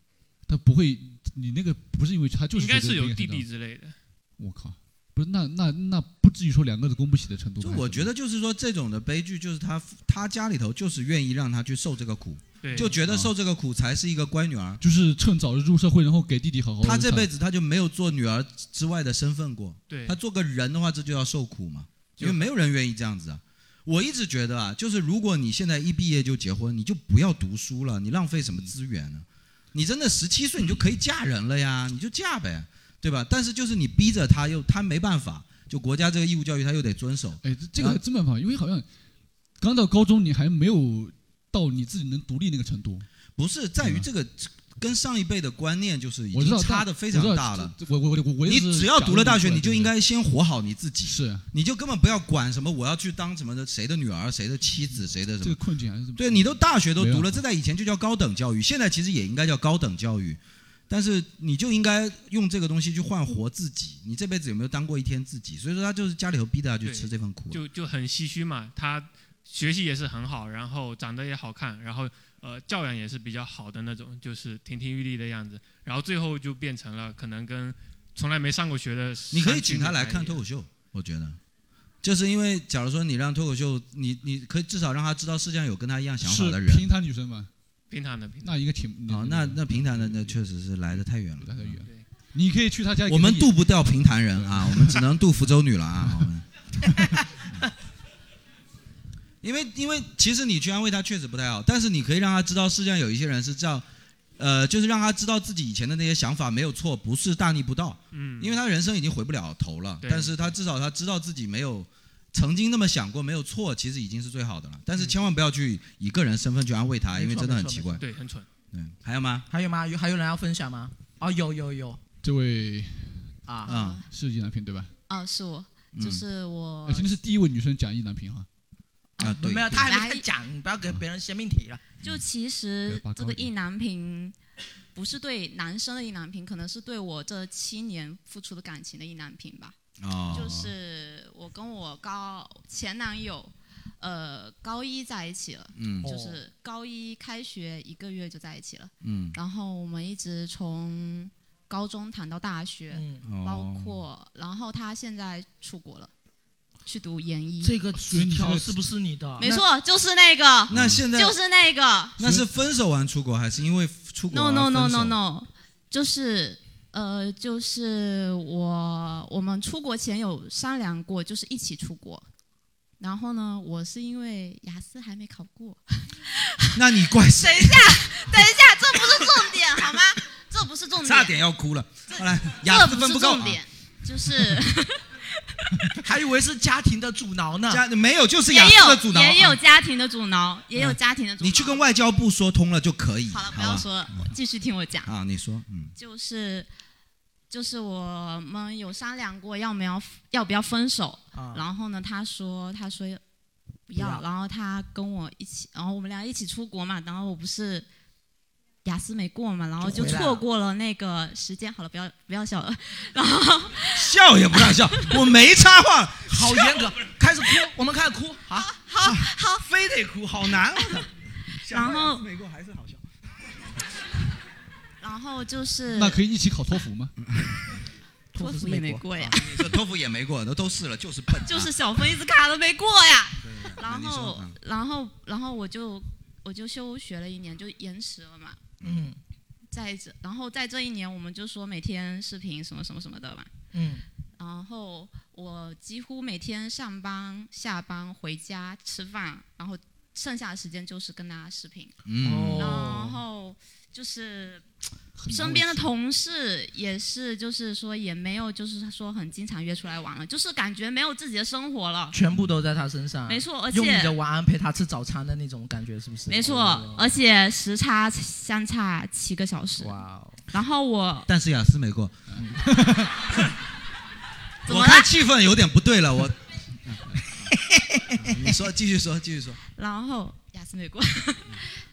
S2: 她不会，你那个不是因为她就是
S12: 应该
S2: 觉得
S12: 是有
S2: 应该
S12: 弟
S2: 这样
S12: 弟。之类的。
S2: 我靠，不是那那那不至于说两个都供不起的程度
S1: 就
S2: 吧。
S1: 我觉得就是说这种的悲剧，就是他他家里头就是愿意让他去受这个苦，
S12: 对，
S1: 就觉得受这个苦才是一个乖女儿。
S2: 就是趁早日入社会，然后给弟弟好好地
S1: 他这
S2: 上
S1: 辈子他就没有做女儿之外的身份过。
S12: 对
S1: 他做个人的话，这就要受苦嘛，
S12: 就
S1: 因为没有人愿意这样子啊。我一直觉得
S12: 嗯
S1: 啊，就是如果你现在一毕业就结婚，你就不要读书了，你浪费什么资源呢、你真的十七岁你就可以嫁人了呀，你就嫁呗，对吧？但是就是你逼着他又他没办法，就国家这个义务教育他又得遵守。啊
S2: 哎，这个还真办法，因为好像刚到高中，你还没有到你自己能独立那个程度。
S1: 不是在于这个跟上一辈的观念就是已
S2: 嗯我知
S1: 经
S2: 道
S1: 差的非常
S2: 但我
S1: 大了。。
S2: 知道这这我我我我
S1: 你
S2: 也是
S1: 只要读了大学，
S2: 假如
S1: 你就应该先活好你自己。
S2: 是，
S1: 你就根本不要管什么我要去当什么的谁的女儿、谁的妻子、谁的什
S2: 这
S1: 么
S2: 个。困境还是
S1: 对，你都大学都
S2: 没
S1: 读
S2: 办
S1: 了，
S2: 法
S1: 这在以前就叫高等教育，现在其实也应该叫高等教育，但是你就应该用这个东西去换活自己。你这辈子有没有当过一天自己？所以说他就是家里头逼着他去
S12: 对
S1: 吃这份苦啊。
S12: 就就很唏嘘嘛。他学习也是很好，然后呃长得也好看，然后呃教养也是比较好的那种，就是亭亭玉立的样子。然后最后就变成了可能跟从来没上过学的，
S1: 你可以请他来看脱口
S2: 啊
S1: 秀，我觉得，就是因为假如说你让脱口秀，你你可以至少让他知道世界上有跟他一样想法的人
S2: 是。平潭女生吗？
S12: 平常的平
S2: 那应该挺
S1: 啊、那那平潭的那确实是来的太远了，
S2: 太远。你可以去他家，
S1: 我们渡不掉平潭人啊，我们只能渡福州女 了啊。我们因为因为其实你去安慰他确实不太好，但是你可以让他知道，世界上有一些人是这样，呃，就是让他知道自己以前的那些想法没有错，不是大逆不道。
S12: 嗯，
S1: 因为他人生已经回不了头了，
S12: 对
S1: 但是他至少他知道自己没有曾经那么想过，没有错，其实已经是最好的了。
S2: 嗯
S1: 但是千万不要去以个人身份去安
S4: 啊
S1: 慰他，因为真的很奇怪。
S12: 对，很蠢。
S1: 嗯，还有吗？
S4: 还有吗？有还有人要分享吗？哦，有有有
S2: 这位
S4: 啊，
S2: 是意难平对吧？
S13: 哦，是我，
S2: 嗯
S13: 就是我
S2: 啊，今天是第一位女生讲意难平哈。
S1: 啊，
S4: 没有，他还没
S13: 来
S4: 开始讲，你不要给别人先命题了。
S13: 就其
S2: 对
S13: 实
S2: 拔高
S13: 这个
S2: 一
S13: 意难平，不是对男生的意难平，可能是对我这七年付出的感情的意难平吧。
S1: 哦
S13: 就是我跟我高前男友，呃，高一在一起了，
S1: 嗯
S13: 就是高一开学一个月就在一起了，
S1: 嗯
S13: 然后我们一直从高中谈到大学，
S1: 哦
S13: 包括然后他现在出国了，去读研一，
S4: 嗯这个纸条是不是你的？
S13: 没错，就是那个，
S1: 啊那现在
S13: 就是那个，
S1: 那是分手完出国，还是因为出国
S13: no
S1: 而
S13: no no
S1: 分手
S13: no no，就是呃，就是我我们出国前有商量过，就是一起出国。然后呢，我是因为雅思还没考过。
S1: 那你怪谁？
S13: 等一下，等一下，这不是重点好吗？这不是重点，
S1: 差点要哭了。后来雅
S13: 这
S1: 思
S13: 不啊
S1: 分
S13: 是
S1: 够
S13: 重， 点，就是
S4: 还以为是家庭的阻挠呢。
S1: 家没有就是雅
S13: 也
S1: 思的
S13: 有
S1: 阻挠。
S13: 也有
S1: 啊
S13: 家庭的阻挠，也有家庭的阻挠。
S1: 你去跟外交部说通了就可以。
S13: 嗯好啊了，不
S1: 吧
S13: 要说了，继续听我讲。
S1: 啊，你说，嗯，
S13: 就是就是我们有商量过要不要要不要分手，
S1: 啊
S13: 然后呢，他说他说不要，
S1: 不要
S13: 然后他跟我一起，然后我们俩一起出国嘛，然后我不是。雅思没过嘛，然后
S1: 就
S13: 就
S1: 回来了
S13: 错过了那个时间。好了，不要不要笑了。然后
S1: 笑也不让笑，我没插话，
S4: 好严 格，开始哭，我们开始哭啊！好好，非得哭，好难啊！
S13: 然后
S4: 美国还是好笑。
S13: 然后就是
S2: 那可以一起考托福吗？
S13: 托福也没过
S7: 啊
S13: 呀，
S1: 你说托福也没过，都都试了，就是笨，
S13: 就是
S1: 啊
S13: 小分一直卡都没过呀。
S1: 那
S13: 然
S1: 你说
S13: 后
S1: 嗯
S13: 然后然后我就我就休学了一年，就延迟了嘛。
S4: 嗯
S13: 在这，然后在这一年，我们就说每天视频什么什么什么的嘛。
S4: 嗯，
S13: 然后我几乎每天上班、下班、回家、吃饭，然后剩下的时间就是跟他视频。
S1: 嗯哦
S13: 然后就是
S1: 难
S13: 身边的同事也是，就是说也没有，就是说很经常约出来玩了，就是感觉没有自己的生活了。
S4: 全部都在他身上。
S13: 没错而且
S4: 用你的晚安陪他吃早餐的那种感觉，是不是？
S13: 没错，而且时差相差七个小时。哇
S4: 哦！
S13: 然后我
S1: 但是雅嗯思没过。
S13: 怎
S1: 我
S13: 么了
S1: 看气氛有点不对了，我。
S13: 哦
S4: 哎
S1: 你说，继续说，继续说。
S13: 然后雅思没过，
S4: 嗯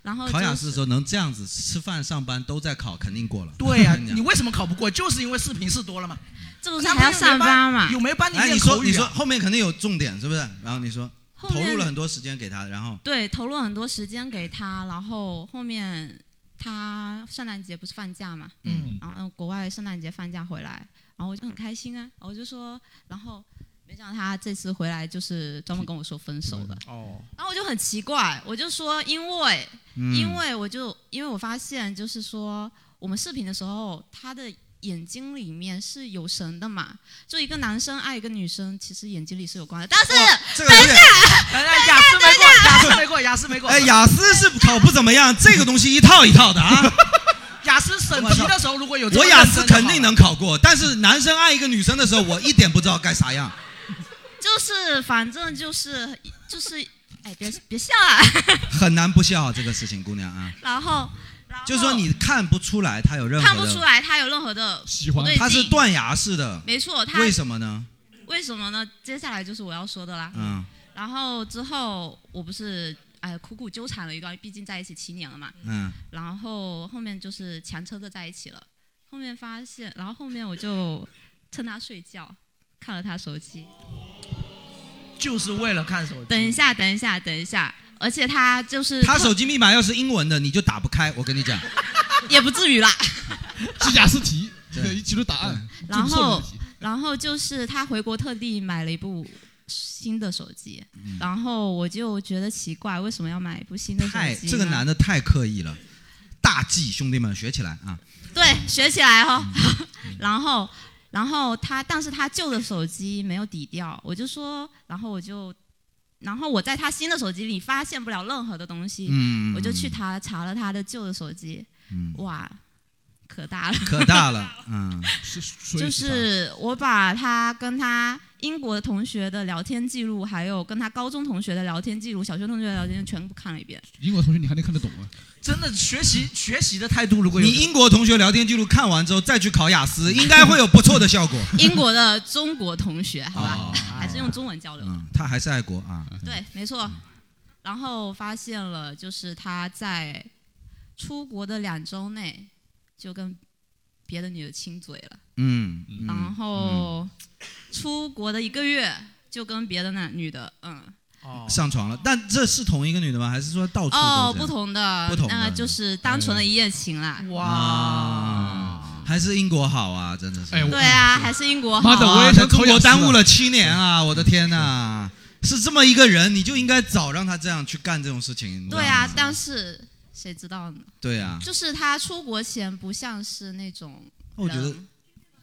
S13: 然后
S1: 考雅
S13: 就
S1: 思的
S13: 是
S1: 时候能这样子，吃饭上班都在考，肯定过了。
S4: 对呀、
S1: 我跟
S4: 你为什么考不过？就是因为视频试多了嘛。
S13: 这不是还要上班嘛？
S4: 有没有帮你
S1: 哎，
S4: 练
S1: 你说
S4: 口语啊
S1: 你说后面肯定有重点，是不是？然后你说
S13: 后
S1: 投
S13: 面
S1: 入了很多时间给他，然后
S13: 对，投入很多时间给他，然后后面他圣诞节不是放假嘛，
S1: 嗯
S13: 然后国外圣诞节放假回来，然后我就很开心啊，我就说，然后没想到他这次回来就是专门跟我说分手的，
S4: 哦，
S13: 然后我就很奇怪，我就说因为，
S1: 嗯
S13: 因为我就因为我发现就是说我们视频的时候他的。眼睛里面是有神的嘛？就一个男生爱一个女生，其实眼睛里是有光的。但是，
S1: 哦这个有点。
S4: 哎，雅思没过，
S1: 哎
S4: 雅思没过，雅思没过。
S1: 哎，雅思是考不怎么样，这个东西一套一套的啊。
S4: 雅审题的时候如 果有这
S1: 我
S4: 么
S1: 雅
S4: 认
S1: 思
S4: 真的
S1: 肯定能考过，但是男生爱一个女生的时候，我一点不知道该啥样。
S13: 就是反正就是就是，哎，别别笑啊！
S1: 很难不笑这个事情，姑娘啊，
S13: 然后
S1: 就是说你看不出来他有任何的
S13: 看不出来他有任何的不对劲
S1: 他是断崖式的，
S13: 没错他
S1: 为什么呢？
S13: 为什么呢？接下来就是我要说的啦。
S1: 嗯，
S13: 然后之后我不是哎苦苦纠缠了一段，毕竟在一起七年了嘛。
S1: 嗯。
S13: 然后后面就是强撑着在一起了，后面发现，然后后面我就趁他睡觉看了他手机。
S4: 就是为了看手机。
S13: 等一下，等一下，等一下，而且他就是
S1: 他手机密码要是英文的，你就打不开。我跟你讲，
S13: 也不至于啦。
S2: 是雅思题，
S1: 对，
S2: 记住答案。
S13: 然
S2: 这不错
S13: 后
S2: 的题，
S13: 然后就是他回国特地买了一部新的手机，
S2: 嗯
S13: 然后我就觉得奇怪，为什么要买一部新的手
S1: 太
S13: 机呢？
S1: 这个男的太刻意了，大忌，兄弟们学起来啊！
S13: 对，学起来哦。
S2: 嗯
S13: 然后，然后他，但是他旧的手机没有抵掉，我就说，然后我就，然后我在他新的手机里发现不了任何的东西，
S1: 嗯
S13: 我就去查查了他的旧的手机，
S1: 嗯
S13: 哇，可大了，
S1: 可大了，嗯，
S13: 就是我把他跟他英国同学的聊天记录，还有跟他高中同学的聊天记录、小学同学的聊天记录全部看了一遍。
S2: 英国同学你还能看得懂啊？
S4: 真的学习学习的态度， 如果有
S1: 你英国同学聊天记录看完之后再去考雅思，应该会有不错的效果。
S13: 英国的中国同学，好吧，
S1: 哦
S13: 还是用中文交流。
S1: 嗯，他还是爱国啊。
S13: 对，没错。然后发现了，就是他在出国的两周内就跟别的女的亲嘴了，
S1: 嗯，嗯
S13: 然后出国的一个月就跟别的男女的，嗯，
S1: 上床了，但这是同一个女的吗？还是说到处都
S13: 哦，
S1: 这样
S13: 不同的，
S1: 不同
S13: 那
S1: 的
S13: 就是单纯的一夜情啦。
S1: 啊，还是英国好啊，真的是。
S13: 对啊，还是英国好。
S1: 在中国耽误了七年啊！我的天哪，是这么一个人，你就应该早让他这样去干这种事情。
S13: 对啊，但是谁知道呢？
S1: 对啊，
S13: 就是他出国前不像是那种
S1: 我觉
S13: 人
S1: 得，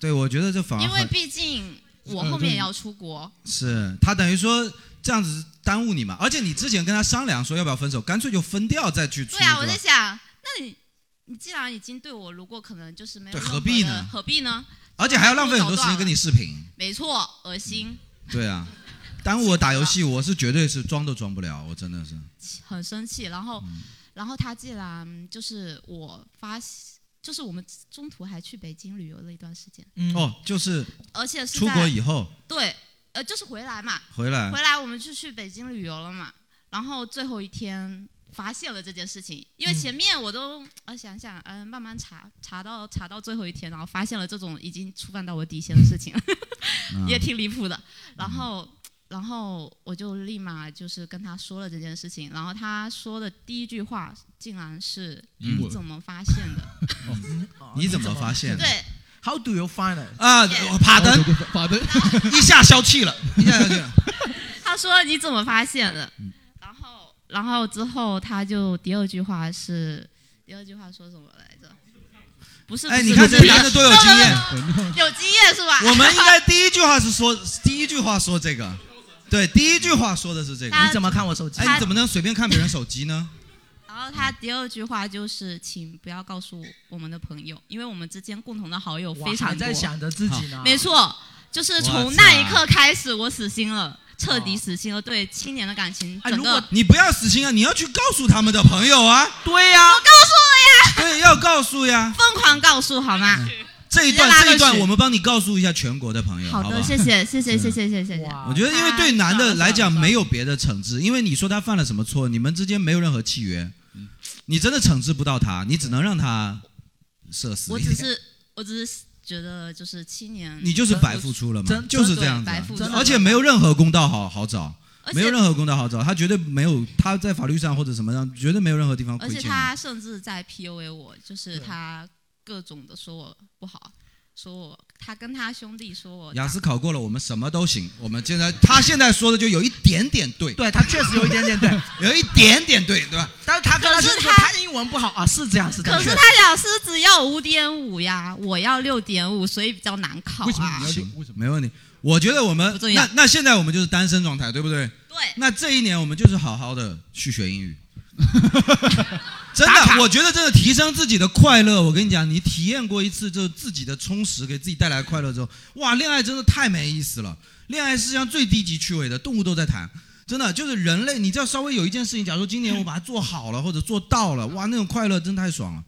S1: 对，我觉得这反而呃
S13: 因为
S1: 很
S13: 毕竟我
S1: 呃
S13: 后面也
S1: 对
S13: 要出国，
S1: 是他等于说这样子耽误你嘛，而且你之前跟他商量说要不要分手，干脆就分掉再去出。
S13: 对啊，我
S1: 吧
S13: 在想，那你你既然已经对我，如果可能就是没有
S1: 对
S13: 任
S1: 何
S13: 何
S1: 必
S13: 的
S1: 呢
S13: 何必呢？
S1: 而且还要浪费很多时间跟你视频。
S13: 没错，恶心，
S1: 对 啊，耽误我打游戏，我是绝对是装都装不了，我真的是。
S13: 很生气。然后，然后他竟然就是我发，就是我们中途还去北京旅游了一段时间，
S1: 哦，就是
S13: 而且是
S1: 出
S13: 在
S1: 国以后
S13: 对，呃，就是回来嘛，
S1: 回来
S13: 回来我们就去北京旅游了嘛，然后最后一天发现了这件事情，因为
S7: 嗯
S13: 前面我都呃想想，嗯、慢慢查查到查到最后一天，然后发现了这种已经触犯到我底线的 事
S1: 啊
S13: 情，
S7: 嗯
S13: 也挺离谱的，然
S1: 嗯
S13: 后。然后我就立马就是跟他说了这件事情，然后他说的第一句话竟然是“
S1: 嗯
S13: 你怎么发现的？”
S1: 你怎么发现的？
S13: 对，
S4: How do you find it？
S1: 啊，我帕登，
S2: 帕登，
S1: 一下消气 了，一下消气了。
S13: 他说你怎么发现的？然后，然后之后他就第二句话是，第二句话说什么来着？不是，
S1: 哎
S13: 不是
S1: 你看
S13: 不
S1: 这
S13: 是
S1: 男的多有经验
S13: 不是不是不是有经验是吧？
S1: 我们应该第一句话是说，第一句话说这个，对，第一句话说的是这个。
S13: 他你怎么看我手机
S1: 哎，你怎么能随便看别人手机呢？
S13: 然后他第二句话就是，请不要告诉我们的朋友，因为我们之间共同的好友
S4: 哇
S13: 非常
S4: 还
S13: 多。
S4: 在想着自己呢
S13: 没错，就是从那一刻开始，我死心了，彻底死心了，对七年的感情，
S7: 哎
S13: 整个
S1: 哎你不要死心啊，你要去告诉他们的朋友啊。
S4: 对呀、
S13: 我告诉
S1: 了呀。对，要告诉呀。
S13: 疯狂告诉好吗？
S1: 这一段
S13: 直接拉
S1: 这一
S13: 过
S1: 段，
S13: 去
S1: 我们帮你告诉一下全国的朋友，好
S13: 好
S1: 不
S13: 的，
S1: 好？
S13: 谢谢，谢谢，谢谢，谢谢。
S4: 啊
S1: 我觉得，因为对男的来讲没有别的惩治，因为你说他犯了什么错，你们之间没有任何契约，
S4: 嗯
S1: 你真的惩治不到他，你只能让他社死
S13: 我
S1: 一
S13: 只
S1: 点。
S13: 是，嗯我只是觉得，就是七年，
S1: 你就是白付出了嘛，就是这样子
S13: 白
S1: 啊
S13: 付出，，
S1: 而且没有任何公道好好找，
S13: 而且
S1: 没有任何公道好找，他绝对没有他在法律上或者什么上绝对没有任何地方
S13: 而
S1: 亏
S13: 且
S1: 欠
S13: 他
S1: 你。
S13: 甚至在 PUA 我，就是他各种的说我不好，说我他跟他兄弟说我
S1: 雅思考过了，我们什么都行。我们现在他现在说的就有一点点对，
S4: 对他确实有一点点对，
S1: 有一点点对，对吧？
S4: 但是他跟他
S13: 可是
S4: 就说他英文不好啊，是这样，是这样。
S13: 可是他雅思只要五点五呀，我要六点五，所以比较难考啊。
S1: 行，没问题。我觉得我们
S13: 重要
S1: 那那现在我们就是单身状态，对不 对？对。那这一年我们就是好好的去学英语，真的
S4: 打
S13: 卡。
S1: 我觉得这个提升自己的快乐，我跟你讲，你体验过一次就自己的充实，给自己带来快乐之后，哇，恋爱真的太没意思了。恋爱是世界上最低级趣味的，动物都在谈，真的就是人类，你只要稍微有一件事情，假如今年我把它做好了或者做到了，哇，那种快乐真太爽了。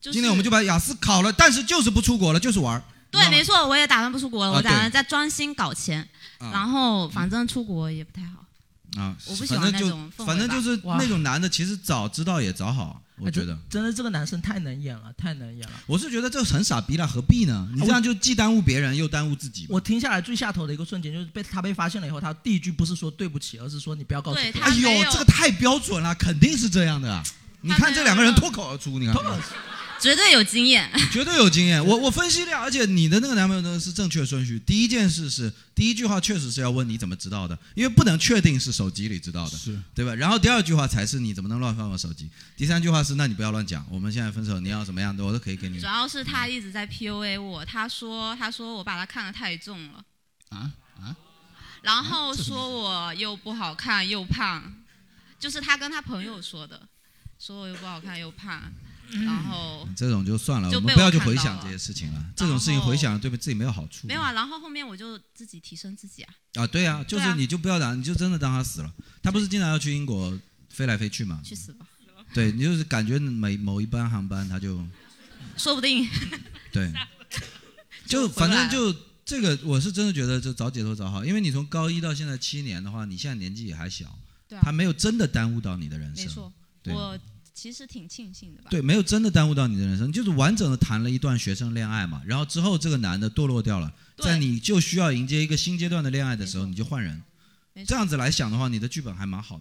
S13: 就是
S1: 今年我们就把雅思考了，但是就是不出国了，就是玩儿。
S13: 对，没错，我也打算不出国了，
S1: 啊
S13: 我打算
S1: 对
S13: 再专心搞钱，
S1: 啊
S13: 然后反正出国也不太好。
S1: 啊，
S13: 我不喜
S1: 反
S13: 欢
S1: 正
S13: 那
S1: 就
S13: 种氛围
S1: 反正
S13: 吧
S1: 就是
S13: 哇
S1: 那种男的，其实早知道也早好，我觉得。
S4: 真的这个男生太能演了，太能演了。
S1: 我是觉得这很傻逼了，何必呢？
S13: 啊
S1: 你这样就既耽误别人又耽误自己嘛。
S4: 我停下来最下头的一个瞬间就是被他被发现了以后，他第一句不是说对不起，而是说你不要告诉别人。
S1: 哎呦，这个太标准了，肯定是这样的啊。你看这两个人脱口而出，你看
S13: 绝对有经验。
S1: 绝对有经验。我我分析了，而且你的那个男朋友呢是正确顺序。第一件事是第一句话确实是要问你怎么知道的，因为不能确定是手机里知道的，
S2: 是
S1: 对吧？然后第二句话才是你怎么能乱翻我手机。第三句话是那你不要乱讲，我们现在分手，你要怎么样的我都可以给你
S13: 主。要是他一直在 PUA 我，他说他说我把他看得太重了，
S2: 啊啊！
S13: 然后说我又不好看又胖，就是他跟他朋友说的，说我又不好看又胖，然后啊
S1: 嗯这种就算了，
S13: 就
S1: 我
S13: 被
S1: 们不要
S13: 我
S1: 去
S13: 看
S1: 回
S13: 到
S1: 想
S13: 了
S1: 这些事情了。这种事情回想对自己没有好处。
S13: 没有啊，然后后面我就自己提升自己啊，
S1: 啊，对啊，就
S13: 对
S1: 是
S13: 啊
S1: 你就不要打，你就真的当他死了。他不是经常要去英国飞来飞去嘛？
S13: 去死吧，
S1: 对你就是感觉每某一班航班他就
S13: 说 不定
S1: 对，就
S13: 就回
S1: 反
S13: 来
S1: 正就这个，我是真的觉得就早解脱早好，因为你从高一到现在七年的话，你现在年纪也还小，
S13: 对啊
S1: 他没有真的耽误到你的人
S13: 没
S1: 生
S13: 错，，
S1: 对
S13: 我其实挺庆幸的吧，
S1: 对，没有真的耽误到你的人生，就是完整的谈了一段学生恋爱嘛，然后之后这个男的堕落掉了，在你就需要迎接一个新阶段的恋爱的时候，你就换人
S13: 没，错
S1: 这样子来想的话，你的剧本还蛮好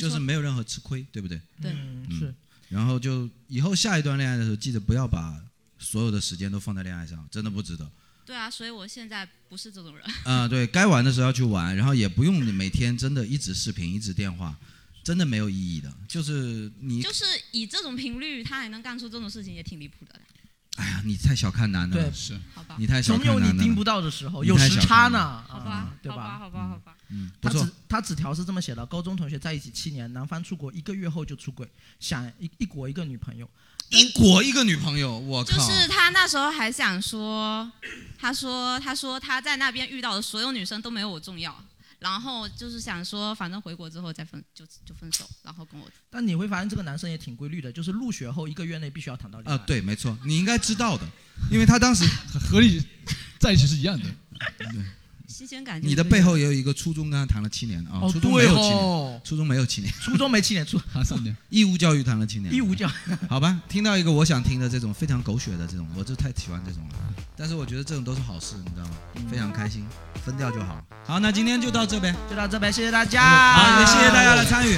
S1: 的，
S13: 错嗯
S1: 就是没有任何吃亏，对不对？
S13: 对，
S4: 是。
S1: 然后就以后下一段恋爱的时候，记得不要把所有的时间都放在恋爱上，真的不值得。
S13: 对啊，所以我现在不是这种人，
S1: 啊、对该玩的时候要去玩，然后也不用你每天真的一直视频、一直电话，真的没有意义的。就是你，
S13: 就是以这种频率，他还能干出这种事情，也挺离谱的。
S1: 哎呀，你太小看男的了，
S4: 对是
S13: 好吧
S1: 嗯你太小
S4: 总
S1: 看
S4: 有
S1: 男的了，
S4: 你盯不到的时候，
S1: 你
S4: 有
S1: 太
S4: 时
S1: 小
S4: 差
S1: 看
S4: 呢，
S1: 了
S4: 好吧，对吧？好吧，好吧，
S1: 嗯，不
S4: 他
S1: 错
S4: 纸，他纸条是这么写的：高中同学在一起七年，男方出国一个月后就出轨，想一一国一个女朋友，
S1: 一国一个女朋友，我
S13: 就
S1: 靠，
S13: 是他那时候还想说，他说他说他在那边遇到的所有女生都没有我重要，然后就是想说，反正回国之后再分就就分手，然后跟我
S4: 但你会发现这个男生也挺规律的，就是入学后一个月内必须要谈到恋
S1: 啊
S4: 爱。，
S1: 对，没错，你应该知 道的，因为他当时和你在一起是一样的。
S13: 新鲜感。
S1: 你的背后也有一个初中跟他谈了七年啊，
S4: 哦
S1: 初中没有
S4: 对
S1: 七
S4: 哦
S1: 年，初中没有七年，
S4: 初中没七 年，初
S2: 谈三年，
S1: 义务教育谈了七年，
S4: 义务教育，
S1: 好吧，听到一个我想听的这种非常狗血的这种，我就太喜欢这种了。但是我觉得这种都是好事，你知道吗？
S4: 嗯
S1: 非常开心，分掉就好。好，那今天就到这呗，
S4: 就到这边，谢谢大家，
S1: 好，也谢谢大家的参与。